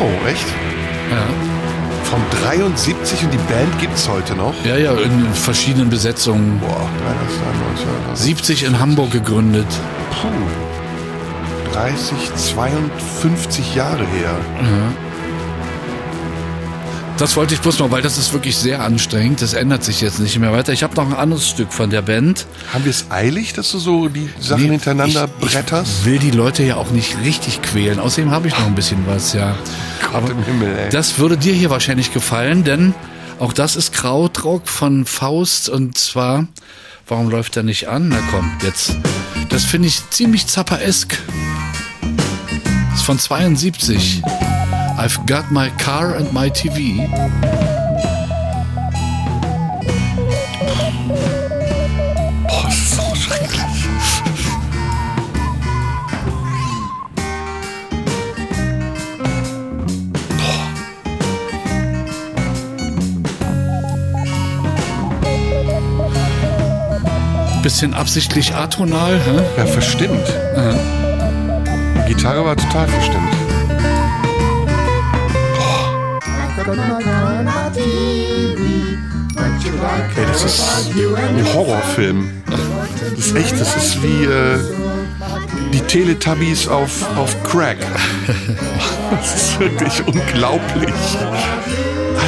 S3: Oh, echt?
S4: Ja.
S3: Vom 73 und die Band gibt's heute noch?
S4: Ja, ja, in verschiedenen Besetzungen.
S3: Boah, 392.
S4: 70 in Hamburg gegründet.
S3: Puh. 30, 52 Jahre her.
S4: Das wollte ich bloß mal, weil das ist wirklich sehr anstrengend. Das ändert sich jetzt nicht mehr weiter. Ich habe noch ein anderes Stück von der Band.
S3: Haben wir es eilig, dass du so die Sachen hintereinander
S4: ich,
S3: bretterst?
S4: Ich will die Leute ja auch nicht richtig quälen. Außerdem habe ich noch ein bisschen was, ja. Aber
S3: im Himmel, ey.
S4: das würde dir hier wahrscheinlich gefallen, denn auch das ist Krautrock von Faust und zwar, warum läuft er nicht an? Na komm, jetzt. Das finde ich ziemlich zapperesk. Ist von 72. I've got my car and my TV.
S3: Boah, das ist so schrecklich.
S4: Bisschen absichtlich atonal, hä?
S3: Ja, verstimmt. Die Gitarre war total verstimmt. Boah. Ey, das ist ein Horrorfilm. Das ist echt, das ist wie äh, die Teletubbies auf, auf Crack. Das ist wirklich unglaublich.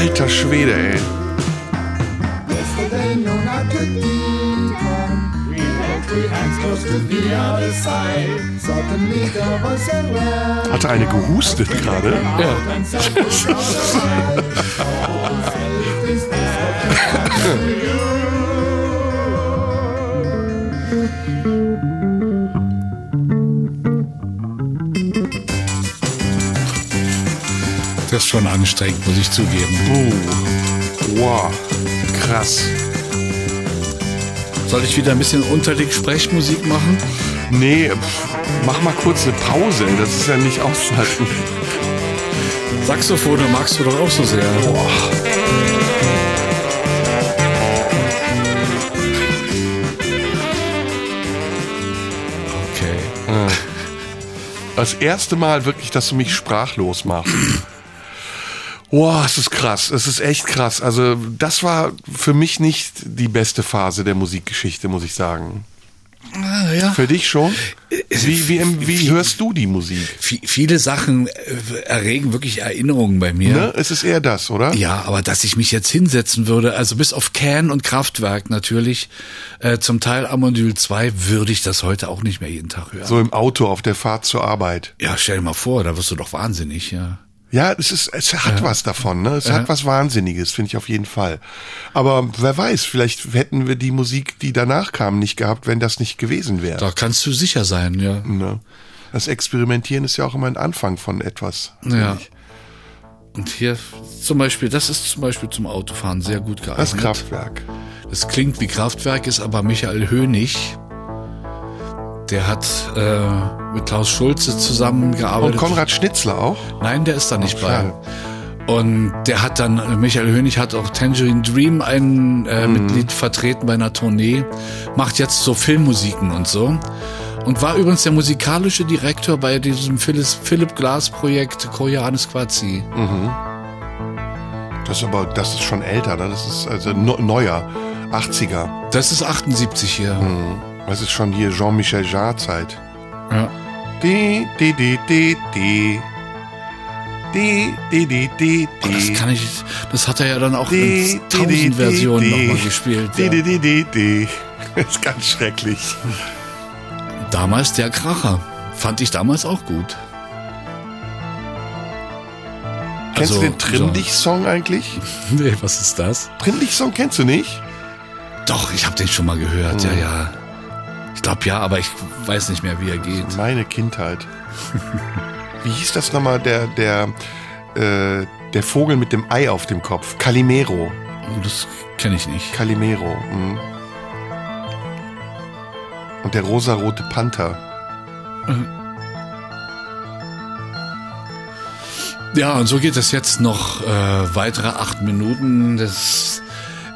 S3: Alter Schwede, ey. Hat da eine gehustet gerade?
S4: Ja. Das ist schon anstrengend, muss ich zugeben.
S3: Wow, krass.
S4: Soll ich wieder ein bisschen unterleg Sprechmusik machen?
S3: Nee, pff, mach mal kurz eine Pause, das ist ja nicht aushalten.
S4: Saxophone magst du doch auch so sehr. Okay.
S3: Das erste Mal wirklich, dass du mich sprachlos machst. Wow, es ist krass, es ist echt krass. Also das war für mich nicht die beste Phase der Musikgeschichte, muss ich sagen.
S4: Ah, ja.
S3: Für dich schon? Wie, wie, wie hörst du die Musik?
S4: Vi- Viele Sachen äh, erregen wirklich Erinnerungen bei mir.
S3: Ne? Es ist eher das, oder?
S4: Ja, aber dass ich mich jetzt hinsetzen würde, also bis auf Can und Kraftwerk natürlich, äh, zum Teil Amondyl 2, würde ich das heute auch nicht mehr jeden Tag hören.
S3: So im Auto auf der Fahrt zur Arbeit.
S4: Ja, stell dir mal vor, da wirst du doch wahnsinnig, ja.
S3: Ja, es ist, es hat was davon, ne? Es hat was Wahnsinniges, finde ich auf jeden Fall. Aber wer weiß, vielleicht hätten wir die Musik, die danach kam, nicht gehabt, wenn das nicht gewesen wäre.
S4: Da kannst du sicher sein, ja.
S3: Ne? Das Experimentieren ist ja auch immer ein Anfang von etwas.
S4: Ja. Und hier zum Beispiel, das ist zum Beispiel zum Autofahren sehr gut geeignet.
S3: Das Kraftwerk.
S4: Das klingt wie Kraftwerk, ist aber Michael Hönig. Der hat äh, mit Klaus Schulze
S3: Und
S4: zusammengearbeitet.
S3: Konrad Schnitzler auch?
S4: Nein, der ist da nicht bei.
S3: schade.
S4: Und der hat dann, Michael Hönig hat auch Tangerine Dream ein
S3: Mhm.
S4: äh, Mitglied vertreten bei einer Tournee, macht jetzt so Filmmusiken und so. Und war übrigens der musikalische Direktor bei diesem Phyllis, Philip Glass Projekt Koyanis Quazi.
S3: Mhm. Das ist aber, das ist schon älter, ne? Das ist also no, neuer. 80er.
S4: Das ist 78 hier.
S3: Das ist schon hier Jean-Michel Jarre-Zeit.
S4: Ja.
S3: Die, die, die, die, die. Die, die, die, die,
S4: Oh, das
S3: die.
S4: kann ich. Das hat er ja dann auch
S3: Die,
S4: in
S3: die, die,
S4: tausend
S3: die,
S4: Versionen
S3: die.
S4: nochmal gespielt.
S3: Die, die,
S4: Ja.
S3: die, die, die. Ist ganz schrecklich.
S4: Damals der Kracher. Fand ich damals auch gut.
S3: Kennst
S4: Also,
S3: du den
S4: so-
S3: Trimm-Dich-Song eigentlich?
S4: Nee, was ist das?
S3: Trimm-Dich-Song kennst du nicht?
S4: Doch, ich habe den schon mal gehört.
S3: Hm.
S4: Ja, ja. Ich glaube ja, aber ich weiß nicht mehr, wie er geht.
S3: Meine Kindheit. Wie hieß das nochmal? Der, der, äh, der Vogel mit dem Ei auf dem Kopf. Calimero.
S4: Oh, Das kenne ich nicht.
S3: Calimero. Mhm. Und der rosarote Panther.
S4: Ja, und so geht das jetzt noch äh, weitere acht Minuten. Das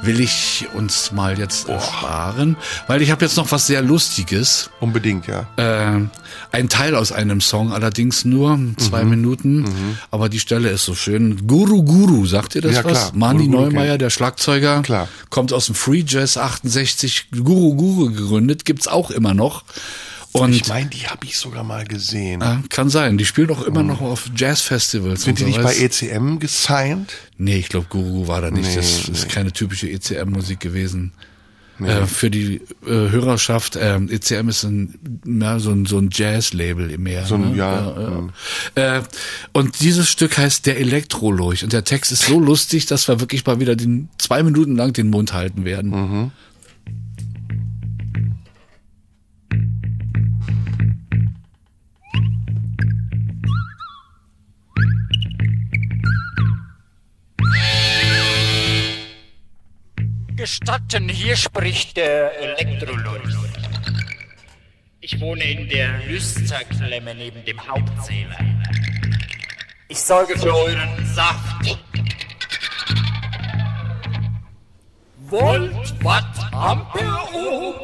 S4: will ich uns mal jetzt ersparen, weil ich habe jetzt noch was sehr Lustiges.
S3: Unbedingt, ja.
S4: Äh, ein Teil aus einem Song allerdings nur, zwei
S3: Mhm.
S4: Minuten, aber die Stelle ist so schön. Guru Guru, sagt ihr das
S3: Ja,
S4: was?
S3: klar.
S4: Mani
S3: Guru Guru kenn
S4: Neumeier,
S3: ich.
S4: der Schlagzeuger,
S3: Klar.
S4: kommt aus dem Free Jazz 68, Guru Guru gegründet, gibt's auch immer noch. Und
S3: Ich meine, die habe ich sogar mal gesehen.
S4: äh, kann sein, die spielen auch immer noch auf Jazzfestivals.
S3: Mhm. Sind die
S4: und
S3: nicht bei E-
S4: sowas.
S3: ECM gesigned?
S4: Nee, ich glaube, Guru war da nicht.
S3: Nee,
S4: das ist
S3: nee.
S4: keine typische ECM-Musik gewesen. Äh, für die äh, Hörerschaft, ähm, ECM ist ein, na, so ein, so ein Jazz-Label im Meer.
S3: So ein-
S4: ne?
S3: ja, mhm.
S4: ja. Äh, und dieses Stück heißt Der Elektrolurch. Und der Text ist so lustig, dass wir wirklich mal wieder den, zwei Minuten lang den Mund halten werden.
S9: Mhm.
S10: Gestatten, hier spricht der Elektrolux. Ich wohne in der Lüsterklemme neben dem Hauptseeler. Ich sorge für euren Saft. Volt, Watt, Ampere, Ohm,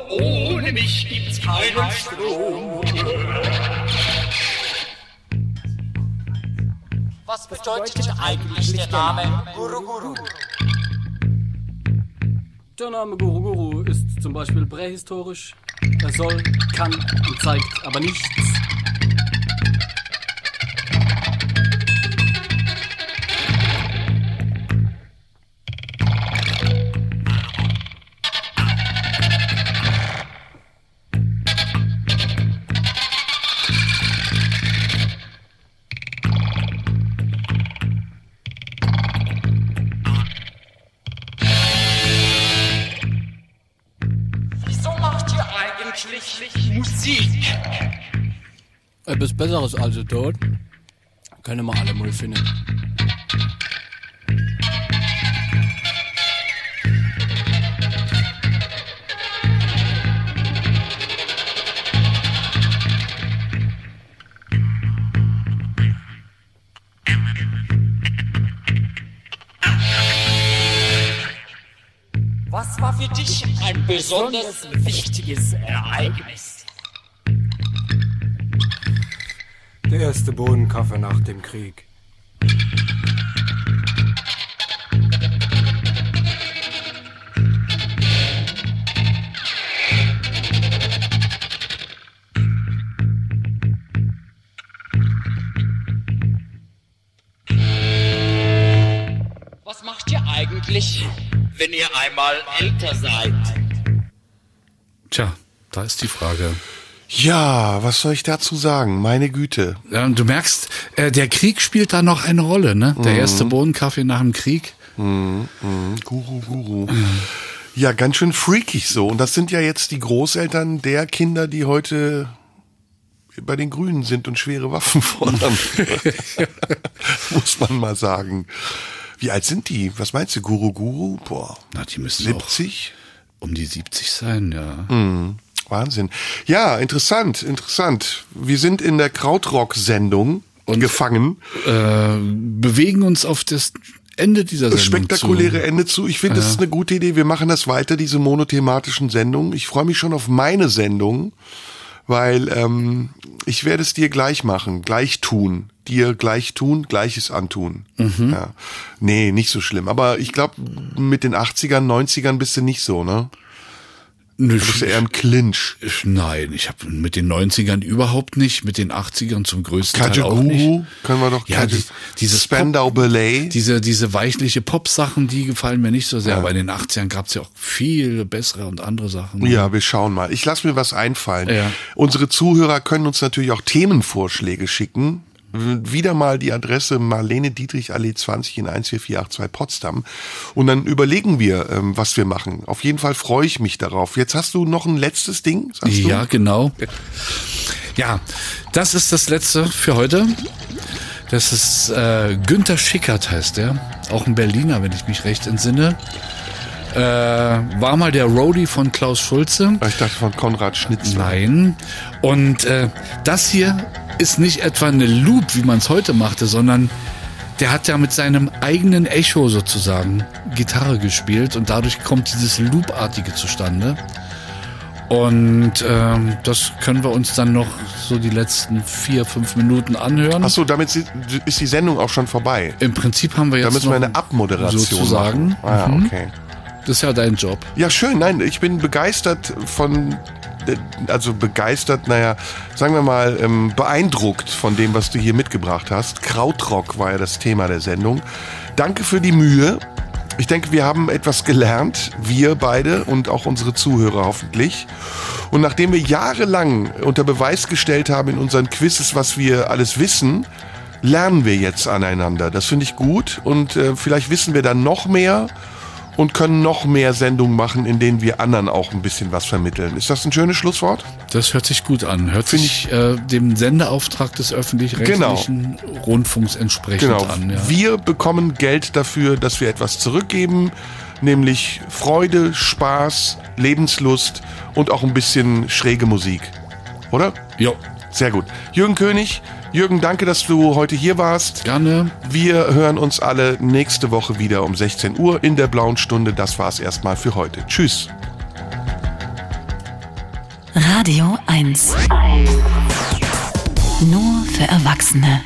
S10: ohne mich gibt's keinen Strom. Was bedeutet eigentlich der Name Guru Guru?
S9: Der Name Guru Guru ist zum Beispiel prähistorisch. Er soll, kann und zeigt aber nichts.
S10: Wieso macht ihr eigentlich Musik?
S9: Etwas Besseres als dort können wir alle mal finden.
S10: Was war für dich ein besonders wichtiges Ereignis?
S6: Der erste Bohnenkaffee nach dem Krieg.
S10: Was macht ihr eigentlich, wenn ihr einmal älter seid?
S4: Tja, da ist die Frage.
S3: Ja, was soll ich dazu sagen? Meine Güte.
S4: Ja, und du merkst, äh, der Krieg spielt da noch eine Rolle. Ne? Der
S9: Mhm.
S4: erste Bohnenkaffee nach dem Krieg.
S3: Guru, Guru. Ja, ganz schön freakig so. Und das sind ja jetzt die Großeltern der Kinder, die heute bei den Grünen sind und schwere Waffen fordern. Muss man mal sagen. Wie alt sind die? Was meinst du, Guru, Guru? Boah,
S4: Na, die müssen auch
S3: 70?
S4: um die 70 sein, ja.
S9: Mhm.
S3: Wahnsinn. Ja, interessant, interessant. Wir sind in der Krautrock-Sendung gefangen.
S4: äh, bewegen uns auf das Ende dieser Sendung
S3: Das spektakuläre
S4: zu.
S3: Ende zu. Ich finde, das ist eine gute Idee. Wir machen das weiter, diese monothematischen Sendungen. Ich freue mich schon auf meine Sendung, weil ähm, ich werde es dir gleich machen, gleich tun. dir gleich tun, Gleiches antun.
S4: Mhm.
S3: Ja. Nee, nicht so schlimm. Aber ich glaube, mit den 80ern, 90ern bist du nicht so, ne?
S4: Nö,
S3: Du bist ja eher im Clinch.
S4: ich- Nein, ich habe mit den 90ern überhaupt nicht, mit den 80ern zum größten Teil halt auch nicht.
S3: Kajagugu können wir doch.
S4: Ja,
S3: Kaja-
S4: die- dieses
S3: Spandau Ballet.
S4: Diese, diese weichliche Pop-Sachen, die gefallen mir nicht so sehr, aber in den 80ern gab's ja auch viel bessere und andere Sachen.
S3: Ja, wir schauen mal. Ich lasse mir was einfallen.
S4: Ja.
S3: Unsere Zuhörer können uns natürlich auch Themenvorschläge schicken. W- Wieder mal die Adresse Marlene Dietrich Allee 20 in 14482 Potsdam. Und dann überlegen wir, ähm, was wir machen. Auf jeden Fall freue ich mich darauf. Jetzt hast du noch ein letztes Ding, sagst du?
S4: Ja, genau. Ja, das ist das letzte für heute. Das ist äh, Günther Schickert heißt er. Auch ein Berliner, wenn ich mich recht entsinne. Äh, war mal der Roadie von Klaus Schulze.
S3: Ich dachte von Konrad Schnitzler.
S4: Nein. Und äh, das hier ist nicht etwa eine Loop, wie man es heute machte, sondern der hat ja mit seinem eigenen Echo sozusagen Gitarre gespielt und dadurch kommt dieses Loop-artige zustande. Und ähm, das können wir uns dann noch so die letzten vier, fünf Minuten anhören.
S3: Ach so, damit si- ist die Sendung auch schon vorbei.
S4: Im Prinzip haben wir jetzt
S3: Da müssen wir
S4: noch
S3: eine Abmoderation
S4: sozusagen.
S3: machen. Ah,
S4: Mhm.
S3: okay.
S4: Das ist ja dein Job.
S3: Ja, schön. Nein, ich bin begeistert von, also begeistert, naja, sagen wir mal, ähm, beeindruckt von dem, was du hier mitgebracht hast. Krautrock war ja das Thema der Sendung. Danke für die Mühe. Ich denke, wir haben etwas gelernt, wir beide und auch unsere Zuhörer hoffentlich. Und nachdem wir jahrelang unter Beweis gestellt haben in unseren Quizzes, was wir alles wissen, lernen wir jetzt aneinander. Das finde ich gut und äh, vielleicht wissen wir dann noch mehr und können noch mehr Sendungen machen, in denen wir anderen auch ein bisschen was vermitteln. Ist das ein schönes Schlusswort?
S4: Das hört sich gut an. Hört
S3: Finde
S4: sich äh, dem Sendeauftrag des öffentlich-rechtlichen Rundfunks entsprechend
S3: Genau.
S4: an. Ja.
S3: Wir bekommen Geld dafür, dass wir etwas zurückgeben, nämlich Freude, Spaß, Lebenslust und auch ein bisschen schräge Musik. Oder?
S4: Jo,
S3: Sehr gut. Jürgen König, Jürgen, danke, dass du heute hier warst.
S4: gerne.
S3: Wir hören uns alle nächste Woche wieder um 16 Uhr in der blauen Stunde. Das war's erstmal für heute. Tschüss.
S1: Radio 1. Nur für Erwachsene.